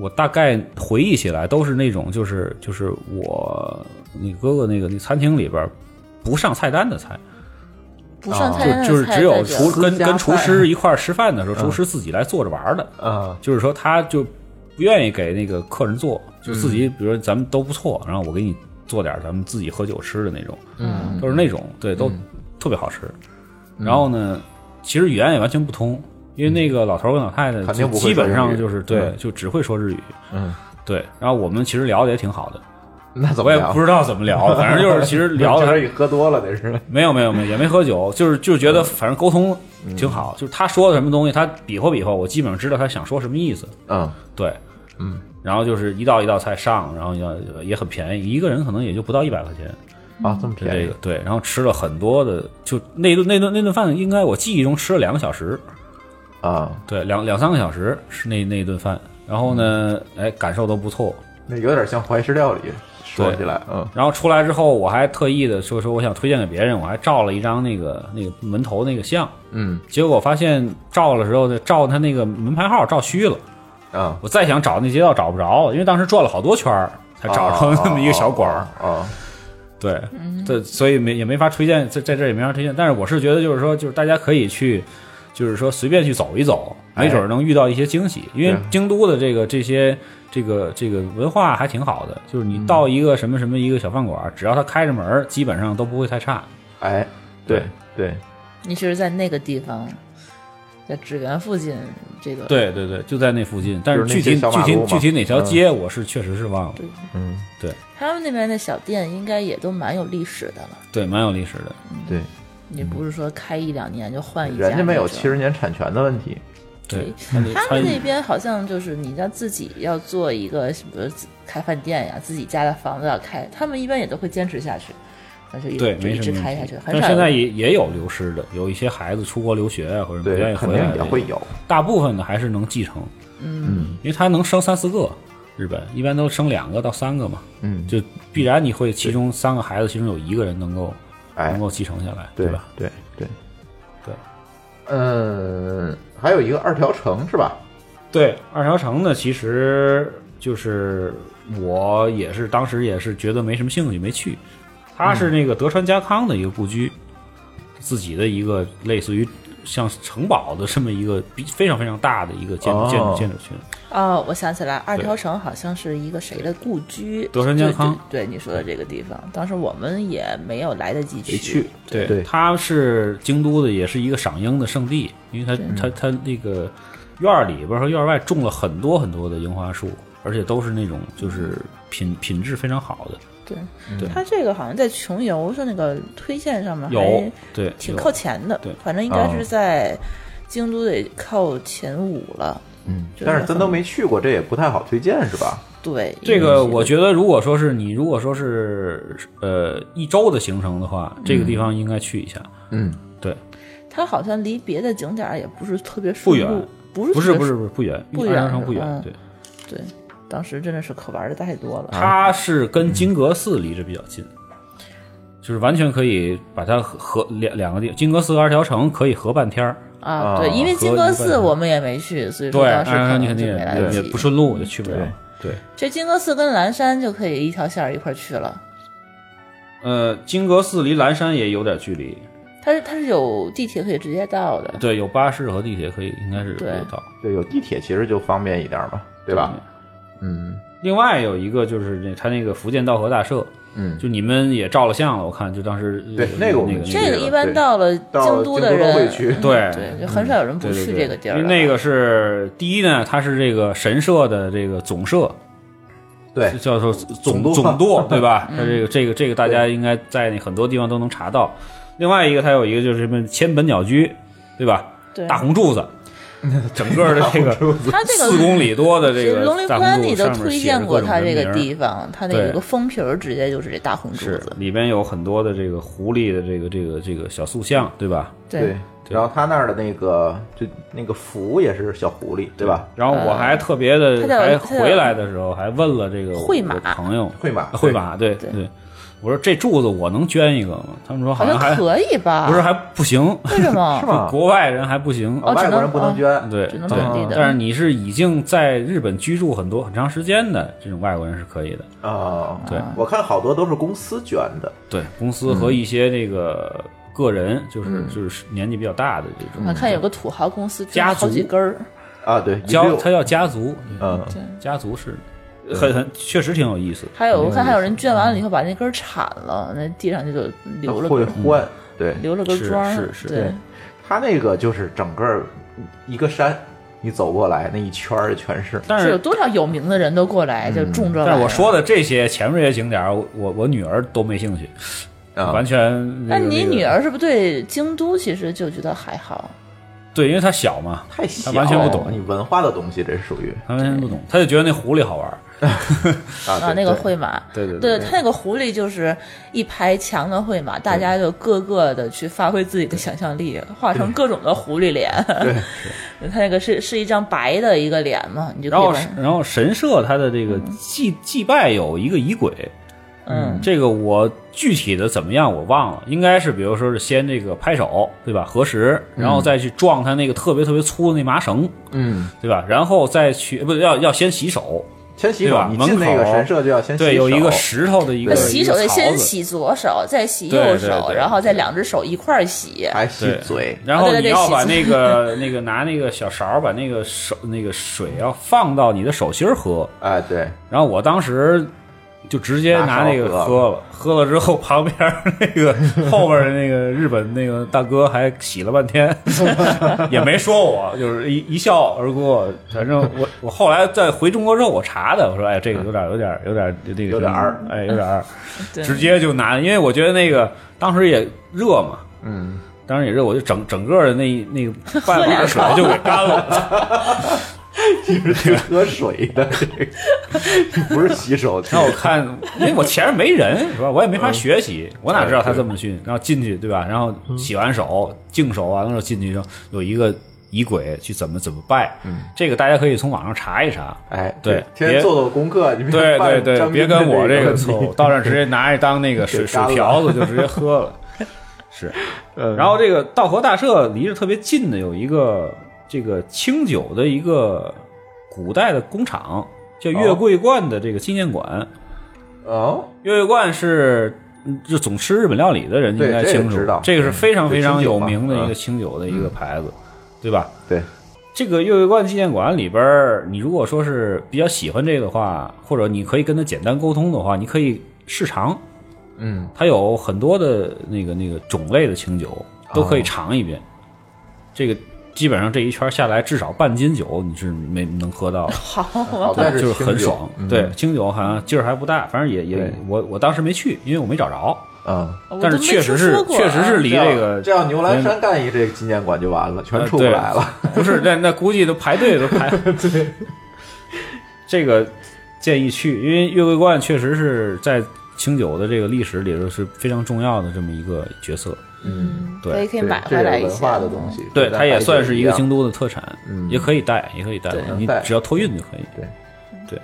[SPEAKER 5] 我大概回忆起来都是那种就是就是我你哥哥那个那餐厅里边不上菜单的菜，
[SPEAKER 4] 不上菜单
[SPEAKER 5] 啊就
[SPEAKER 4] 的
[SPEAKER 5] 就是
[SPEAKER 4] 菜
[SPEAKER 5] 只有
[SPEAKER 4] 在这
[SPEAKER 5] 厨
[SPEAKER 4] 私
[SPEAKER 5] 跟
[SPEAKER 4] 家
[SPEAKER 5] 跟厨
[SPEAKER 4] 饭
[SPEAKER 5] 师一块儿吃饭的时候，厨师自己来做着玩儿的。
[SPEAKER 3] 啊，
[SPEAKER 5] 就是说他就不愿意给那个客人做，就
[SPEAKER 3] 嗯
[SPEAKER 5] 自己，比如说咱们都不错，然后我给你做点儿咱们自己喝酒吃的那种，嗯，都是那种，对，都特别好吃。
[SPEAKER 3] 嗯
[SPEAKER 5] 然后呢，其实语言也完全不通，因为那个老头儿跟老太太
[SPEAKER 3] 肯
[SPEAKER 5] 就
[SPEAKER 3] 定不会
[SPEAKER 5] 基本上就是
[SPEAKER 3] 说日语
[SPEAKER 5] 对
[SPEAKER 3] 嗯，
[SPEAKER 5] 就只会说日语，
[SPEAKER 3] 嗯，
[SPEAKER 5] 对。然后我们其实聊的也挺好的，
[SPEAKER 3] 那怎么
[SPEAKER 5] 我也
[SPEAKER 3] 聊
[SPEAKER 5] 不知道怎么
[SPEAKER 3] <laughs>
[SPEAKER 5] 聊，反正就是其实聊的
[SPEAKER 3] 这是喝多了，得是
[SPEAKER 5] 没有没有没有，也没喝酒，就是就是
[SPEAKER 3] 嗯
[SPEAKER 5] 觉得反正沟通挺好，就是他说的什么东西，他比划比划，我基本上知道他想说什么意思。
[SPEAKER 3] 嗯
[SPEAKER 5] 对，嗯，然后就是一道一道菜上，然后要也很便宜，一个人可能也就不到一百块钱，
[SPEAKER 3] 啊，这么
[SPEAKER 5] 就这
[SPEAKER 3] 便
[SPEAKER 5] 个
[SPEAKER 3] 宜，
[SPEAKER 5] 对，然后吃了很多的，就那顿那顿那顿饭，应该我记忆中吃了两个小时，
[SPEAKER 3] 啊，
[SPEAKER 5] 对，两两三个小时是那那顿饭，然后呢，
[SPEAKER 3] 嗯
[SPEAKER 5] 哎，感受都不错，
[SPEAKER 3] 那有点像怀石料理，说起来，嗯
[SPEAKER 5] 然后出来之后，我还特意的说说我想推荐给别人，我还照了一张那个那个门头那个像，
[SPEAKER 3] 嗯
[SPEAKER 5] 结果发现照的时候呢，照他那个门牌号照虚了。
[SPEAKER 3] 啊，
[SPEAKER 5] 我再想找那街道找不着，因为当时转了好多圈儿才 <laughs> 找着
[SPEAKER 3] 哦
[SPEAKER 5] 那么一个小馆儿。
[SPEAKER 3] 啊，
[SPEAKER 5] 对，
[SPEAKER 4] 嗯
[SPEAKER 5] 对，所以没也没法推荐，在在这儿也没法推荐。但是我是觉得，就是说，就是大家可以去，就是说随便去走一走，
[SPEAKER 3] 哎
[SPEAKER 5] 没准儿能遇到一些惊喜。因为
[SPEAKER 3] 对
[SPEAKER 5] 京都的这个这些这个这个文化还挺好的，就是
[SPEAKER 3] 嗯
[SPEAKER 5] 你到一个什么什么一个小饭馆儿，只要他开着门儿，基本上都不会太差。
[SPEAKER 3] 哎，对对，
[SPEAKER 4] 你是在那个地方，在纸园附近这个
[SPEAKER 5] 对对对，就在那附近。但是
[SPEAKER 3] 就是
[SPEAKER 5] 具
[SPEAKER 3] 那些
[SPEAKER 5] 体
[SPEAKER 3] 小
[SPEAKER 5] 具
[SPEAKER 3] 马
[SPEAKER 5] 体
[SPEAKER 3] 路嘛
[SPEAKER 5] 具体哪条
[SPEAKER 3] 嗯
[SPEAKER 5] 街，我是确实是忘了。
[SPEAKER 3] 嗯
[SPEAKER 4] 他们那边的小店应该也都蛮有历史的了，
[SPEAKER 5] 对，蛮有历史的。
[SPEAKER 3] 对，
[SPEAKER 4] 也不是说开一两年就换一家那种。
[SPEAKER 3] 人家没有七十年产权的问题，
[SPEAKER 5] 对，
[SPEAKER 4] 他们那边好像就是你要自己要做一个什么开饭店呀，自己家的房子要开，他们一般也都会坚持下去，那就一
[SPEAKER 5] 对，
[SPEAKER 4] 就
[SPEAKER 5] 没
[SPEAKER 4] 一
[SPEAKER 5] 什
[SPEAKER 4] 直
[SPEAKER 5] 么
[SPEAKER 4] 开
[SPEAKER 5] 问
[SPEAKER 4] 下去
[SPEAKER 5] 题。。
[SPEAKER 4] 很
[SPEAKER 5] 但
[SPEAKER 4] 少
[SPEAKER 5] 现在
[SPEAKER 4] 有
[SPEAKER 5] 也也有流失的，有一些孩子出国留学啊，或者不愿
[SPEAKER 3] 对，
[SPEAKER 5] 意
[SPEAKER 3] 肯
[SPEAKER 5] 回来
[SPEAKER 3] 定
[SPEAKER 5] 的，
[SPEAKER 3] 也会有，
[SPEAKER 5] 大部分的还是能继承，嗯，因为他能生三四个，日本一般都生两个到三个嘛，
[SPEAKER 3] 嗯，
[SPEAKER 5] 就必然你会其中三个孩子，其中有一个人能够
[SPEAKER 3] 哎
[SPEAKER 5] 能，够继承下来，
[SPEAKER 3] 对
[SPEAKER 5] 吧？？
[SPEAKER 3] 对对
[SPEAKER 5] 对，
[SPEAKER 3] 嗯，还有一个二条城是吧？
[SPEAKER 5] 对，二条城呢，其实就是我也是当时也是觉得没什么兴趣，没去。它是那个德川家康的一个故居，自己的一个类似于像城堡的这么一个比非常非常大的一个建
[SPEAKER 3] 哦
[SPEAKER 5] 建筑建筑群。
[SPEAKER 4] 哦，我想起来，二条城好像是一个谁的故居，
[SPEAKER 5] 德川家康
[SPEAKER 4] 对。对对你说的这个地方，当时我们也没有来得及
[SPEAKER 3] 没去，
[SPEAKER 5] 对，
[SPEAKER 3] 对
[SPEAKER 5] 它是京都的，也是一个赏樱的圣地，因为它它它那个院儿里边儿和院儿外种了很多很多的樱花树，而且都是那种就是
[SPEAKER 4] 嗯
[SPEAKER 5] 品品质非常好的，
[SPEAKER 4] 对，
[SPEAKER 5] 对
[SPEAKER 4] 他这个好像在穷游上那个推荐上面
[SPEAKER 5] 有
[SPEAKER 4] 还
[SPEAKER 5] 对
[SPEAKER 4] 哎挺
[SPEAKER 5] 有
[SPEAKER 4] 靠前的，
[SPEAKER 5] 对嗯
[SPEAKER 4] 反正应该是在京都得靠前五了。嗯，
[SPEAKER 3] 但是咱都没去过，这也不太好推荐是吧？
[SPEAKER 4] 对
[SPEAKER 5] 这个我觉得，如果说是你，如果说是呃一周的行程的话，这个地方应该去一下。
[SPEAKER 3] 嗯，
[SPEAKER 5] 对，
[SPEAKER 4] 它好像离别的景点儿也不是特别
[SPEAKER 5] 不
[SPEAKER 4] 顺
[SPEAKER 5] 远
[SPEAKER 4] 路，，不是
[SPEAKER 5] 不
[SPEAKER 4] 不
[SPEAKER 5] 是不是不是不远，
[SPEAKER 4] 不
[SPEAKER 5] 安阳
[SPEAKER 4] 远
[SPEAKER 5] 城不远。
[SPEAKER 4] 嗯
[SPEAKER 5] 对，
[SPEAKER 4] 对，当时真的是可玩的太多了。
[SPEAKER 5] 它是跟金阁寺离着比较近，就是完全可以把它合合两两个地，金阁寺和二条城可以合半天儿。
[SPEAKER 4] 啊，对，因为
[SPEAKER 5] 和
[SPEAKER 4] 金
[SPEAKER 5] 一
[SPEAKER 4] 阁
[SPEAKER 5] 半
[SPEAKER 4] 寺我们也没去，所以说
[SPEAKER 5] 对，
[SPEAKER 4] 当时
[SPEAKER 5] 安阳
[SPEAKER 4] 可能
[SPEAKER 5] 嗯城你肯
[SPEAKER 4] 就
[SPEAKER 5] 定
[SPEAKER 4] 没来得
[SPEAKER 5] 也也
[SPEAKER 4] 及
[SPEAKER 5] 不。顺路，也去不了
[SPEAKER 3] 对。
[SPEAKER 5] 对，
[SPEAKER 4] 这金阁寺跟岚山就可以一条线儿一块儿去了。
[SPEAKER 5] 呃，金阁寺离岚山也有点距离，
[SPEAKER 4] 它是它是有地铁可以直接到的，
[SPEAKER 5] 对，有巴士和地铁可以，应该是有
[SPEAKER 4] 对
[SPEAKER 5] 有到。
[SPEAKER 3] 对，有地铁其实就方便一点嘛，对吧？嗯
[SPEAKER 5] 另外有一个就是那他那个福建道和大社，
[SPEAKER 3] 嗯，
[SPEAKER 5] 就你们也照了相了，我看就当时
[SPEAKER 3] 对
[SPEAKER 5] 呃
[SPEAKER 3] 那个我们
[SPEAKER 5] 那个
[SPEAKER 3] 去
[SPEAKER 4] 这
[SPEAKER 3] 了
[SPEAKER 4] 个一般
[SPEAKER 3] 对
[SPEAKER 4] 到了
[SPEAKER 3] 到
[SPEAKER 4] 京都
[SPEAKER 3] 京
[SPEAKER 4] 的
[SPEAKER 3] 都
[SPEAKER 4] 人，嗯
[SPEAKER 3] 会去
[SPEAKER 5] 对
[SPEAKER 4] 对，就很少有人不
[SPEAKER 5] 对对
[SPEAKER 4] 去
[SPEAKER 5] 对
[SPEAKER 4] 这个地儿啊
[SPEAKER 5] 因
[SPEAKER 4] 了。
[SPEAKER 5] 为那个是第一呢，它是这个神社的这个总社，
[SPEAKER 3] 对
[SPEAKER 5] 叫做
[SPEAKER 3] 总
[SPEAKER 5] 总
[SPEAKER 3] 舵嗯
[SPEAKER 5] 总舵，对吧？它这个这个这个大家应该在那很多地方都能查到。另外一个，它有一个就是什么千本鸟居，对吧？
[SPEAKER 4] 对
[SPEAKER 5] 大红
[SPEAKER 3] <laughs>
[SPEAKER 5] 柱子，整个的这个
[SPEAKER 4] 它这个
[SPEAKER 5] 四公里多的这个
[SPEAKER 4] 龙陵
[SPEAKER 5] 大
[SPEAKER 4] 关
[SPEAKER 5] 红
[SPEAKER 4] 里
[SPEAKER 5] 柱
[SPEAKER 4] 都
[SPEAKER 5] 子上面
[SPEAKER 4] 推
[SPEAKER 5] 写着
[SPEAKER 4] 荐
[SPEAKER 5] 各
[SPEAKER 4] 过
[SPEAKER 5] 种
[SPEAKER 4] 它这
[SPEAKER 5] 人
[SPEAKER 4] 个
[SPEAKER 5] 名儿
[SPEAKER 4] 地方，它那
[SPEAKER 5] 对
[SPEAKER 4] 有个封皮儿，直接就是这大红柱
[SPEAKER 5] 是
[SPEAKER 4] 子。
[SPEAKER 5] 里边有很多的这个狐狸的这个这个这个小塑像，对吧？
[SPEAKER 3] 对
[SPEAKER 4] 对，，
[SPEAKER 3] 然后他那儿的那个就那个符也是小狐狸，对吧？？
[SPEAKER 5] 然后我还特别
[SPEAKER 4] 它
[SPEAKER 5] 的，
[SPEAKER 4] 呃叫
[SPEAKER 5] 还
[SPEAKER 4] 它叫
[SPEAKER 5] 回来的时候还问了这个我
[SPEAKER 4] 会马
[SPEAKER 5] 我朋友
[SPEAKER 3] 会马
[SPEAKER 5] 会马，对对我说这柱子我能捐一个吗？他们说
[SPEAKER 4] 好
[SPEAKER 5] 像还
[SPEAKER 4] 可以吧？
[SPEAKER 5] 不是还不行，
[SPEAKER 4] 为什么
[SPEAKER 3] 是？吗？
[SPEAKER 5] 国外人还不行。
[SPEAKER 4] 啊哦
[SPEAKER 3] 外
[SPEAKER 4] 只
[SPEAKER 3] 国
[SPEAKER 4] 能
[SPEAKER 3] 人不能
[SPEAKER 4] 哦
[SPEAKER 3] 捐，
[SPEAKER 5] 嗯对
[SPEAKER 4] 只
[SPEAKER 5] 对嗯
[SPEAKER 4] 能本地，的
[SPEAKER 5] 但是你是已经在日本居住很多很长时间的这种外国人是可以的，
[SPEAKER 3] 啊，
[SPEAKER 5] 对
[SPEAKER 3] 我看好多都是公司捐的，
[SPEAKER 5] 对公司和一些这个个人，就是
[SPEAKER 4] 嗯
[SPEAKER 5] 就是年纪比较大的这种
[SPEAKER 4] 我看有个土豪公司捐
[SPEAKER 5] 家
[SPEAKER 4] 了好
[SPEAKER 5] 族
[SPEAKER 4] 几根儿，
[SPEAKER 3] 啊，对，一
[SPEAKER 5] 家，
[SPEAKER 3] 溜
[SPEAKER 5] 他叫家族，
[SPEAKER 3] 嗯，
[SPEAKER 5] 家族是很很确实挺有嗯意思。
[SPEAKER 4] 还有我看还有人捐完了以后把那根儿铲了，那地上就就留了
[SPEAKER 3] 会
[SPEAKER 4] 根
[SPEAKER 3] 换，
[SPEAKER 5] 嗯
[SPEAKER 3] 对
[SPEAKER 4] 留了根
[SPEAKER 5] 是
[SPEAKER 4] 桩儿，
[SPEAKER 5] 是是
[SPEAKER 4] 对，
[SPEAKER 3] 他那个就是整个一个山，你走过来那一圈儿全是，
[SPEAKER 5] 但
[SPEAKER 4] 是有
[SPEAKER 5] 是嗯
[SPEAKER 4] 多少有名的人都过来就种这玩意儿。
[SPEAKER 5] 但是我说的这些前面这些景点儿，我我我女儿都没兴趣，
[SPEAKER 3] 啊
[SPEAKER 5] 完全
[SPEAKER 4] 那
[SPEAKER 5] 个
[SPEAKER 4] 哎你
[SPEAKER 5] 这个
[SPEAKER 4] 女儿是不是对京都其实就觉得还好？
[SPEAKER 5] 对，因为她小嘛，
[SPEAKER 3] 太小，
[SPEAKER 5] 完全不懂
[SPEAKER 3] 你文化的东西，这属于
[SPEAKER 5] 她完全不懂，她就觉得那狐狸好玩儿。
[SPEAKER 3] 啊
[SPEAKER 4] 啊，
[SPEAKER 3] 对
[SPEAKER 4] 那个
[SPEAKER 3] 对
[SPEAKER 4] 会马，
[SPEAKER 5] 对对对
[SPEAKER 4] 对，他那个狐狸就是一排墙的会马，大家就各个的去发挥自己的想象力，画成各种的狐狸脸。对， <laughs> 他那个是是一张白的一个脸嘛，你就嗯
[SPEAKER 5] 然
[SPEAKER 4] 可以
[SPEAKER 5] 后
[SPEAKER 4] 把，
[SPEAKER 5] 然后神社它的这个
[SPEAKER 3] 嗯
[SPEAKER 5] 祭祭拜有一个仪轨，
[SPEAKER 4] 嗯，
[SPEAKER 5] 这个我具体的怎么样我忘了，应该是比如说是先这个拍手对吧，合十，然后再去撞它那个特别特别粗的那麻绳，
[SPEAKER 3] 嗯，
[SPEAKER 5] 对吧？然后再去呃不要要先洗手，
[SPEAKER 3] 先洗
[SPEAKER 5] 对
[SPEAKER 3] 手，
[SPEAKER 5] 吧
[SPEAKER 3] 你进那
[SPEAKER 5] 门
[SPEAKER 3] 个
[SPEAKER 5] 口
[SPEAKER 3] 神社就要先洗手，
[SPEAKER 5] 对，有一个石头的一
[SPEAKER 4] 那
[SPEAKER 5] 个
[SPEAKER 4] 呃洗手
[SPEAKER 5] 一
[SPEAKER 4] 得
[SPEAKER 5] 个槽
[SPEAKER 4] 先
[SPEAKER 5] 子
[SPEAKER 4] 洗左手，再洗右
[SPEAKER 5] 对对
[SPEAKER 4] 手，
[SPEAKER 5] 对
[SPEAKER 4] 然后再两只手一块儿洗。
[SPEAKER 3] 还洗
[SPEAKER 5] 对
[SPEAKER 3] 嘴，
[SPEAKER 5] 然后
[SPEAKER 4] 啊对对
[SPEAKER 5] 你
[SPEAKER 4] 对
[SPEAKER 5] 要
[SPEAKER 4] 洗
[SPEAKER 5] 把
[SPEAKER 4] 澡
[SPEAKER 5] 那个 <laughs> 那个拿那个小勺儿把那个手那个水要放到你的手心儿喝。
[SPEAKER 3] 哎，
[SPEAKER 5] <laughs>
[SPEAKER 3] 对，
[SPEAKER 5] 然后我当时就直接拿那个
[SPEAKER 3] 拿勺
[SPEAKER 5] 喝了，喝了之后旁边儿 <laughs> 那个后边儿的那个日本那个大哥还洗了半天， <laughs> 也没说我，就是一一笑而过。反正我我后来在回中国之后我查的，我说哎这个有点有点有点那个
[SPEAKER 3] 有点儿，
[SPEAKER 5] 哎有点儿。
[SPEAKER 4] 对
[SPEAKER 5] 直接就拿，因为我觉得那个当时也热嘛，嗯，当时也热，我就整整个的那那个半碗水就给干了。
[SPEAKER 3] 是喝水的，这个不是洗手，
[SPEAKER 5] 然后我看，因为我前面没人是吧，我也没
[SPEAKER 3] 嗯
[SPEAKER 5] 法学习，我哪知道他这么训？然后进去对吧？然后
[SPEAKER 3] 嗯
[SPEAKER 5] 洗完手、净手啊完了之后进去，就有一个仪轨去怎么怎么拜，
[SPEAKER 3] 嗯
[SPEAKER 5] 这个大家可以从网上查
[SPEAKER 3] <laughs>
[SPEAKER 5] 一查。
[SPEAKER 3] 哎，
[SPEAKER 5] 对
[SPEAKER 3] 天
[SPEAKER 5] 别
[SPEAKER 3] 天做做功课，你别
[SPEAKER 5] 对对
[SPEAKER 3] 犯
[SPEAKER 5] 对，
[SPEAKER 3] 张
[SPEAKER 5] 别
[SPEAKER 3] 斌的
[SPEAKER 5] 跟
[SPEAKER 3] 这
[SPEAKER 5] 我这
[SPEAKER 3] 个
[SPEAKER 5] 个
[SPEAKER 3] 问题
[SPEAKER 5] 错误，到那儿直接拿着当那个水
[SPEAKER 3] <laughs> 给
[SPEAKER 5] 水
[SPEAKER 3] 干了嗯
[SPEAKER 5] 瓢子就直接喝了。
[SPEAKER 3] <laughs>
[SPEAKER 5] 是，然后这个道和大社离着特别近的有一个这个清酒的一个古代的工厂，叫月桂冠的这个纪念馆。
[SPEAKER 3] <laughs> 哦，
[SPEAKER 5] 月桂冠是嗯就总吃日本料理的人应
[SPEAKER 3] 对
[SPEAKER 5] 该
[SPEAKER 3] 这个
[SPEAKER 5] 清楚
[SPEAKER 3] 知道，
[SPEAKER 5] 这个是非常
[SPEAKER 3] 对
[SPEAKER 5] 非常
[SPEAKER 3] 清酒
[SPEAKER 5] 有
[SPEAKER 3] 嘛
[SPEAKER 5] 名的一
[SPEAKER 3] 嗯
[SPEAKER 5] 个清酒的一个牌子，对吧？
[SPEAKER 3] 对，
[SPEAKER 5] 这个月桂冠纪念馆里边儿，你如果说是比较喜欢这个的话，或者你可以跟他简单沟通的话，你可以试尝，
[SPEAKER 3] 嗯，
[SPEAKER 5] 它有很多的那个那个种类的清酒都可以尝一遍。这个基本上这一圈下来，至少半斤酒你是没能喝到的，
[SPEAKER 3] 好在
[SPEAKER 5] 就是
[SPEAKER 3] 清
[SPEAKER 5] 很
[SPEAKER 3] 酒嗯
[SPEAKER 5] 爽。，对，清酒好像劲儿还不大，反正也也
[SPEAKER 3] 对
[SPEAKER 5] 我我当时没去，因为我没找着，
[SPEAKER 3] 嗯，
[SPEAKER 4] 哦我都
[SPEAKER 5] 但是
[SPEAKER 4] 没
[SPEAKER 5] 确实
[SPEAKER 4] 听
[SPEAKER 5] 是
[SPEAKER 4] 说过啊
[SPEAKER 5] 确实是离这个
[SPEAKER 3] 这要牛栏山干一这个纪念馆就完了，全出不来了。
[SPEAKER 5] 呃对 <laughs> 不是，那那估计都排队都
[SPEAKER 3] <laughs>
[SPEAKER 5] 排。对，这个建议去，因为月桂冠确实是在清酒的这个历史里头是非常重要的这么一个角色。
[SPEAKER 4] 嗯，
[SPEAKER 5] 对
[SPEAKER 4] 所以可以
[SPEAKER 3] 对
[SPEAKER 4] 买
[SPEAKER 3] 这
[SPEAKER 4] 回
[SPEAKER 3] 有
[SPEAKER 4] 来一些
[SPEAKER 3] 文化的东西，
[SPEAKER 5] 对，
[SPEAKER 3] 跟咱
[SPEAKER 5] 它也
[SPEAKER 3] 白酒
[SPEAKER 5] 算是一个
[SPEAKER 3] 样
[SPEAKER 5] 京都的特产，
[SPEAKER 3] 嗯
[SPEAKER 5] 也可以带，也可以带
[SPEAKER 4] 对，
[SPEAKER 5] 你
[SPEAKER 3] 带
[SPEAKER 5] 只要托运就可以。
[SPEAKER 3] 对，嗯
[SPEAKER 5] 对。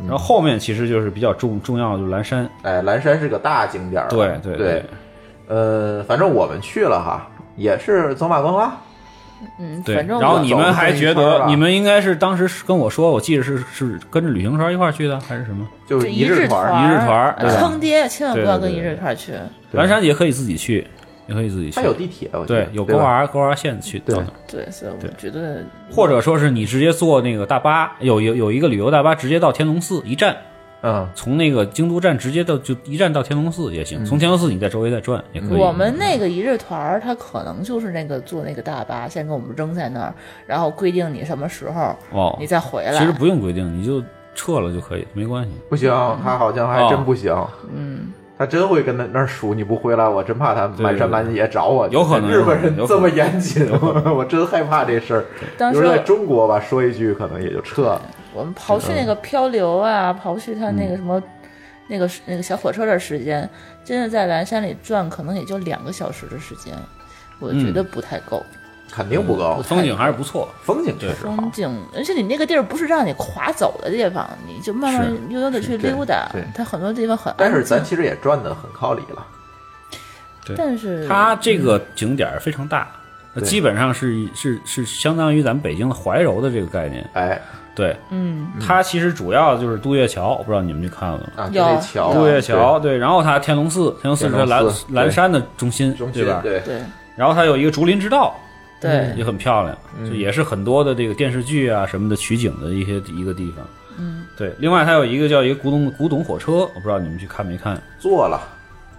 [SPEAKER 5] 然后后面其实就是比较重重要的就是蓝山，
[SPEAKER 3] 哎，蓝山是个大景点儿了，
[SPEAKER 5] 对
[SPEAKER 3] 对
[SPEAKER 5] 对，
[SPEAKER 3] 呃，反正我们去了哈，也是走马观花，
[SPEAKER 4] 嗯，
[SPEAKER 5] 对。
[SPEAKER 4] 反正
[SPEAKER 5] 然后
[SPEAKER 4] 我
[SPEAKER 5] 你们还觉
[SPEAKER 3] 走了这一圈儿
[SPEAKER 5] 得
[SPEAKER 3] 吧
[SPEAKER 5] 你们应该是当时是跟我说，我记得是是跟着旅行团一块儿去的还是什么？
[SPEAKER 3] 就
[SPEAKER 4] 就是一
[SPEAKER 3] 日团
[SPEAKER 4] 团
[SPEAKER 3] 儿。
[SPEAKER 5] 一日
[SPEAKER 4] 儿
[SPEAKER 5] 团儿对吧
[SPEAKER 4] 坑爹，千万不要
[SPEAKER 5] 对
[SPEAKER 4] 跟
[SPEAKER 5] 对对
[SPEAKER 4] 一日团儿去。
[SPEAKER 3] 对
[SPEAKER 5] 蓝山也可以自己去，也可以自己去。
[SPEAKER 3] 它有地铁，我记得
[SPEAKER 5] 对，有
[SPEAKER 3] 对
[SPEAKER 5] 勾
[SPEAKER 3] 吧
[SPEAKER 5] R 勾 R 线去到那儿，
[SPEAKER 4] 对，所以我
[SPEAKER 5] 对
[SPEAKER 4] 觉得
[SPEAKER 5] 或者说是你直接坐那个大巴，有有有一个旅游大巴直接到天龙寺一站，
[SPEAKER 3] 嗯，
[SPEAKER 5] 从那个京都站直接到就一站到天龙寺也行，从天龙寺你在周围再转也可以。
[SPEAKER 4] 我们那个一日团儿，他可能就是那个坐那个大巴，先给我们扔在那儿，然后规定你什么时候
[SPEAKER 5] 哦
[SPEAKER 4] 你，再回来。
[SPEAKER 5] 其实不用规定，你就撤了就可以，没关系。
[SPEAKER 3] 不行，
[SPEAKER 4] 嗯
[SPEAKER 3] 他好像还
[SPEAKER 5] 哦
[SPEAKER 3] 真不行。嗯，他真会跟那那儿数你不回来，我真怕他满山满野找我去。
[SPEAKER 5] 有可能
[SPEAKER 3] 日本人
[SPEAKER 5] 有可能
[SPEAKER 3] 这么严谨， <laughs> 我真害怕这事儿。
[SPEAKER 4] 当
[SPEAKER 3] 比
[SPEAKER 4] 时
[SPEAKER 3] 如在中国吧，说一句可能也就撤了。
[SPEAKER 4] 我们刨去那个漂流啊，刨去他那个什么，那个那个小火车的时间，真的在蓝山里转，可能也就两个小时的时间，我觉得不太够。
[SPEAKER 3] 肯定不够，
[SPEAKER 5] 风景还是不错，
[SPEAKER 3] 风景确实好
[SPEAKER 4] 风。景，而且你那个地儿不是让你垮走的地方，你就慢慢
[SPEAKER 5] 是
[SPEAKER 4] 悠悠的去溜达
[SPEAKER 3] 对对。
[SPEAKER 4] 它很多地方很安
[SPEAKER 3] 但是
[SPEAKER 4] 静
[SPEAKER 3] 咱其实也赚的很靠里了，
[SPEAKER 4] 但是
[SPEAKER 5] 它这个景点儿非常大，那
[SPEAKER 3] 对
[SPEAKER 5] 基本上是是是相当于咱们北京的怀柔的这个概念。
[SPEAKER 3] 哎
[SPEAKER 5] 对，
[SPEAKER 4] 嗯，
[SPEAKER 5] 它其实主要就是渡月桥，我不知道你们去看了吗？
[SPEAKER 3] 啊，就
[SPEAKER 4] 有
[SPEAKER 3] 那桥，
[SPEAKER 5] 渡月桥，对，然后它天龙寺，天龙寺是在
[SPEAKER 3] 天
[SPEAKER 5] 蓝
[SPEAKER 3] 龙寺
[SPEAKER 5] 蓝
[SPEAKER 3] 对
[SPEAKER 5] 山的中心，
[SPEAKER 3] 对中
[SPEAKER 5] 对
[SPEAKER 3] 心
[SPEAKER 5] 吧？
[SPEAKER 3] 对，
[SPEAKER 4] 对
[SPEAKER 5] 然后它有一个竹林之道，
[SPEAKER 4] 对，
[SPEAKER 5] 也很漂亮，
[SPEAKER 3] 嗯
[SPEAKER 5] 就也是很多的这个电视剧啊什么的取景的一些一个地方。嗯，对。另外它有一个叫一个古董古董火车，我不知道你们去看没看？
[SPEAKER 3] 做了。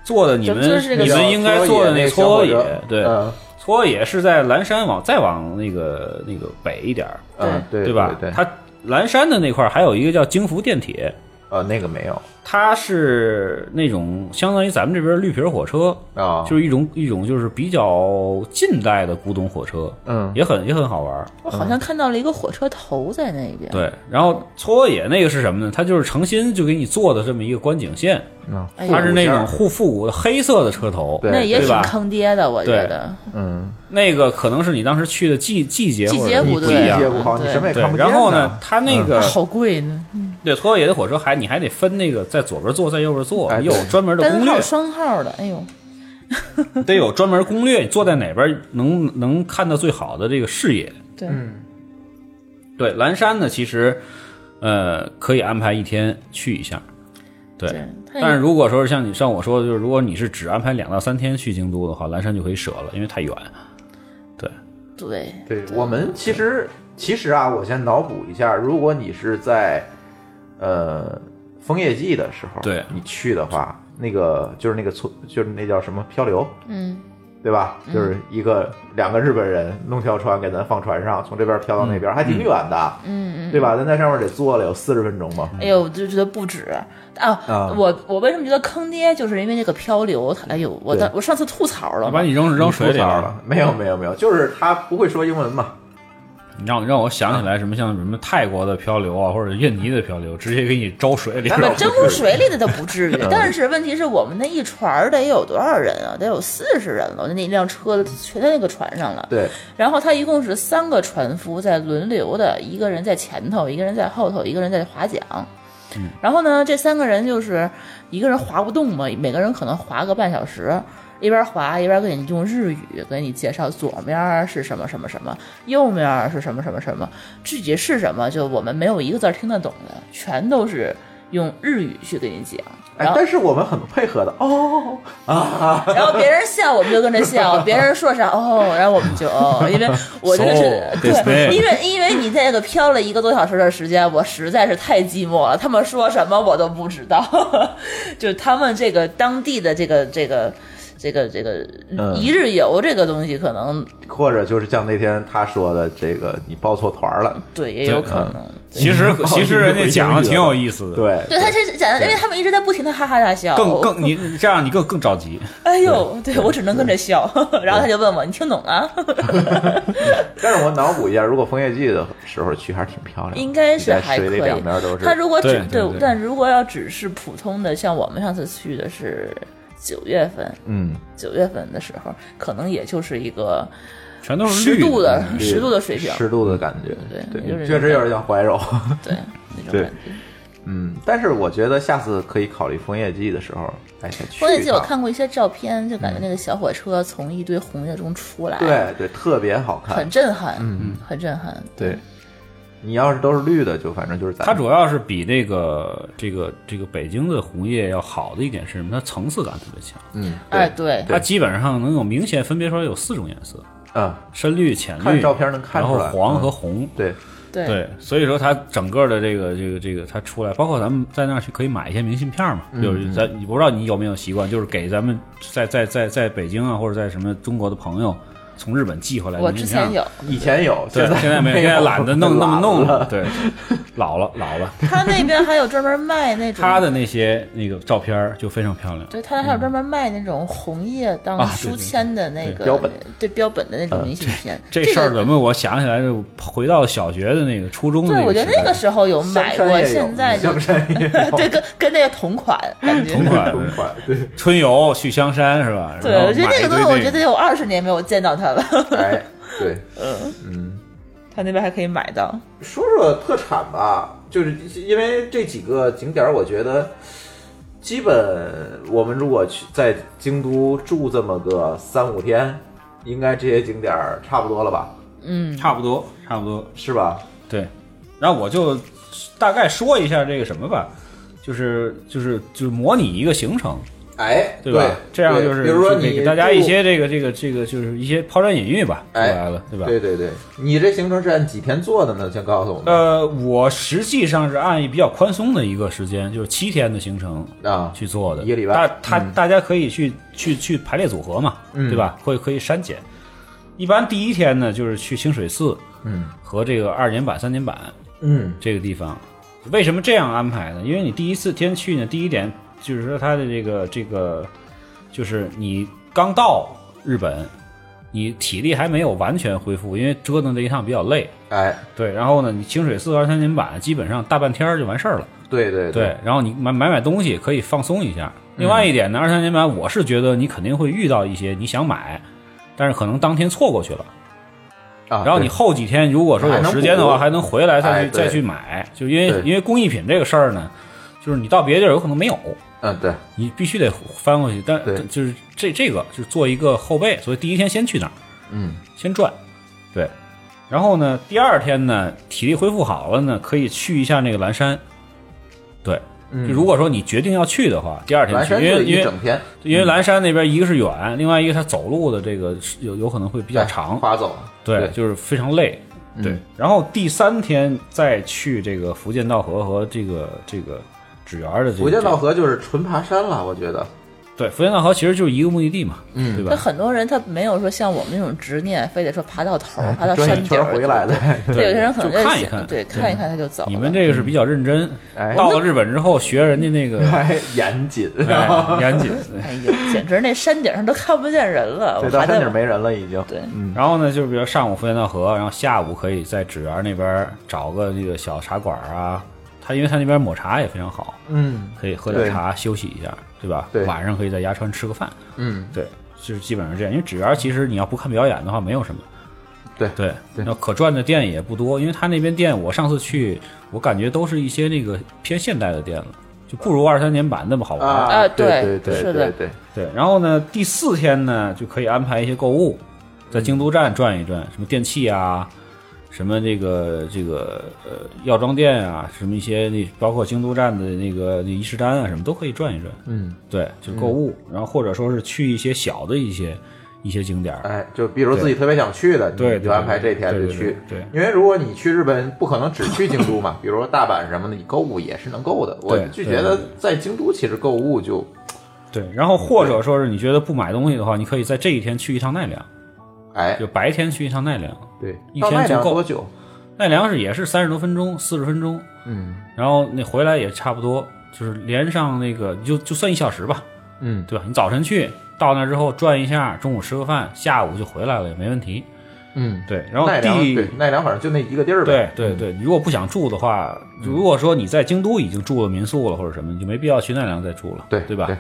[SPEAKER 5] 坐的你们
[SPEAKER 4] 就就是这个
[SPEAKER 5] 你们应该坐的那
[SPEAKER 3] 搓
[SPEAKER 5] 搓野，对，
[SPEAKER 3] 嗯
[SPEAKER 5] 搓野是在蓝山往再往那个那个北一点儿，
[SPEAKER 3] 嗯，对
[SPEAKER 5] 对吧？
[SPEAKER 3] 对，
[SPEAKER 5] 它蓝山的那块儿还有一个叫京福电铁，
[SPEAKER 3] 呃那个没有
[SPEAKER 5] 它是那种相当于咱们这边绿皮儿火车，
[SPEAKER 3] 啊，
[SPEAKER 5] 就是一种一种就是比较近代的古董火车，
[SPEAKER 3] 嗯
[SPEAKER 5] 也很也很好玩儿。
[SPEAKER 4] 我好像看到了一个火车头在那边。
[SPEAKER 5] 对，然后搓野那个是什么呢？它就是诚心就给你做的这么一个观景线，
[SPEAKER 3] 嗯，
[SPEAKER 4] 哎呀
[SPEAKER 5] 它是那种护复古的黑色的车头，
[SPEAKER 3] 对
[SPEAKER 4] 那也挺
[SPEAKER 5] 对吧
[SPEAKER 4] 坑爹的，我觉
[SPEAKER 5] 对
[SPEAKER 4] 得。
[SPEAKER 3] 嗯，
[SPEAKER 5] 那个可能是你当时去的季季节
[SPEAKER 4] 季
[SPEAKER 5] 或者
[SPEAKER 4] 节
[SPEAKER 5] 是
[SPEAKER 4] 不
[SPEAKER 5] 不
[SPEAKER 4] 对
[SPEAKER 5] 一
[SPEAKER 3] 理
[SPEAKER 5] 样
[SPEAKER 3] 解。不好，
[SPEAKER 4] 啊对
[SPEAKER 3] 你什么也
[SPEAKER 5] 对
[SPEAKER 3] 看不，见。嗯
[SPEAKER 5] 然后呢，，它那个
[SPEAKER 4] 好贵呢，
[SPEAKER 5] 对，搓野的火车还你还得分那个在左边坐，在右边坐，
[SPEAKER 3] 哎
[SPEAKER 5] 有
[SPEAKER 3] 对
[SPEAKER 5] 专门的
[SPEAKER 4] 单
[SPEAKER 5] 攻略
[SPEAKER 4] 号，双号的，哎呦，
[SPEAKER 5] 得有专门攻略，你坐在哪边能能看到最好的这个视野。
[SPEAKER 4] 对，
[SPEAKER 5] 对，蓝山呢，其实呃可以安排一天去一下，对。
[SPEAKER 4] 对它也
[SPEAKER 5] 但是如果说是像你像我说的，就是如果你是只安排两到三天去京都的话，蓝山就可以舍了，因为太远。对，
[SPEAKER 4] 对，
[SPEAKER 3] 对我们其实其实啊，我先脑补一下，如果你是在呃枫叶季的时候，
[SPEAKER 5] 对
[SPEAKER 3] 你去的话，那个就是那个村，就是那叫什么漂流，
[SPEAKER 4] 嗯，
[SPEAKER 3] 对吧？就是一个两个日本人弄条船给咱放船上，从这边漂到那边，还
[SPEAKER 5] 嗯
[SPEAKER 3] 挺远的，嗯嗯，对吧？咱在上面得坐了有四十分钟吧，
[SPEAKER 4] 哎呦，我就觉得不止啊！
[SPEAKER 3] 啊
[SPEAKER 4] 我我为什么觉得坑爹，就是因为那个漂流，哎呦，我
[SPEAKER 3] 对
[SPEAKER 4] 当我上次吐槽了
[SPEAKER 5] 我
[SPEAKER 4] 嘛
[SPEAKER 5] 把，你扔扔水里
[SPEAKER 3] 吐槽，了，没有没有没有，就是他不会说英文嘛，
[SPEAKER 5] 你让让我想起来什么像什么泰国的漂流啊，或者印尼的漂流，直接给你招水里边
[SPEAKER 4] 那
[SPEAKER 5] 儿。
[SPEAKER 4] 真不水里的倒不至于，
[SPEAKER 5] 嗯
[SPEAKER 4] <laughs> 但是问题是我们那一船儿得有多少人啊？得有四十人了，那一辆车全在那个船上了。
[SPEAKER 3] 对，
[SPEAKER 4] 然后他一共是三个船夫在轮流的，一个人在前头，一个人在后头，一个人在划桨。然后呢，这三个人就是一个人划不动嘛，每个人可能划个半小时，一边划一边给你用日语给你介绍左面是什么什么什么，右面是什么什么什么，具体是什么就我们没有一个字儿听得懂的，全都是用日语去给你讲。然
[SPEAKER 3] 哎，
[SPEAKER 4] 后
[SPEAKER 3] 但是我们很配合的哦啊，
[SPEAKER 4] 然后别人笑，我们就跟着笑；别人说啥哦，然后我们就哦，因为我真的是
[SPEAKER 5] So,
[SPEAKER 4] 对
[SPEAKER 5] this，man.
[SPEAKER 4] 因为因为你在这个飘了一个多小时的时间，我实在是太寂寞了。他们说什么我都不知道， <laughs> 就是他们这个当地的这个这个。这个这个
[SPEAKER 3] 嗯
[SPEAKER 4] 一日游这个东西，可能
[SPEAKER 3] 或者就是像那天他说的，这个你报错团了，
[SPEAKER 4] 对嗯也有可
[SPEAKER 5] 嗯
[SPEAKER 4] 能。
[SPEAKER 5] 其
[SPEAKER 3] <laughs> 哦
[SPEAKER 5] 实其实人家讲的挺有意思的，，
[SPEAKER 3] 对
[SPEAKER 4] 对，他是讲的，因为他们一直在不停的哈哈大笑。
[SPEAKER 5] 更
[SPEAKER 4] 我
[SPEAKER 5] 更你这样你更更着急。
[SPEAKER 4] 哎呦，对我只能跟着笑。 <laughs> 然后他就问我：“你听懂了？”
[SPEAKER 3] 但是我脑补一下，如果枫叶季的时候去，还是挺漂亮的，
[SPEAKER 4] 应该是还
[SPEAKER 3] 你在水
[SPEAKER 4] 可
[SPEAKER 3] 里两
[SPEAKER 4] 以
[SPEAKER 3] 边都。是。
[SPEAKER 4] 他如果只
[SPEAKER 5] 对对对
[SPEAKER 4] 但如果要只是普通的，像我们上次去的是九月份，
[SPEAKER 3] 嗯，
[SPEAKER 4] 九月份的时候，可能也就是一个
[SPEAKER 5] 全都是
[SPEAKER 4] 十
[SPEAKER 5] 绿
[SPEAKER 4] 度的
[SPEAKER 5] 嗯
[SPEAKER 4] 十度的水平，
[SPEAKER 3] 湿度的感觉，
[SPEAKER 4] 对就是
[SPEAKER 3] 确实有点像怀柔。 <laughs>
[SPEAKER 4] 对那种
[SPEAKER 3] 对
[SPEAKER 4] 感觉。
[SPEAKER 3] 嗯，但是我觉得下次可以考虑枫叶季的时候，哎，再去一趟。
[SPEAKER 4] 关键记得我看过一些照片，就感觉那个小火车从一堆红叶中出来，，
[SPEAKER 3] 嗯对对，特别好看
[SPEAKER 4] 很。震撼，嗯，很震撼。
[SPEAKER 3] 对，你要是都是绿的，就反正就是咱
[SPEAKER 5] 它主要是比这个这个这个北京的红叶要好的一点是什么？它层次感特别强，
[SPEAKER 3] 嗯，
[SPEAKER 4] 哎，
[SPEAKER 3] 对，
[SPEAKER 4] 对，
[SPEAKER 5] 它基本上能有明显分别出来有四种颜色：
[SPEAKER 3] 嗯，
[SPEAKER 5] 深绿、浅绿，
[SPEAKER 3] 看照片能看
[SPEAKER 5] 然后
[SPEAKER 3] 出来
[SPEAKER 5] 黄和
[SPEAKER 3] 嗯
[SPEAKER 5] 红。
[SPEAKER 3] 对，
[SPEAKER 4] 对，
[SPEAKER 5] 对，所以说它整个的这个这个这个它出来，包括咱们在那儿去可以买一些明信片嘛，
[SPEAKER 4] 嗯
[SPEAKER 5] 就是咱你不知道你有没有习惯，就是给咱们在在在在北京啊或者在什么中国的朋友从日本寄回来的。
[SPEAKER 4] 我
[SPEAKER 5] 你
[SPEAKER 4] 之
[SPEAKER 5] 想
[SPEAKER 4] 前有，
[SPEAKER 3] 以前有，
[SPEAKER 5] 对，
[SPEAKER 3] 在
[SPEAKER 5] 现
[SPEAKER 3] 现
[SPEAKER 5] 在没有，现在懒
[SPEAKER 4] <laughs>
[SPEAKER 5] 得弄那么弄
[SPEAKER 3] 了。
[SPEAKER 5] 对，老了老了。
[SPEAKER 4] 他那边还有专门卖那种
[SPEAKER 5] 他的那些那个照片儿就非常漂亮。
[SPEAKER 4] 对，他还有专门卖那种红叶当
[SPEAKER 5] 啊对
[SPEAKER 4] 书
[SPEAKER 5] 对
[SPEAKER 4] 签的那个
[SPEAKER 3] 标本，嗯
[SPEAKER 4] 对标本的那种明信片。
[SPEAKER 5] 这事儿
[SPEAKER 4] 个
[SPEAKER 5] 怎么我想起来，就回到小学的那个初中的
[SPEAKER 4] 对，我觉得那
[SPEAKER 5] 那
[SPEAKER 4] 个时候有
[SPEAKER 3] <laughs> 香
[SPEAKER 4] 买
[SPEAKER 3] 山
[SPEAKER 4] 过，
[SPEAKER 3] 也有
[SPEAKER 4] 哎现在就
[SPEAKER 3] 香
[SPEAKER 4] <laughs>
[SPEAKER 3] 山也
[SPEAKER 4] 对，跟跟那个同款
[SPEAKER 3] <laughs>
[SPEAKER 4] 感觉。
[SPEAKER 5] 同款
[SPEAKER 3] 同款，对，
[SPEAKER 5] 春游去香山是吧？
[SPEAKER 4] 对，
[SPEAKER 5] 然后
[SPEAKER 4] 我觉得
[SPEAKER 5] 买
[SPEAKER 4] 那
[SPEAKER 5] 一
[SPEAKER 4] 个
[SPEAKER 5] 堆
[SPEAKER 4] 东西，我觉得有二十年没有见到它了。 <laughs>
[SPEAKER 3] 哎，对，
[SPEAKER 4] 他那边还可以买到，
[SPEAKER 3] 说说特产吧，就是因为这几个景点，我觉得基本我们如果去在京都住这么个三五天，应该这些景点儿差不多了吧？
[SPEAKER 5] 差不多差不多
[SPEAKER 3] 是吧？
[SPEAKER 5] 对，然后我就大概说一下这个什么吧，就是就是就是模拟一个行程，
[SPEAKER 3] 哎，
[SPEAKER 5] 对吧？这样就是
[SPEAKER 3] 对比如说
[SPEAKER 5] 就
[SPEAKER 3] 你
[SPEAKER 5] 给大家
[SPEAKER 3] 住
[SPEAKER 5] 一些这个这个这个就是一些抛砖引玉吧，说
[SPEAKER 3] 哎
[SPEAKER 5] 白了，对吧？
[SPEAKER 3] 对对对，你这行程是按几天做的呢？先告诉我们。
[SPEAKER 5] 呃，我实际上是按比较宽松的一个时间，就是七天的行程
[SPEAKER 3] 啊
[SPEAKER 5] 呃去做的，
[SPEAKER 3] 一个礼拜嗯
[SPEAKER 5] 大他、大家可以去去去排列组合嘛，对吧？会可以删减。一般第一天呢，就是去清水寺，
[SPEAKER 3] 嗯
[SPEAKER 5] 和这个二年版、三年版
[SPEAKER 3] 嗯
[SPEAKER 5] 这个地方。为什么这样安排呢？因为你第一次天去呢，第一点就是说它的这个这个，就是你刚到日本，你体力还没有完全恢复，因为折腾这一趟比较累。
[SPEAKER 3] 哎，
[SPEAKER 5] 对，然后呢，你清水寺二三年版基本上大半天儿就完事儿了。
[SPEAKER 3] 对对嗯
[SPEAKER 5] 对，然后你买买买东西可以放松一下。另外一点呢，二三年版我是觉得你肯定会遇到一些你想买，但是可能当天错过去了。
[SPEAKER 3] 啊，
[SPEAKER 5] 然后你
[SPEAKER 3] 对
[SPEAKER 5] 后几天如果说有时间的话，
[SPEAKER 3] 还
[SPEAKER 5] 还
[SPEAKER 3] 能
[SPEAKER 5] 能
[SPEAKER 3] 补
[SPEAKER 5] 回来再
[SPEAKER 3] 哎
[SPEAKER 5] 去
[SPEAKER 3] 对
[SPEAKER 5] 再去买，就因为
[SPEAKER 3] 对
[SPEAKER 5] 因为工艺品这个事儿呢，就是你到别地儿有可能没有，
[SPEAKER 3] 嗯对
[SPEAKER 5] 你必须得翻过去。但
[SPEAKER 3] 对
[SPEAKER 5] 但就是这这个就是做一个后备，所以第一天先去那儿，
[SPEAKER 3] 嗯
[SPEAKER 5] 先转，对。然后呢，第二天呢，体力恢复好了呢，可以去一下那个蓝山，对。
[SPEAKER 3] 嗯，
[SPEAKER 5] 就如果说你决定要去的话，第二天
[SPEAKER 3] 蓝
[SPEAKER 5] 哎去，
[SPEAKER 3] 山
[SPEAKER 5] 因
[SPEAKER 3] 就
[SPEAKER 5] 为因
[SPEAKER 3] 一
[SPEAKER 5] 为
[SPEAKER 3] 整嗯天
[SPEAKER 5] 因为蓝山那边一个是远，另外一个它走路的这个是有有可能会比
[SPEAKER 3] 比
[SPEAKER 5] 较长，
[SPEAKER 3] 哎划走，
[SPEAKER 5] 对，就是非常累。
[SPEAKER 3] 嗯
[SPEAKER 5] 对，然后第三天再去这个福建道河和这个这个纸园的这个
[SPEAKER 3] 福建道，河就是纯爬山了，我觉得。
[SPEAKER 5] 对，福建道河其实就是一个目的地嘛，嗯，对
[SPEAKER 4] 那
[SPEAKER 5] 吧？
[SPEAKER 4] 很多人他没有说像我们那种执念，非得说爬到头儿，爬到
[SPEAKER 3] 转
[SPEAKER 4] 山
[SPEAKER 3] 一
[SPEAKER 4] 顶
[SPEAKER 3] 圈
[SPEAKER 4] 儿
[SPEAKER 3] 回来的。
[SPEAKER 4] <laughs> 对，有些人可能
[SPEAKER 5] 就看一
[SPEAKER 4] 想
[SPEAKER 5] 看
[SPEAKER 4] 对，看一看他就走了。
[SPEAKER 5] 你们这个是比较认真，
[SPEAKER 3] 哎
[SPEAKER 5] 到了日本之后学人家那
[SPEAKER 3] <laughs>
[SPEAKER 5] 个
[SPEAKER 3] 还严谨，
[SPEAKER 5] 哎严谨。对
[SPEAKER 4] 哎呦，简直那山顶上都看不见人了，我
[SPEAKER 3] 这到
[SPEAKER 4] 还
[SPEAKER 3] 山
[SPEAKER 4] 在
[SPEAKER 3] 顶没人了已经。
[SPEAKER 4] 对
[SPEAKER 5] 然后呢，就是比如上午福建道河，然后下午可以在纸园那边找个那个小茶馆啊，他因为他那边抹茶也非常好，
[SPEAKER 3] 嗯
[SPEAKER 5] 可以喝点
[SPEAKER 3] 对
[SPEAKER 5] 茶休息一下，对吧？
[SPEAKER 3] 对
[SPEAKER 5] 晚上可以在鸭川吃个饭，
[SPEAKER 3] 嗯，
[SPEAKER 5] 对，就是基本上这样。因为纸园其实你要不看表演的话，没有什么。
[SPEAKER 3] 对
[SPEAKER 5] 对，
[SPEAKER 3] 对
[SPEAKER 5] 然后可转的店也不多，因为他那边店我上次去，我感觉都是一些那个偏现代的店了，就不如二三年版那么好玩。
[SPEAKER 3] 啊，
[SPEAKER 4] 啊
[SPEAKER 3] 对
[SPEAKER 4] 对
[SPEAKER 3] 对
[SPEAKER 4] 是
[SPEAKER 3] 对
[SPEAKER 4] 的
[SPEAKER 3] 对，
[SPEAKER 5] 对，然后呢，第四天呢就可以安排一些购物，在京都站转一转，什么电器啊，什么这个这个呃药妆店啊，什么一些那包括京都站的那个那伊势丹啊，什么都可以转一转。
[SPEAKER 3] 嗯，
[SPEAKER 5] 对，就是购物，然后或者说是去一些小的一些一些景点儿。
[SPEAKER 3] 哎，就比如自己特别想去的，你
[SPEAKER 5] 对对
[SPEAKER 3] 就安排这天
[SPEAKER 5] 对
[SPEAKER 3] 就
[SPEAKER 5] 对
[SPEAKER 3] 去。
[SPEAKER 5] 对对
[SPEAKER 3] 因为如果你去日本，不可能只去京都嘛，比如说大阪什么的，你购物也是能购的。我
[SPEAKER 5] 对
[SPEAKER 3] 就
[SPEAKER 5] 对
[SPEAKER 3] 觉得
[SPEAKER 5] 对
[SPEAKER 3] 在京都其实购物就
[SPEAKER 5] 对，然后或者说是你觉得不买东西的话，你可以在这一天去一趟奈良，
[SPEAKER 3] 哎
[SPEAKER 5] 就白天去一趟奈良，
[SPEAKER 3] 对
[SPEAKER 5] 一，
[SPEAKER 3] 到
[SPEAKER 5] 天
[SPEAKER 3] 奈
[SPEAKER 5] 足
[SPEAKER 3] 良
[SPEAKER 5] 够
[SPEAKER 3] 多久？
[SPEAKER 5] 奈良是也是三十多分钟、四十分钟，
[SPEAKER 3] 嗯
[SPEAKER 5] 然后那回来也差不多，就是连上那个你就就算一小时吧，
[SPEAKER 3] 嗯，
[SPEAKER 5] 对吧？你早晨去到那之后转一下，中午吃个饭，下午就回来了也没问题。
[SPEAKER 3] 嗯，
[SPEAKER 5] 对，然后
[SPEAKER 3] 奈良
[SPEAKER 5] 第
[SPEAKER 3] 对嗯奈良反正就那一个地儿
[SPEAKER 5] 对
[SPEAKER 3] 呗。
[SPEAKER 5] 对对，如果不想住的话，
[SPEAKER 3] 嗯
[SPEAKER 5] 如果说你在京都已经住了民宿了或者什么，你就没必要去奈良再住了，
[SPEAKER 3] 对
[SPEAKER 5] 对吧？
[SPEAKER 3] 对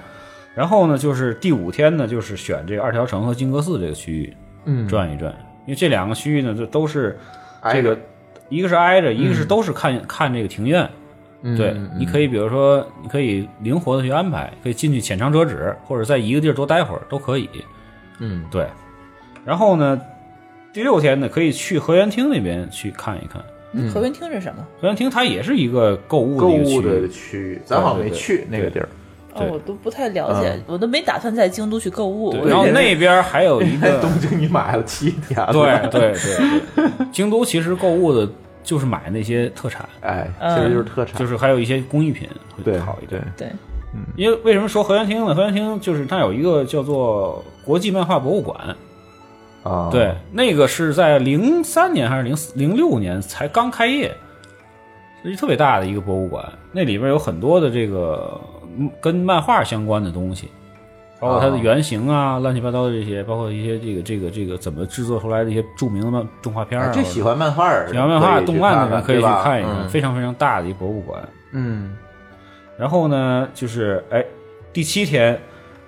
[SPEAKER 5] 然后呢，就是第五天呢，就是选这个二条城和金阁寺这个区域，
[SPEAKER 3] 嗯
[SPEAKER 5] 转一转，因为这两个区域呢，这都是
[SPEAKER 3] 挨
[SPEAKER 5] 这
[SPEAKER 3] 着
[SPEAKER 5] 个，一个是挨
[SPEAKER 3] 嗯
[SPEAKER 5] 着，一个是都是看看这个庭院。对，你可以比如说，你可以灵活的去安排，可以进去浅尝辄止，或者在一个地儿多待会儿都可以。
[SPEAKER 3] 嗯，
[SPEAKER 5] 对。然后呢，第六天呢，可以去河源厅那边去看一看。
[SPEAKER 4] 河边厅是什么？
[SPEAKER 5] 河源厅它也是一个购物
[SPEAKER 3] 购
[SPEAKER 5] 的一个区
[SPEAKER 3] 物的
[SPEAKER 5] 域，
[SPEAKER 3] 区域，咱好像没去那个地儿。
[SPEAKER 4] 哦，我都不太了解，我都没打算在京都去购物。
[SPEAKER 5] 对
[SPEAKER 4] 我
[SPEAKER 5] 然后那边还有一
[SPEAKER 3] 在 <laughs>
[SPEAKER 5] 个，
[SPEAKER 3] 东京你买了七天了，
[SPEAKER 5] 对对对对，京都其实购物的就是买那些特产，
[SPEAKER 3] <laughs> 哎，其实就是特产，
[SPEAKER 5] 就是还有一些工艺品会
[SPEAKER 3] 对
[SPEAKER 5] 嗯好一点。
[SPEAKER 4] 对，
[SPEAKER 5] 因为为什么说河源厅呢？河源厅就是它有一个叫做国际漫画博物馆，
[SPEAKER 3] 啊，
[SPEAKER 5] 对，那个是在零三年还是零零六年才刚开业，是一特别大的一个博物馆，那里边有很多的这个嗯跟漫画相关的东西，包括它的原型啊，乱七八糟的这些，包括一些这个这个这个怎么制作出来的一些著名的漫动画片
[SPEAKER 3] 哎
[SPEAKER 5] 啊，
[SPEAKER 3] 这喜欢漫画儿，
[SPEAKER 5] 喜欢漫画、动漫的人可以去看
[SPEAKER 3] 看嗯
[SPEAKER 5] 一看，
[SPEAKER 3] 看，
[SPEAKER 5] 非常非常大的一个博物馆。
[SPEAKER 3] 嗯
[SPEAKER 5] 然后呢，就是哎，第七天，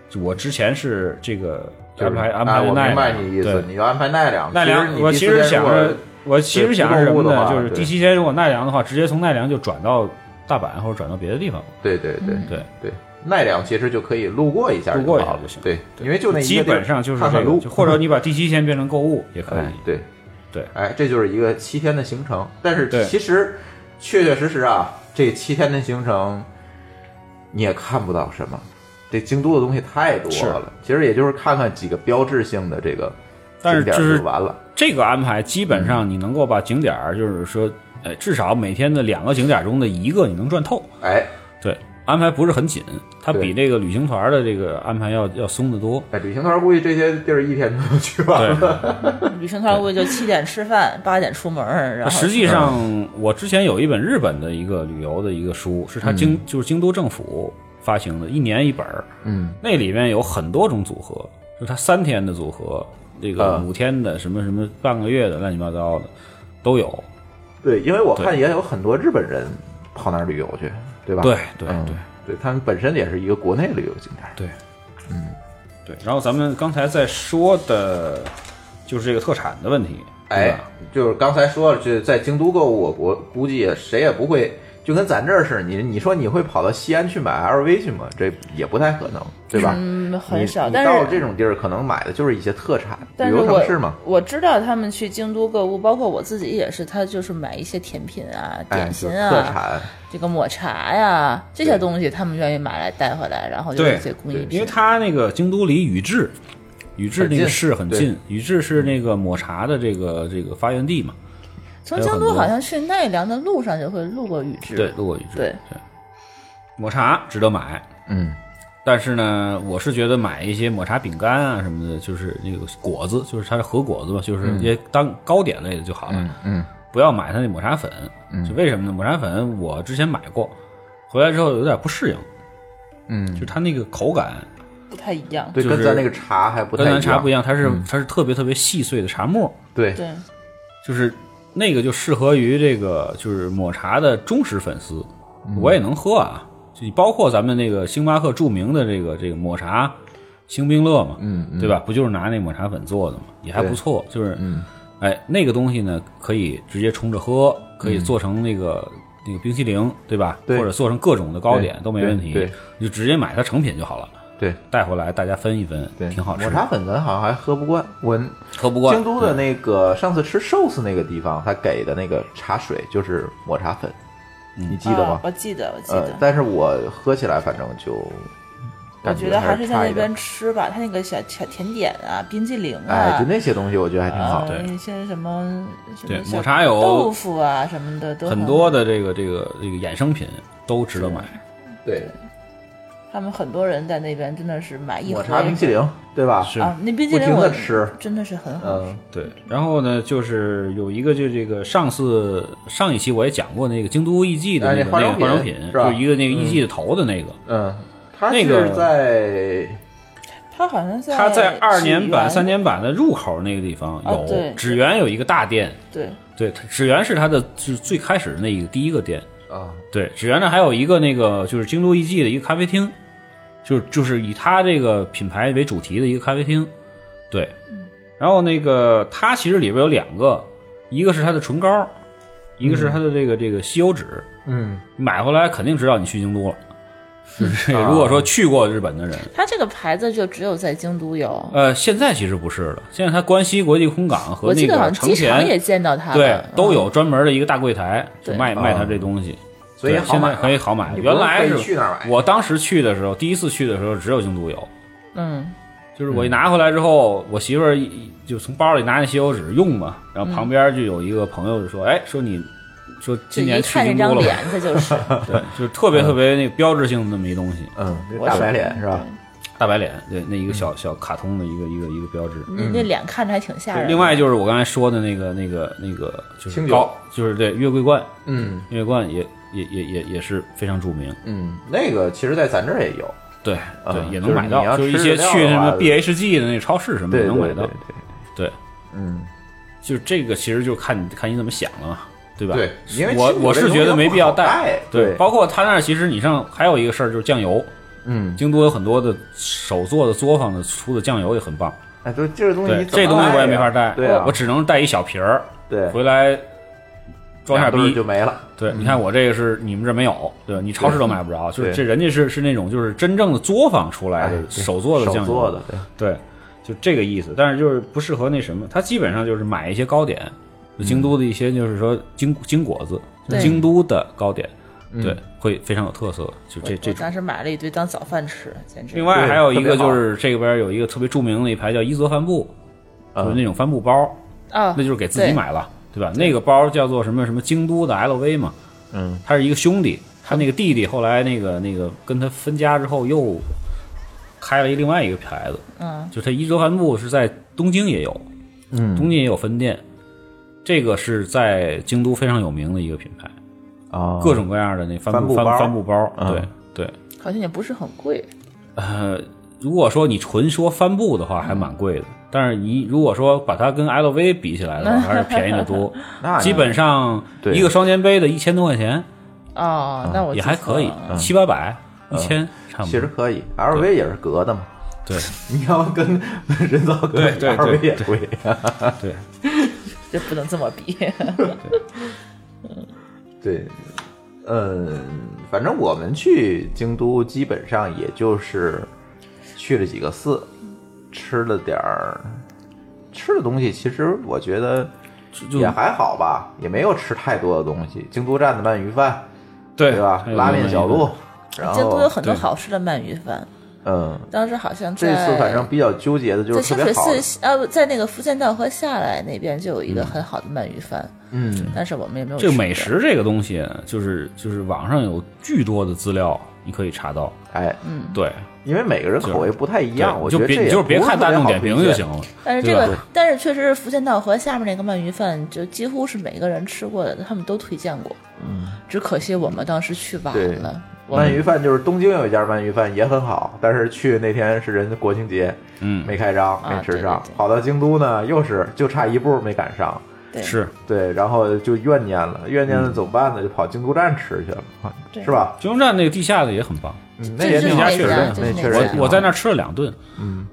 [SPEAKER 5] 就我之前是这个
[SPEAKER 3] 对
[SPEAKER 5] 安排
[SPEAKER 3] 啊
[SPEAKER 5] 安排的
[SPEAKER 3] 我
[SPEAKER 5] 奈
[SPEAKER 3] 明白
[SPEAKER 5] 良，
[SPEAKER 3] 你意
[SPEAKER 5] 对
[SPEAKER 3] 思，你要安排奈良，
[SPEAKER 5] 奈良，我
[SPEAKER 3] 其
[SPEAKER 5] 其
[SPEAKER 3] 实你第四天
[SPEAKER 5] 实想
[SPEAKER 3] 如果
[SPEAKER 5] 着，我其实想着什么
[SPEAKER 3] 对不动
[SPEAKER 5] 呢？
[SPEAKER 3] 物的话
[SPEAKER 5] 就是
[SPEAKER 3] 对
[SPEAKER 5] 第七天如果奈良的话，直接从奈良就转到大阪或者转到别的地方，
[SPEAKER 3] 对对对
[SPEAKER 5] 嗯对，
[SPEAKER 3] 对，奈良其实就可以路过一下，
[SPEAKER 5] 路过一下
[SPEAKER 3] 好了
[SPEAKER 5] 就行
[SPEAKER 3] 对，因为就那一个地
[SPEAKER 5] 基
[SPEAKER 3] 儿
[SPEAKER 5] 本上就是
[SPEAKER 3] 看
[SPEAKER 5] 这
[SPEAKER 3] 看
[SPEAKER 5] 个
[SPEAKER 3] 路，
[SPEAKER 5] 就，或者你把第七天变成购物也
[SPEAKER 3] <laughs>
[SPEAKER 5] 可
[SPEAKER 3] 哎
[SPEAKER 5] 以。
[SPEAKER 3] 对
[SPEAKER 5] 对
[SPEAKER 3] 哎，这就是一个七天的行程。但是
[SPEAKER 5] 对
[SPEAKER 3] 其实确确实实啊，这七天的行程你也看不到什么，这京都的东西太多
[SPEAKER 5] 是
[SPEAKER 3] 了。其实也就是看看几个标志性的这个
[SPEAKER 5] 但是
[SPEAKER 3] 景
[SPEAKER 5] 就
[SPEAKER 3] 点
[SPEAKER 5] 是
[SPEAKER 3] 就完了。
[SPEAKER 5] 这个安排基本
[SPEAKER 3] 嗯
[SPEAKER 5] 上你能够把景点儿，就是说，呃，至少每天的两个景点中的一个你能转透。
[SPEAKER 3] 哎，
[SPEAKER 5] 对，安排不是很紧，它
[SPEAKER 3] 对
[SPEAKER 5] 比这个旅行团的这个安排要要松得多。
[SPEAKER 3] 哎，旅行团估计这些地儿一天就去完
[SPEAKER 5] 对
[SPEAKER 3] 了。 <laughs>
[SPEAKER 4] 旅行团估计就七点吃饭，八点出门，然后
[SPEAKER 5] 实际上，我之前有一本日本的一个旅游的一个书，是它京、就是京都政府发行的，一年一本儿
[SPEAKER 3] 嗯，
[SPEAKER 5] 那里面有很多种组合，就它三天的组合，这个
[SPEAKER 3] 啊
[SPEAKER 5] 五天的，什么什么半个月的，乱七八糟的都有。
[SPEAKER 3] 对，因为我看
[SPEAKER 5] 对
[SPEAKER 3] 也有很多日本人跑那儿旅游去，对吧？
[SPEAKER 5] 对对
[SPEAKER 3] 嗯
[SPEAKER 5] 对
[SPEAKER 3] 对，他们本身也是一个国内旅游景点。
[SPEAKER 5] 对，嗯，对。然后咱们刚才在说的，就是这个特产的问题，对
[SPEAKER 3] 哎
[SPEAKER 5] 吧？，
[SPEAKER 3] 就是刚才说了，这在京都购物，我我估计谁也不会，就跟咱这儿似的，你你说你会跑到西安去买 LV 去吗？这也不太可能，对吧？
[SPEAKER 4] 嗯
[SPEAKER 3] 你
[SPEAKER 4] 很少，
[SPEAKER 3] 你
[SPEAKER 4] 但
[SPEAKER 3] 到了
[SPEAKER 4] 是
[SPEAKER 3] 这种地儿，可能买的就是一些特产，
[SPEAKER 4] 但
[SPEAKER 3] 旅
[SPEAKER 4] 是
[SPEAKER 3] 游
[SPEAKER 4] 我
[SPEAKER 3] 城市嘛。
[SPEAKER 4] 我知道他们去京都购物，包括我自己也是，他就是买一些甜品啊、
[SPEAKER 3] 哎，
[SPEAKER 4] 点
[SPEAKER 3] 就
[SPEAKER 4] 心
[SPEAKER 3] 是特
[SPEAKER 4] 啊、
[SPEAKER 3] 产，
[SPEAKER 4] 这个抹茶呀、这些
[SPEAKER 3] 对
[SPEAKER 4] 东西，他们愿意买来带回来，然后就
[SPEAKER 5] 对
[SPEAKER 4] 有一些工艺
[SPEAKER 5] 因
[SPEAKER 4] 品。
[SPEAKER 5] 为它那个京都离宇治，宇治那个市
[SPEAKER 3] 很
[SPEAKER 5] 很
[SPEAKER 3] 近
[SPEAKER 5] 近，宇治是那个抹茶的这个这个发源地嘛。
[SPEAKER 4] 从
[SPEAKER 5] 还有
[SPEAKER 4] 京
[SPEAKER 5] 很
[SPEAKER 4] 都
[SPEAKER 5] 多
[SPEAKER 4] 好像去奈良的路上就会路过宇治，
[SPEAKER 5] 对，路过宇治。
[SPEAKER 4] 对
[SPEAKER 5] 抹茶值得买，
[SPEAKER 3] 嗯，
[SPEAKER 5] 但是呢，我是觉得买一些抹茶饼干啊什么的，就是那个果子，就是它是和果子嘛，
[SPEAKER 3] 嗯
[SPEAKER 5] 就是一些当糕点类的就好了。嗯，不要买它那抹茶粉。
[SPEAKER 3] 嗯
[SPEAKER 5] 就为什么呢？抹茶粉我之前买过，回来之后有点不适应。嗯，就它那个口感
[SPEAKER 4] 不太一样。
[SPEAKER 3] 对，
[SPEAKER 5] 就是
[SPEAKER 3] 跟咱那个茶还不太
[SPEAKER 5] 跟
[SPEAKER 3] 一样嗯
[SPEAKER 5] 咱茶不一样，它是、它是特别特别细碎的茶沫。
[SPEAKER 3] 对，
[SPEAKER 4] 对，
[SPEAKER 5] 就是那个就适合于这个就是抹茶的忠实粉丝，
[SPEAKER 3] 嗯
[SPEAKER 5] 我也能喝啊。就包括咱们那个星巴克著名的这个这个抹茶星冰乐嘛，
[SPEAKER 3] 嗯嗯
[SPEAKER 5] 对吧？不就是拿那抹茶粉做的嘛，也还
[SPEAKER 3] 对
[SPEAKER 5] 不错。就是，
[SPEAKER 3] 嗯
[SPEAKER 5] 哎，那个东西呢，可以直接冲着喝，可以做成那个、那个冰淇淋，对吧？
[SPEAKER 3] 嗯对
[SPEAKER 5] 或者做成各种的糕点
[SPEAKER 3] 对
[SPEAKER 5] 都没问题，
[SPEAKER 3] 对对
[SPEAKER 5] 你就直接买它成品就好了，
[SPEAKER 3] 对
[SPEAKER 5] 带回来大家分一分，
[SPEAKER 3] 对，
[SPEAKER 5] 挺好吃
[SPEAKER 3] 抹
[SPEAKER 5] 的，
[SPEAKER 3] 茶粉咱好像还喝不惯，我
[SPEAKER 5] 喝不惯。
[SPEAKER 3] 京都的那个上次吃寿司那个地方，他给的那个茶水就是抹茶粉，
[SPEAKER 5] 嗯
[SPEAKER 3] 你记得吗
[SPEAKER 4] 啊？我记得，我记
[SPEAKER 3] 呃
[SPEAKER 4] 得，。
[SPEAKER 3] 但是我喝起来反正就
[SPEAKER 4] 我
[SPEAKER 3] 感
[SPEAKER 4] 觉得还
[SPEAKER 3] 是
[SPEAKER 4] 是在
[SPEAKER 3] 差
[SPEAKER 4] 那
[SPEAKER 3] 一点
[SPEAKER 4] 边。吃吧，他那个小小甜点啊、冰激凌
[SPEAKER 3] 哎
[SPEAKER 4] 啊，，
[SPEAKER 3] 就那些东西我觉得还挺好
[SPEAKER 4] 啊，
[SPEAKER 3] 的。
[SPEAKER 5] 对
[SPEAKER 4] 一些什么什么
[SPEAKER 5] 对
[SPEAKER 4] 小
[SPEAKER 5] 抹茶有
[SPEAKER 4] 豆腐啊什么的，都
[SPEAKER 5] 很多的这个这个这个衍生品都值得买。
[SPEAKER 3] 对，
[SPEAKER 4] 他们很多人在那边真的是买一盒
[SPEAKER 3] 抹茶冰淇淋，对吧？
[SPEAKER 5] 是
[SPEAKER 4] 啊，那冰淇
[SPEAKER 3] 不
[SPEAKER 4] 淋
[SPEAKER 3] 停
[SPEAKER 4] 我
[SPEAKER 3] 的吃，
[SPEAKER 4] 真的是很好吃。
[SPEAKER 3] 嗯，
[SPEAKER 5] 对，然后呢，就是有一个就这个上次上一期我也讲过那个京都艺妓的
[SPEAKER 3] 哎
[SPEAKER 5] 那
[SPEAKER 3] 那
[SPEAKER 5] 个、
[SPEAKER 3] 化
[SPEAKER 5] 那
[SPEAKER 3] 妆
[SPEAKER 5] 个化妆
[SPEAKER 3] 品
[SPEAKER 5] 品，
[SPEAKER 3] 是吧
[SPEAKER 5] 就是一个那个艺妓的头的那个，
[SPEAKER 3] 嗯，它
[SPEAKER 5] 那个
[SPEAKER 3] 是在
[SPEAKER 4] 他好像在
[SPEAKER 5] 它在二年版、
[SPEAKER 4] 起源
[SPEAKER 5] 三年版的入口那个地方
[SPEAKER 4] 啊
[SPEAKER 5] 有
[SPEAKER 4] 对
[SPEAKER 5] 纸园有一个大店，
[SPEAKER 4] 对
[SPEAKER 5] 对，纸园是它的就是最开始的那一个第一个店，
[SPEAKER 3] 啊，
[SPEAKER 5] 对，纸园呢还有一个那个就是京都艺妓的一个咖啡厅，就是就是以它这个品牌为主题的一个咖啡厅，对。
[SPEAKER 4] 嗯
[SPEAKER 5] 然后那个它其实里边有两个，一个是它的唇膏，一
[SPEAKER 4] 嗯
[SPEAKER 5] 个是它的这个、这个吸油纸，
[SPEAKER 3] 嗯，
[SPEAKER 5] 买回来肯定知道你去京都了。
[SPEAKER 4] 嗯
[SPEAKER 5] <laughs> 就是
[SPEAKER 4] 啊
[SPEAKER 5] 如果说去过日本的人，
[SPEAKER 4] 他这个牌子就只有在京都有，
[SPEAKER 5] 呃，现在其实不是了，现在它关西国际空港和
[SPEAKER 4] 我
[SPEAKER 5] 那
[SPEAKER 4] 记得
[SPEAKER 5] 个
[SPEAKER 4] 好像
[SPEAKER 5] 成
[SPEAKER 4] 机场
[SPEAKER 5] 田
[SPEAKER 4] 也见到它
[SPEAKER 5] 对
[SPEAKER 4] 了，
[SPEAKER 5] 都
[SPEAKER 4] 嗯
[SPEAKER 5] 有专门的一个大柜台，就
[SPEAKER 4] 对
[SPEAKER 5] 卖卖它
[SPEAKER 3] 啊
[SPEAKER 5] 这东西。
[SPEAKER 3] 所以
[SPEAKER 5] 对
[SPEAKER 3] 好买
[SPEAKER 5] 现在可以好买。
[SPEAKER 3] 你不
[SPEAKER 5] 原
[SPEAKER 3] 用
[SPEAKER 5] 来
[SPEAKER 3] 特
[SPEAKER 5] 是
[SPEAKER 3] 意去那儿买
[SPEAKER 5] 我当时去的时候，第一次去的时候只有京都有，
[SPEAKER 4] 嗯，
[SPEAKER 5] 就是我一拿回来之后，我媳妇儿一一就从包里拿那吸油纸用嘛，
[SPEAKER 4] 嗯
[SPEAKER 5] 然后旁边就有一个朋友就说：“哎，说你说
[SPEAKER 4] 就
[SPEAKER 5] 今
[SPEAKER 4] 一
[SPEAKER 5] 年去
[SPEAKER 4] 看那
[SPEAKER 5] 京都
[SPEAKER 4] 张
[SPEAKER 5] 了
[SPEAKER 4] 脸
[SPEAKER 5] 吧， <laughs>
[SPEAKER 4] 这就是
[SPEAKER 5] 对，就是特别特别那个标志性的那么一东西。
[SPEAKER 3] 嗯，这
[SPEAKER 4] 我
[SPEAKER 3] 大
[SPEAKER 4] 是
[SPEAKER 3] 白脸是吧？
[SPEAKER 5] 大白脸，对，那一个小小卡通的一个一个一个标志。
[SPEAKER 4] 你那脸看着还挺吓人的。
[SPEAKER 5] 嗯另外就是我刚才说的那个那个那个，就是
[SPEAKER 3] 清酒
[SPEAKER 5] 高，就是对月桂冠，
[SPEAKER 3] 嗯
[SPEAKER 5] 月桂冠也也也也也是非常著名，
[SPEAKER 3] 嗯，那个其实，在咱这儿也有，
[SPEAKER 5] 对
[SPEAKER 3] 啊
[SPEAKER 5] 对，也
[SPEAKER 3] 就
[SPEAKER 5] 能
[SPEAKER 3] 是
[SPEAKER 5] 买
[SPEAKER 3] 你要
[SPEAKER 5] 到，就是一
[SPEAKER 3] 吃
[SPEAKER 5] 些
[SPEAKER 3] 得了
[SPEAKER 5] 去
[SPEAKER 3] 的
[SPEAKER 5] 什
[SPEAKER 3] 话
[SPEAKER 5] 么 BHG 的那个超市什么
[SPEAKER 3] 对
[SPEAKER 5] 嗯也能
[SPEAKER 3] 对
[SPEAKER 5] 买
[SPEAKER 3] 对对
[SPEAKER 5] 到，，对。
[SPEAKER 3] 嗯，
[SPEAKER 5] 就是这个，其实就看看你怎么想了嘛，对吧？
[SPEAKER 3] 对因为
[SPEAKER 5] 我
[SPEAKER 3] 其实
[SPEAKER 5] 我
[SPEAKER 3] 这
[SPEAKER 5] 是
[SPEAKER 3] 东
[SPEAKER 5] 觉
[SPEAKER 3] 西
[SPEAKER 5] 得
[SPEAKER 3] 它
[SPEAKER 5] 没
[SPEAKER 3] 不
[SPEAKER 5] 必要
[SPEAKER 3] 好带
[SPEAKER 5] 对，
[SPEAKER 3] 对
[SPEAKER 5] 包括他那儿其实你上还有一个事儿就是酱油，
[SPEAKER 3] 嗯，
[SPEAKER 5] 京都有很多的手做的作坊的出的酱油也很棒，
[SPEAKER 3] 哎，对，这个东西
[SPEAKER 5] 对
[SPEAKER 3] 你，怎么
[SPEAKER 5] 这东西我
[SPEAKER 3] 带
[SPEAKER 5] 也没
[SPEAKER 3] 呀
[SPEAKER 5] 法带，
[SPEAKER 3] 对啊，
[SPEAKER 5] 我只能带一小瓶儿
[SPEAKER 3] 对
[SPEAKER 5] 回来装
[SPEAKER 3] 两
[SPEAKER 5] 下
[SPEAKER 3] 兜儿
[SPEAKER 5] 逼
[SPEAKER 3] 就。没了，
[SPEAKER 5] 对，你看我这个是你们这没有，对吧你超市都买不着，就
[SPEAKER 3] 嗯
[SPEAKER 5] 是
[SPEAKER 3] 对
[SPEAKER 5] 这人家是是那种就是真正的作坊出来
[SPEAKER 3] 哎
[SPEAKER 5] 的
[SPEAKER 3] 对
[SPEAKER 5] 手做的酱
[SPEAKER 3] 手
[SPEAKER 5] 油，
[SPEAKER 3] 做的，对
[SPEAKER 5] 对，就这个意思。但是就是不适合那什么，他基本上就是买一些糕点，
[SPEAKER 3] 嗯
[SPEAKER 5] 就京都的一些就是说京京果子，就
[SPEAKER 4] 对
[SPEAKER 5] 京都的糕点，
[SPEAKER 3] 嗯
[SPEAKER 5] 对，会非常有特色。就这这
[SPEAKER 4] 我
[SPEAKER 5] 种。
[SPEAKER 4] 当时买了一堆当早饭吃，简直。
[SPEAKER 5] 另外
[SPEAKER 3] 对
[SPEAKER 5] 还有
[SPEAKER 3] 特
[SPEAKER 5] 一
[SPEAKER 3] 别
[SPEAKER 5] 个就
[SPEAKER 3] 好
[SPEAKER 5] 是这边有一个特别著名的一排叫伊泽帆布，就是
[SPEAKER 3] 嗯
[SPEAKER 5] 那种帆布包，
[SPEAKER 4] 啊，
[SPEAKER 5] 那就是给自己
[SPEAKER 4] 对。
[SPEAKER 5] 买了，对吧？那个包叫做什么什么京都的 LV 嘛，
[SPEAKER 3] 嗯，
[SPEAKER 5] 他是一个兄弟，他那个弟弟后来那个那个跟他分家之后又开了一另外一个牌子，
[SPEAKER 4] 嗯，
[SPEAKER 5] 就是他伊泽帆布是在东京也有，
[SPEAKER 3] 嗯
[SPEAKER 5] 东京也有分店，这个是在京都非常有名的一个品牌，
[SPEAKER 3] 啊，
[SPEAKER 5] 各种各样的那帆布
[SPEAKER 3] 帆布包
[SPEAKER 5] 帆帆布包，
[SPEAKER 3] 嗯
[SPEAKER 5] 对对，
[SPEAKER 4] 好像也不是很贵。
[SPEAKER 5] 呃，如果说你纯说帆布的话，还蛮贵的。但是你如果说把它跟 LV 比起
[SPEAKER 4] <laughs>
[SPEAKER 5] 来的话，还是便宜的多
[SPEAKER 3] <laughs> 那。
[SPEAKER 5] 基本上
[SPEAKER 3] 对
[SPEAKER 5] 一个双肩背的一千多块钱
[SPEAKER 4] 哦，那我
[SPEAKER 5] 啊
[SPEAKER 4] 记
[SPEAKER 5] 也还
[SPEAKER 4] 错
[SPEAKER 5] 可以
[SPEAKER 4] 了，
[SPEAKER 5] 七八百、一千差不
[SPEAKER 3] 啊嗯其
[SPEAKER 5] 多
[SPEAKER 3] 实。可以，LV 也是格的嘛，
[SPEAKER 5] 对
[SPEAKER 3] <laughs> 你要跟人造革
[SPEAKER 5] 对对对
[SPEAKER 3] ，LV 也啊贵，
[SPEAKER 5] 对，
[SPEAKER 4] 这不能这么
[SPEAKER 5] <laughs>
[SPEAKER 4] 比。
[SPEAKER 3] 对，嗯，反正我们去京都基本上也就是去了几个寺，吃了点儿吃的东西，其实我觉得
[SPEAKER 5] 就
[SPEAKER 3] 也还好吧，也没有吃太多的东西。京都站的鳗鱼饭，
[SPEAKER 5] 对
[SPEAKER 3] 对吧
[SPEAKER 5] 还？有
[SPEAKER 3] 拉面小
[SPEAKER 5] 那
[SPEAKER 3] 路
[SPEAKER 5] 个，
[SPEAKER 3] 然
[SPEAKER 4] 京都有
[SPEAKER 3] 后
[SPEAKER 4] 很多
[SPEAKER 5] 哦对
[SPEAKER 4] 好吃的鳗鱼饭，
[SPEAKER 3] 嗯，
[SPEAKER 4] 当时好像在
[SPEAKER 3] 这次反正比较纠结的就
[SPEAKER 4] 在
[SPEAKER 3] 是特
[SPEAKER 4] 清
[SPEAKER 3] 别
[SPEAKER 4] 水
[SPEAKER 3] 好的，
[SPEAKER 4] 寺呃，不在那个福建道和下来那边就有一个很好的鳗鱼饭，
[SPEAKER 3] 嗯，
[SPEAKER 4] 但是我们也没有
[SPEAKER 5] 这个
[SPEAKER 4] 吃
[SPEAKER 5] 美
[SPEAKER 4] 着
[SPEAKER 5] 食这个东西，就是就是网上有巨多的资料，你可以查到。
[SPEAKER 3] 哎，
[SPEAKER 5] 对，
[SPEAKER 3] 因为每个人口味不太一
[SPEAKER 5] 一
[SPEAKER 3] 样，我觉得这
[SPEAKER 5] 就别
[SPEAKER 3] 也
[SPEAKER 5] 你就是别
[SPEAKER 3] 不是
[SPEAKER 5] 看
[SPEAKER 3] 特
[SPEAKER 5] 大
[SPEAKER 3] 别
[SPEAKER 5] 众
[SPEAKER 3] 好
[SPEAKER 5] 点
[SPEAKER 3] 推
[SPEAKER 5] 评就
[SPEAKER 3] 荐
[SPEAKER 5] 行。了。
[SPEAKER 4] 但是
[SPEAKER 5] 对
[SPEAKER 4] 这
[SPEAKER 5] 吧
[SPEAKER 4] 个，但是确实是福建道和下面那个鳗鱼饭，就几乎是每个人吃过的，他们都推荐过。嗯，只可惜我们当时去晚
[SPEAKER 3] 对
[SPEAKER 4] 了。我
[SPEAKER 3] 鳗
[SPEAKER 4] 们
[SPEAKER 5] 嗯
[SPEAKER 3] 鱼饭就是东京有一家鳗鱼饭也很好，但是去那天是人家国庆节，
[SPEAKER 5] 嗯
[SPEAKER 3] 没开张，没吃上。
[SPEAKER 4] 啊对对对
[SPEAKER 3] 跑到京都呢，又是就差一步没赶上，
[SPEAKER 4] 对
[SPEAKER 5] 是
[SPEAKER 3] 对，然后就怨念了，怨念了怎么办呢？就跑京都站吃去了，
[SPEAKER 4] 对
[SPEAKER 3] 是吧？
[SPEAKER 5] 金融站那个地下的也很棒，
[SPEAKER 3] 嗯，
[SPEAKER 4] 这
[SPEAKER 3] 也
[SPEAKER 4] 就是
[SPEAKER 3] 挺
[SPEAKER 5] 那
[SPEAKER 3] 好
[SPEAKER 5] 家
[SPEAKER 3] 吃
[SPEAKER 5] 确
[SPEAKER 3] 的
[SPEAKER 5] 实
[SPEAKER 3] 那
[SPEAKER 4] 那
[SPEAKER 3] 确
[SPEAKER 4] 家
[SPEAKER 3] 实挺
[SPEAKER 4] 对
[SPEAKER 5] 我
[SPEAKER 3] 好
[SPEAKER 5] 我在那儿吃了两顿，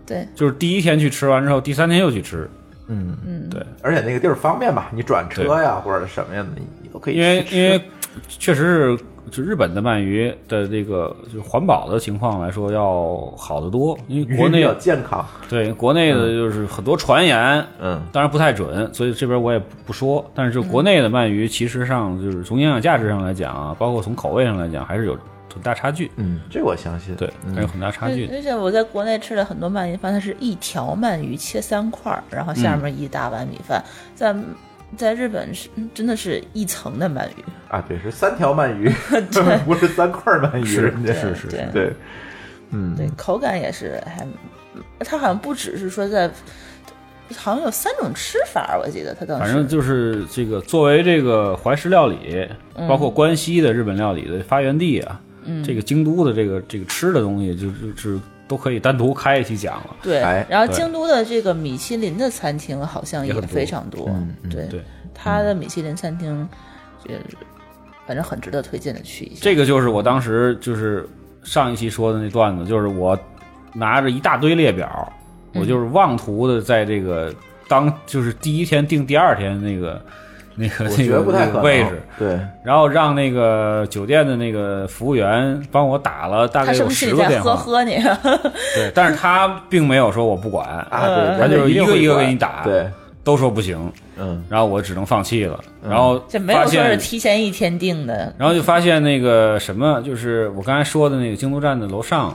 [SPEAKER 4] 对
[SPEAKER 5] 就是第一天去吃完之后，第三天又去吃，
[SPEAKER 3] 嗯，
[SPEAKER 5] 对，
[SPEAKER 3] 而且那个地儿方便吧，你转车
[SPEAKER 5] 对
[SPEAKER 3] 呀或者什么呀，的，你都可以
[SPEAKER 5] 因为
[SPEAKER 3] 去吃
[SPEAKER 5] 因为确实是就日本的鳗鱼的这个就是环保的情况来说要好得多，因为国
[SPEAKER 3] 鱼比
[SPEAKER 5] 内
[SPEAKER 3] 较健康，
[SPEAKER 5] 对国内的就是很多传言，
[SPEAKER 3] 嗯
[SPEAKER 5] 当然不太准，所以这边我也不不说，但是就国内的鳗鱼其实上就是从营养价值上来讲啊，包括从口味上来讲，还是有很大差距，
[SPEAKER 3] 嗯，这我相信，
[SPEAKER 5] 对，还是有
[SPEAKER 3] 嗯，
[SPEAKER 5] 很大差距的。
[SPEAKER 4] 而且我在国内吃了很多鳗鱼饭，它是一条鳗鱼切三块儿，然后下面一大碗米饭。在在日本是嗯真的是一层的鳗鱼，
[SPEAKER 3] 啊，对，是三条鳗鱼，
[SPEAKER 4] <laughs>
[SPEAKER 3] <laughs> 不是三块鳗鱼，
[SPEAKER 5] 是
[SPEAKER 3] 人家
[SPEAKER 4] 是是对
[SPEAKER 3] 对，
[SPEAKER 4] 对，口感也是还，它好像不只是说在，好像有三种吃法，我记得它当时
[SPEAKER 5] 反正就是这个，作为这个怀石料理，
[SPEAKER 4] 嗯
[SPEAKER 5] 包括关西的日本料理的发源地啊，这个京都的这个这个吃的东西就，就就是都可以单独开一期讲了。
[SPEAKER 4] 对，
[SPEAKER 3] 哎
[SPEAKER 4] 然后
[SPEAKER 5] 对
[SPEAKER 4] 京都的这个米其林的餐厅好像
[SPEAKER 5] 也很多嗯
[SPEAKER 4] 非常多，对，
[SPEAKER 5] 对，嗯
[SPEAKER 4] 它的米其林餐厅，呃，反正很值得推荐的去一下。
[SPEAKER 5] 这个就是我当时就是上一期说的那段子，就是我拿着一大堆列表，
[SPEAKER 4] 嗯
[SPEAKER 5] 我就是妄图的在这个当就是第一天定第二天那个那个
[SPEAKER 3] 我
[SPEAKER 5] 那
[SPEAKER 3] 觉
[SPEAKER 5] 个
[SPEAKER 3] 得不太可
[SPEAKER 5] 那个
[SPEAKER 3] 能，
[SPEAKER 5] 位置，
[SPEAKER 3] 对。
[SPEAKER 5] 然后让那个酒店的那个服务员帮我打了大
[SPEAKER 4] 他
[SPEAKER 5] 概
[SPEAKER 4] 是
[SPEAKER 5] 有
[SPEAKER 4] 不是
[SPEAKER 5] 十
[SPEAKER 4] 心里
[SPEAKER 5] 个
[SPEAKER 4] 在
[SPEAKER 5] 电
[SPEAKER 4] 呵
[SPEAKER 5] 话，
[SPEAKER 4] 呵你？啊 <laughs>
[SPEAKER 5] 对，但是他并没有说我不管，
[SPEAKER 3] 啊，对，
[SPEAKER 5] 他
[SPEAKER 3] 人家
[SPEAKER 5] 就是
[SPEAKER 3] 一定
[SPEAKER 5] 个
[SPEAKER 3] 会
[SPEAKER 5] 一个
[SPEAKER 3] 管
[SPEAKER 5] 给你打，
[SPEAKER 3] 对，
[SPEAKER 5] 都说不行，
[SPEAKER 3] 嗯，
[SPEAKER 5] 然后我只能放弃了，然后
[SPEAKER 4] 这没有
[SPEAKER 5] 发
[SPEAKER 4] 说是
[SPEAKER 5] 现，
[SPEAKER 4] 提前一天定的，
[SPEAKER 5] 然后就发现那个什么，就是我刚才说的那个京都站的楼上。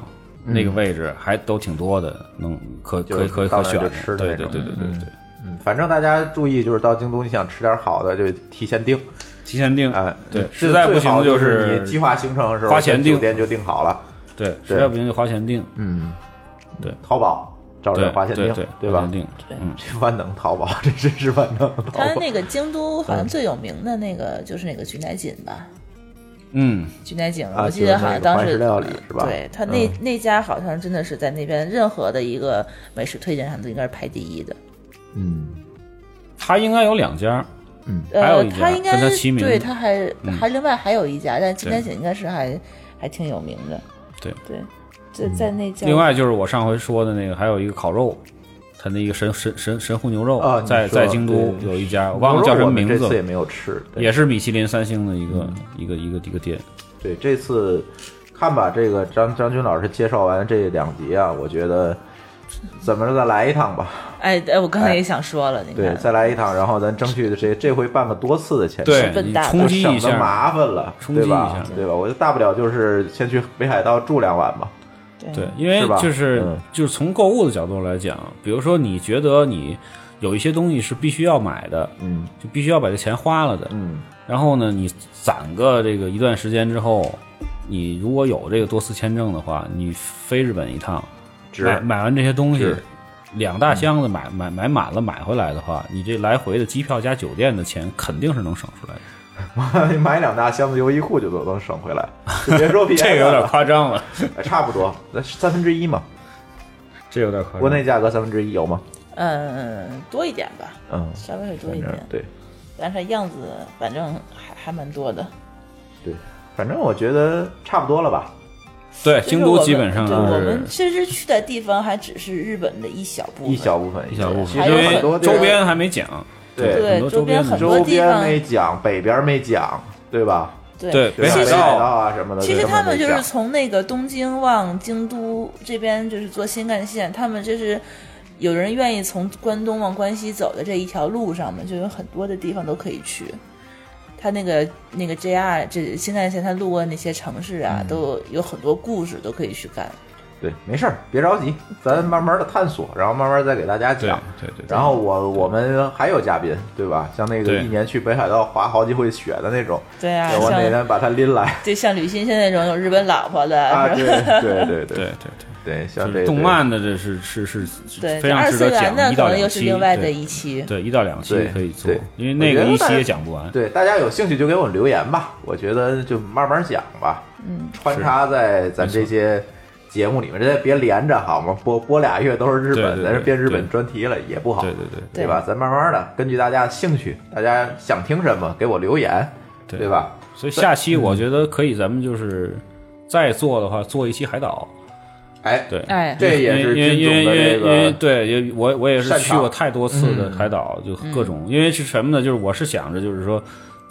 [SPEAKER 5] 那个位置还都挺多的，能可
[SPEAKER 3] 嗯就
[SPEAKER 5] 可以可以
[SPEAKER 3] 到
[SPEAKER 5] 可
[SPEAKER 3] 那儿
[SPEAKER 5] 选
[SPEAKER 3] 就
[SPEAKER 5] 的，
[SPEAKER 3] 吃的
[SPEAKER 5] 对
[SPEAKER 3] 那
[SPEAKER 5] 对
[SPEAKER 3] 种
[SPEAKER 5] 对对对对，
[SPEAKER 3] 嗯反正大家注意，就是到京东你想吃点好的，就提前订，
[SPEAKER 5] 提前定
[SPEAKER 3] 哎，
[SPEAKER 5] 嗯对，
[SPEAKER 3] 是
[SPEAKER 5] 实在不
[SPEAKER 3] 最好
[SPEAKER 5] 行
[SPEAKER 3] 的
[SPEAKER 5] 是
[SPEAKER 3] 你计划行程的时候，
[SPEAKER 5] 花钱
[SPEAKER 3] 跟酒
[SPEAKER 5] 订
[SPEAKER 3] 店就订好了，
[SPEAKER 5] 对，实在不行就花钱订，
[SPEAKER 3] 嗯，
[SPEAKER 5] 对
[SPEAKER 3] 淘宝找
[SPEAKER 5] 对
[SPEAKER 3] 人花钱
[SPEAKER 5] 对
[SPEAKER 3] 定，
[SPEAKER 5] 对
[SPEAKER 3] 吧
[SPEAKER 5] 花？钱
[SPEAKER 4] 对
[SPEAKER 5] 定嗯，
[SPEAKER 3] 这万能淘宝，这真是万能淘
[SPEAKER 4] 他
[SPEAKER 3] 宝。
[SPEAKER 4] 那个京都好像最有名的那个就是那个菊乃锦吧，
[SPEAKER 5] 嗯，
[SPEAKER 4] 菊乃井，
[SPEAKER 3] 啊
[SPEAKER 4] 我记得好像当时
[SPEAKER 3] 就是那个怀石料理是吧
[SPEAKER 4] 对他那
[SPEAKER 3] 嗯
[SPEAKER 4] 那家好像真的是在那边任何的一个美食推荐上都应该是排第一的。
[SPEAKER 3] 嗯，
[SPEAKER 5] 他应该有两家，还有
[SPEAKER 4] 呃
[SPEAKER 5] 一，家
[SPEAKER 4] 他应该
[SPEAKER 5] 跟他齐名
[SPEAKER 4] 对，他还
[SPEAKER 5] 嗯
[SPEAKER 4] 还另外还有一家，但菊乃井应该是还还挺有名的。
[SPEAKER 5] 对
[SPEAKER 4] 对，在在那家
[SPEAKER 5] 另外就是我上回说的那个，还有一个烤肉，他那一个神神神神户牛肉，
[SPEAKER 3] 啊你
[SPEAKER 5] 在
[SPEAKER 3] 说
[SPEAKER 5] 在京都
[SPEAKER 3] 对
[SPEAKER 5] 有一 <laughs> 家，我忘了叫什么名
[SPEAKER 3] 牛肉我们这次也
[SPEAKER 5] 字，
[SPEAKER 3] 没嗯有吃，对
[SPEAKER 5] 也是米其林三星的一个一个一个一个店。
[SPEAKER 3] 对，这次看吧，这个张张军老师介绍完这两集啊，我觉得怎么着再来一趟吧，
[SPEAKER 4] 哎哎，我刚才也想说了，你
[SPEAKER 3] 对，
[SPEAKER 4] 看，
[SPEAKER 3] 再来一趟，然后咱争取这这回办个多次的签证，
[SPEAKER 5] 对
[SPEAKER 4] 笨
[SPEAKER 5] 你
[SPEAKER 4] 蛋吧
[SPEAKER 5] 冲击
[SPEAKER 3] 省
[SPEAKER 5] 一
[SPEAKER 3] 得
[SPEAKER 5] 下，
[SPEAKER 3] 麻烦了，
[SPEAKER 5] 冲击
[SPEAKER 3] 对
[SPEAKER 5] 一
[SPEAKER 3] 吧
[SPEAKER 5] 下？
[SPEAKER 3] 对吧？我就大不了就是先去北海道住两晚嘛。
[SPEAKER 5] 对，因为
[SPEAKER 3] 是吧
[SPEAKER 5] 就是
[SPEAKER 3] 嗯
[SPEAKER 5] 就是从购物的角度来讲，比如说你觉得你有一些东西是必须要买的，
[SPEAKER 3] 嗯
[SPEAKER 5] 就必须要把这钱花了的，
[SPEAKER 3] 嗯，
[SPEAKER 5] 然后呢，你攒个这个一段时间之后，你如果有这个多次签证的话，你飞日本一趟，
[SPEAKER 3] 值
[SPEAKER 5] 买买完这些东西
[SPEAKER 3] 值，
[SPEAKER 5] 两大箱子买买买满了买回来的话，你这来回的机票加酒店的钱肯定是能省出来的。
[SPEAKER 3] 买 <laughs> 两大箱子优衣库就都能省回来，就别说别的
[SPEAKER 5] <laughs> 这个有点
[SPEAKER 3] 了
[SPEAKER 5] 夸张了，
[SPEAKER 3] 哎差不多，那三分之一嘛，
[SPEAKER 5] 这有点夸张。
[SPEAKER 3] 国内价格三分之一有吗？
[SPEAKER 4] 嗯，多一点吧，
[SPEAKER 3] 嗯，
[SPEAKER 4] 稍微会多
[SPEAKER 3] 反
[SPEAKER 4] 一
[SPEAKER 3] 正
[SPEAKER 4] 点，
[SPEAKER 3] 对
[SPEAKER 4] 但是样子反正还还蛮多的。
[SPEAKER 3] 对，反正我觉得差不多了吧。
[SPEAKER 5] 对
[SPEAKER 4] 就是
[SPEAKER 5] 京
[SPEAKER 4] 我
[SPEAKER 5] 都
[SPEAKER 4] 们
[SPEAKER 5] 基本上
[SPEAKER 4] 对我们
[SPEAKER 5] 是
[SPEAKER 4] 其实去的地方还只是日本的一小部分，
[SPEAKER 3] 一小部分，
[SPEAKER 5] 一小部
[SPEAKER 4] 还
[SPEAKER 5] 分，因
[SPEAKER 4] 有
[SPEAKER 5] 为
[SPEAKER 4] 很
[SPEAKER 3] 多地
[SPEAKER 5] 周
[SPEAKER 3] 儿
[SPEAKER 5] 边还没讲。
[SPEAKER 3] 对
[SPEAKER 5] 很多
[SPEAKER 4] 对周边
[SPEAKER 5] 没
[SPEAKER 4] 很
[SPEAKER 5] 讲
[SPEAKER 4] 多
[SPEAKER 3] 周
[SPEAKER 4] 地
[SPEAKER 3] 边
[SPEAKER 4] 方
[SPEAKER 3] 没讲，北边没讲，对吧？
[SPEAKER 4] 对
[SPEAKER 5] 对北
[SPEAKER 4] 其
[SPEAKER 5] 海
[SPEAKER 4] 实
[SPEAKER 5] 道
[SPEAKER 3] 啊什么的，
[SPEAKER 4] 其
[SPEAKER 3] 对
[SPEAKER 4] 实他们就
[SPEAKER 3] 都没
[SPEAKER 4] 是
[SPEAKER 3] 讲
[SPEAKER 4] 从那个东京往京都这边，就是坐新干线，他们就是有人愿意从关东往关西走的这一条路上面，就有很多的地方都可以去。他那个那个 JR 这新干线，他路过那些城市啊，
[SPEAKER 5] 嗯
[SPEAKER 4] 都有很多故事都可以去干。
[SPEAKER 3] 对，没事儿，别着急，咱慢慢的探索，然后慢慢再给大家
[SPEAKER 5] 对
[SPEAKER 3] 讲。
[SPEAKER 5] 对对，
[SPEAKER 3] 然后我我们还有嘉宾，对吧？像那个
[SPEAKER 5] 对
[SPEAKER 3] 一年去北海道滑好几回雪的那种，
[SPEAKER 4] 对啊，
[SPEAKER 3] 我哪
[SPEAKER 4] 像
[SPEAKER 3] 天把他拎来
[SPEAKER 4] 对像吕欣欣那种有日本老婆的，
[SPEAKER 3] <laughs> 啊！
[SPEAKER 4] 是
[SPEAKER 3] 对
[SPEAKER 4] 吧
[SPEAKER 3] 对对
[SPEAKER 5] <laughs> 对
[SPEAKER 3] 对
[SPEAKER 5] 对对。
[SPEAKER 3] 对，
[SPEAKER 5] 就
[SPEAKER 3] 像这
[SPEAKER 5] 是动漫的这是是是是
[SPEAKER 4] 对，
[SPEAKER 5] 非
[SPEAKER 4] 这
[SPEAKER 5] 常
[SPEAKER 4] 二
[SPEAKER 5] 值
[SPEAKER 4] 次
[SPEAKER 5] 得
[SPEAKER 4] 元
[SPEAKER 5] 讲，
[SPEAKER 4] 的
[SPEAKER 5] 一
[SPEAKER 4] 可
[SPEAKER 5] 到
[SPEAKER 4] 能又
[SPEAKER 5] 两
[SPEAKER 4] 是
[SPEAKER 5] 期，
[SPEAKER 4] 另外的
[SPEAKER 5] 对
[SPEAKER 4] 一期。
[SPEAKER 5] 对一到两期
[SPEAKER 3] 对
[SPEAKER 5] 可以做
[SPEAKER 3] 对，
[SPEAKER 5] 因为那
[SPEAKER 3] 我
[SPEAKER 5] 个
[SPEAKER 3] 觉得
[SPEAKER 5] 一期
[SPEAKER 3] 大
[SPEAKER 5] 也
[SPEAKER 3] 家
[SPEAKER 5] 讲不完。
[SPEAKER 3] 对大家有兴趣就给我留言吧，我觉得就慢慢讲吧，嗯，穿插在咱这些节目里面，这别连着好吗？播播俩月都是日
[SPEAKER 5] 对
[SPEAKER 3] 本，
[SPEAKER 5] 对
[SPEAKER 3] 咱这变日
[SPEAKER 5] 对
[SPEAKER 3] 本专题了也不好，
[SPEAKER 5] 对对对
[SPEAKER 3] 对吧？咱慢慢的根据大家的兴趣，大家想听什么给我留言，
[SPEAKER 5] 对
[SPEAKER 3] 对吧？
[SPEAKER 5] 所以下期我觉得可以，咱们就是再做的话，做一期海岛。
[SPEAKER 3] 哎，
[SPEAKER 5] 对，
[SPEAKER 4] 哎，
[SPEAKER 3] 这也是
[SPEAKER 5] 因为因
[SPEAKER 3] 军
[SPEAKER 5] 为
[SPEAKER 3] 种的
[SPEAKER 5] 因为
[SPEAKER 3] 这
[SPEAKER 5] 因为
[SPEAKER 3] 个
[SPEAKER 5] 对，也我我也是
[SPEAKER 3] 擅
[SPEAKER 5] 去过
[SPEAKER 3] 长
[SPEAKER 5] 太多次的海岛，就各种，因为是什么呢？就是我是想着就是说，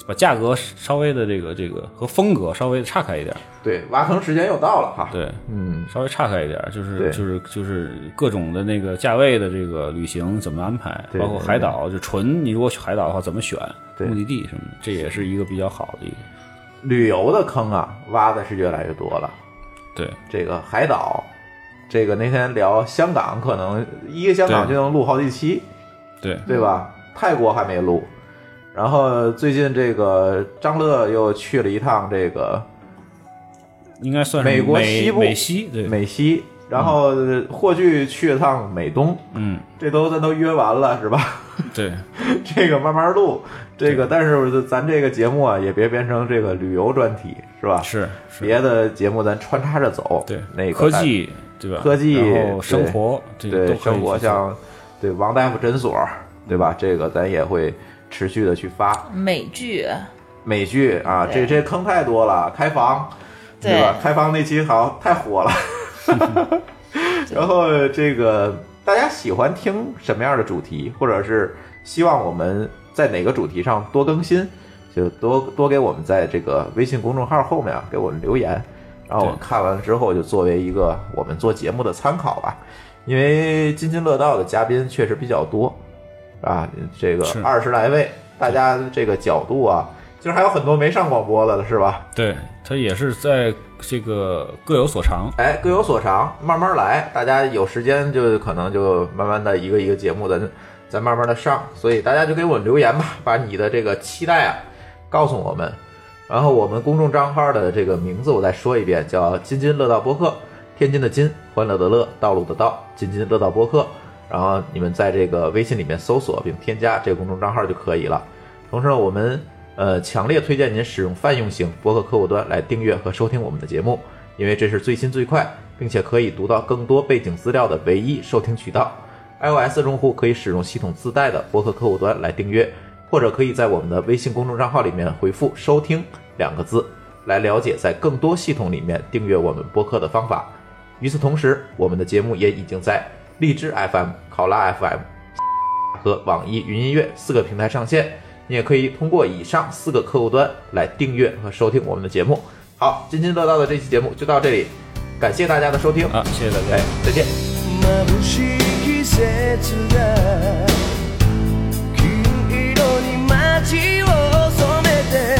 [SPEAKER 5] 把价格稍微的这个这个和风格稍微岔开一点，
[SPEAKER 3] 对挖坑时间又到了哈，
[SPEAKER 5] 对，
[SPEAKER 3] 嗯，
[SPEAKER 5] 稍微岔开一点，就是
[SPEAKER 3] 对
[SPEAKER 5] 就是就是各种的那个价位的这个旅行怎么安排，
[SPEAKER 3] 对
[SPEAKER 5] 包括海岛，就纯你如果去海岛的话怎么选
[SPEAKER 3] 对
[SPEAKER 5] 目的地什么的，这也是一个比较好的一个
[SPEAKER 3] 旅游的坑啊，挖的是越来越多了。
[SPEAKER 5] 对
[SPEAKER 3] 这个海岛，这个那天聊香港，可能一个香港就
[SPEAKER 5] 对嗯
[SPEAKER 3] 能录好几期，
[SPEAKER 5] 对
[SPEAKER 3] 对吧？泰国还没录，然后最近这个张乐又去了一趟这个
[SPEAKER 5] 应该算是
[SPEAKER 3] 美国西部
[SPEAKER 5] 嗯美西对
[SPEAKER 3] 美西，然后霍炬去了趟美东，
[SPEAKER 5] 嗯
[SPEAKER 3] 这都咱都约完了是吧？
[SPEAKER 5] 对
[SPEAKER 3] <laughs> 这个慢慢录，这个但是咱这个节目啊，也别变成这个旅游专题是吧？
[SPEAKER 5] 是是
[SPEAKER 3] 别的节目咱穿插着走，
[SPEAKER 5] 对
[SPEAKER 3] 那个
[SPEAKER 5] 科技对吧？
[SPEAKER 3] 科技
[SPEAKER 5] 然后生
[SPEAKER 3] 对
[SPEAKER 5] 活这个都
[SPEAKER 3] 对
[SPEAKER 5] 可以
[SPEAKER 3] 生活
[SPEAKER 5] 去做
[SPEAKER 3] 像对王大夫诊所，对吧？这个咱也会持续的去发
[SPEAKER 4] 美剧，
[SPEAKER 3] 美剧啊，这
[SPEAKER 4] 对
[SPEAKER 3] 这坑太多了，开房
[SPEAKER 4] 对
[SPEAKER 3] 吧？开房那期好像太火
[SPEAKER 4] <laughs>
[SPEAKER 3] 了，然后这个大家喜欢听什么样的主题，或者是希望我们在哪个主题上多更新，就多多给我们在这个微信公众号后面啊给我们留言，然后我们
[SPEAKER 5] 对
[SPEAKER 3] 看完了之后就作为一个我们做节目的参考吧。因为津津乐道的嘉宾确实比较多，啊，这个
[SPEAKER 5] 是
[SPEAKER 3] 二十来位，大家这个角度啊，其实还有很多没上广播了的是吧？
[SPEAKER 5] 对它也是在这个各有所长，
[SPEAKER 3] 哎，各有所长，慢慢来，大家有时间就可能就慢慢的一个一个节目咱咱慢慢的上，所以大家就给我留言吧，把你的这个期待啊告诉我们，然后我们公众账号的这个名字我再说一遍，叫津津乐道播客。天津的津，欢乐的乐，道路的道，津津乐道播客。然后你们在这个微信里面搜索并添加这个公众账号就可以了。同时呢，我们呃强烈推荐您使用泛用型博客客户端来订阅和收听我们的节目，因为这是最新最快，并且可以读到更多背景资料的唯一收听渠道。iOS 用户可以使用系统自带的博客客户端来订阅，或者可以在我们的微信公众账号里面回复“收听”两个字，来了解在更多系统里面订阅我们播客的方法。与此同时，我们的节目也已经在荔枝 FM、考拉 FM 和网易云音乐四个平台上线。你也可以通过以上四个客户端来订阅和收听我们的节目。好，津津乐道的这期节目就到这里，感谢大家的收听，
[SPEAKER 5] 啊，谢谢大家
[SPEAKER 3] 哎。，再见。
[SPEAKER 7] 眩しい季節が金色に街を染めて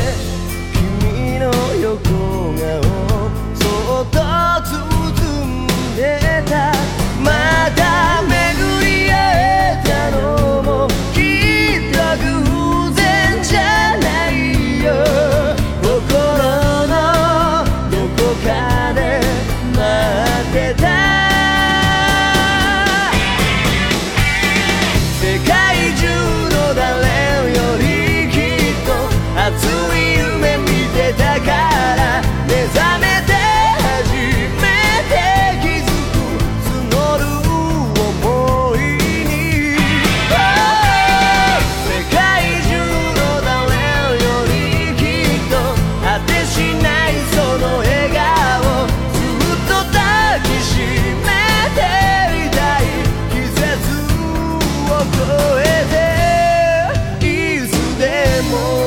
[SPEAKER 7] 君の横顔そっと包んでたまた巡り会えたのもきっと偶然じゃないよ心のどこかで待ってた世界中の誰よりきっと熱い夢見てたから目覚めて初めて気づく募る想いに、Oh 世界中の誰よりきっと果てしないその笑顔ずっと抱きしめていたい季節を越えていつでも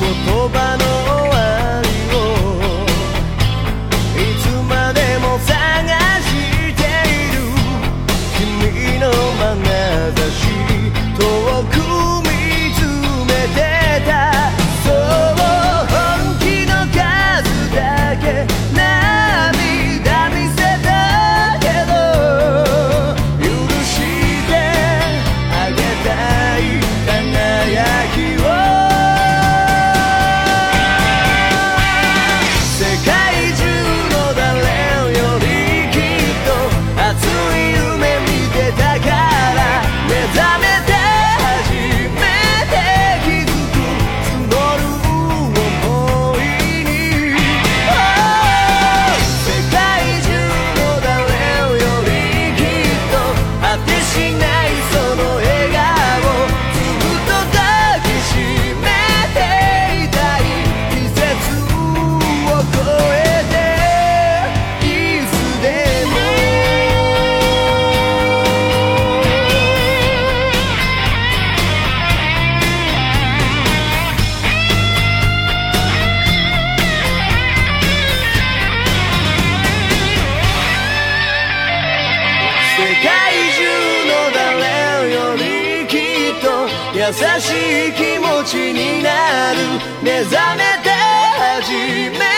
[SPEAKER 7] 言葉の終わりをいつまでも探している君の眼差し遠く見つめてたそう本気の数だけ涙見せたけど許してあげたい輝きを世界中の誰よりきっと熱い夢見てたから目覚めて初めて気づく募る想いに Oh 世界中の誰よりきっと果てしないその笑顔ずっと抱きしめていたい季節を越えていつでも世界中の誰よりきっと優しい気持ちになる目覚めて初め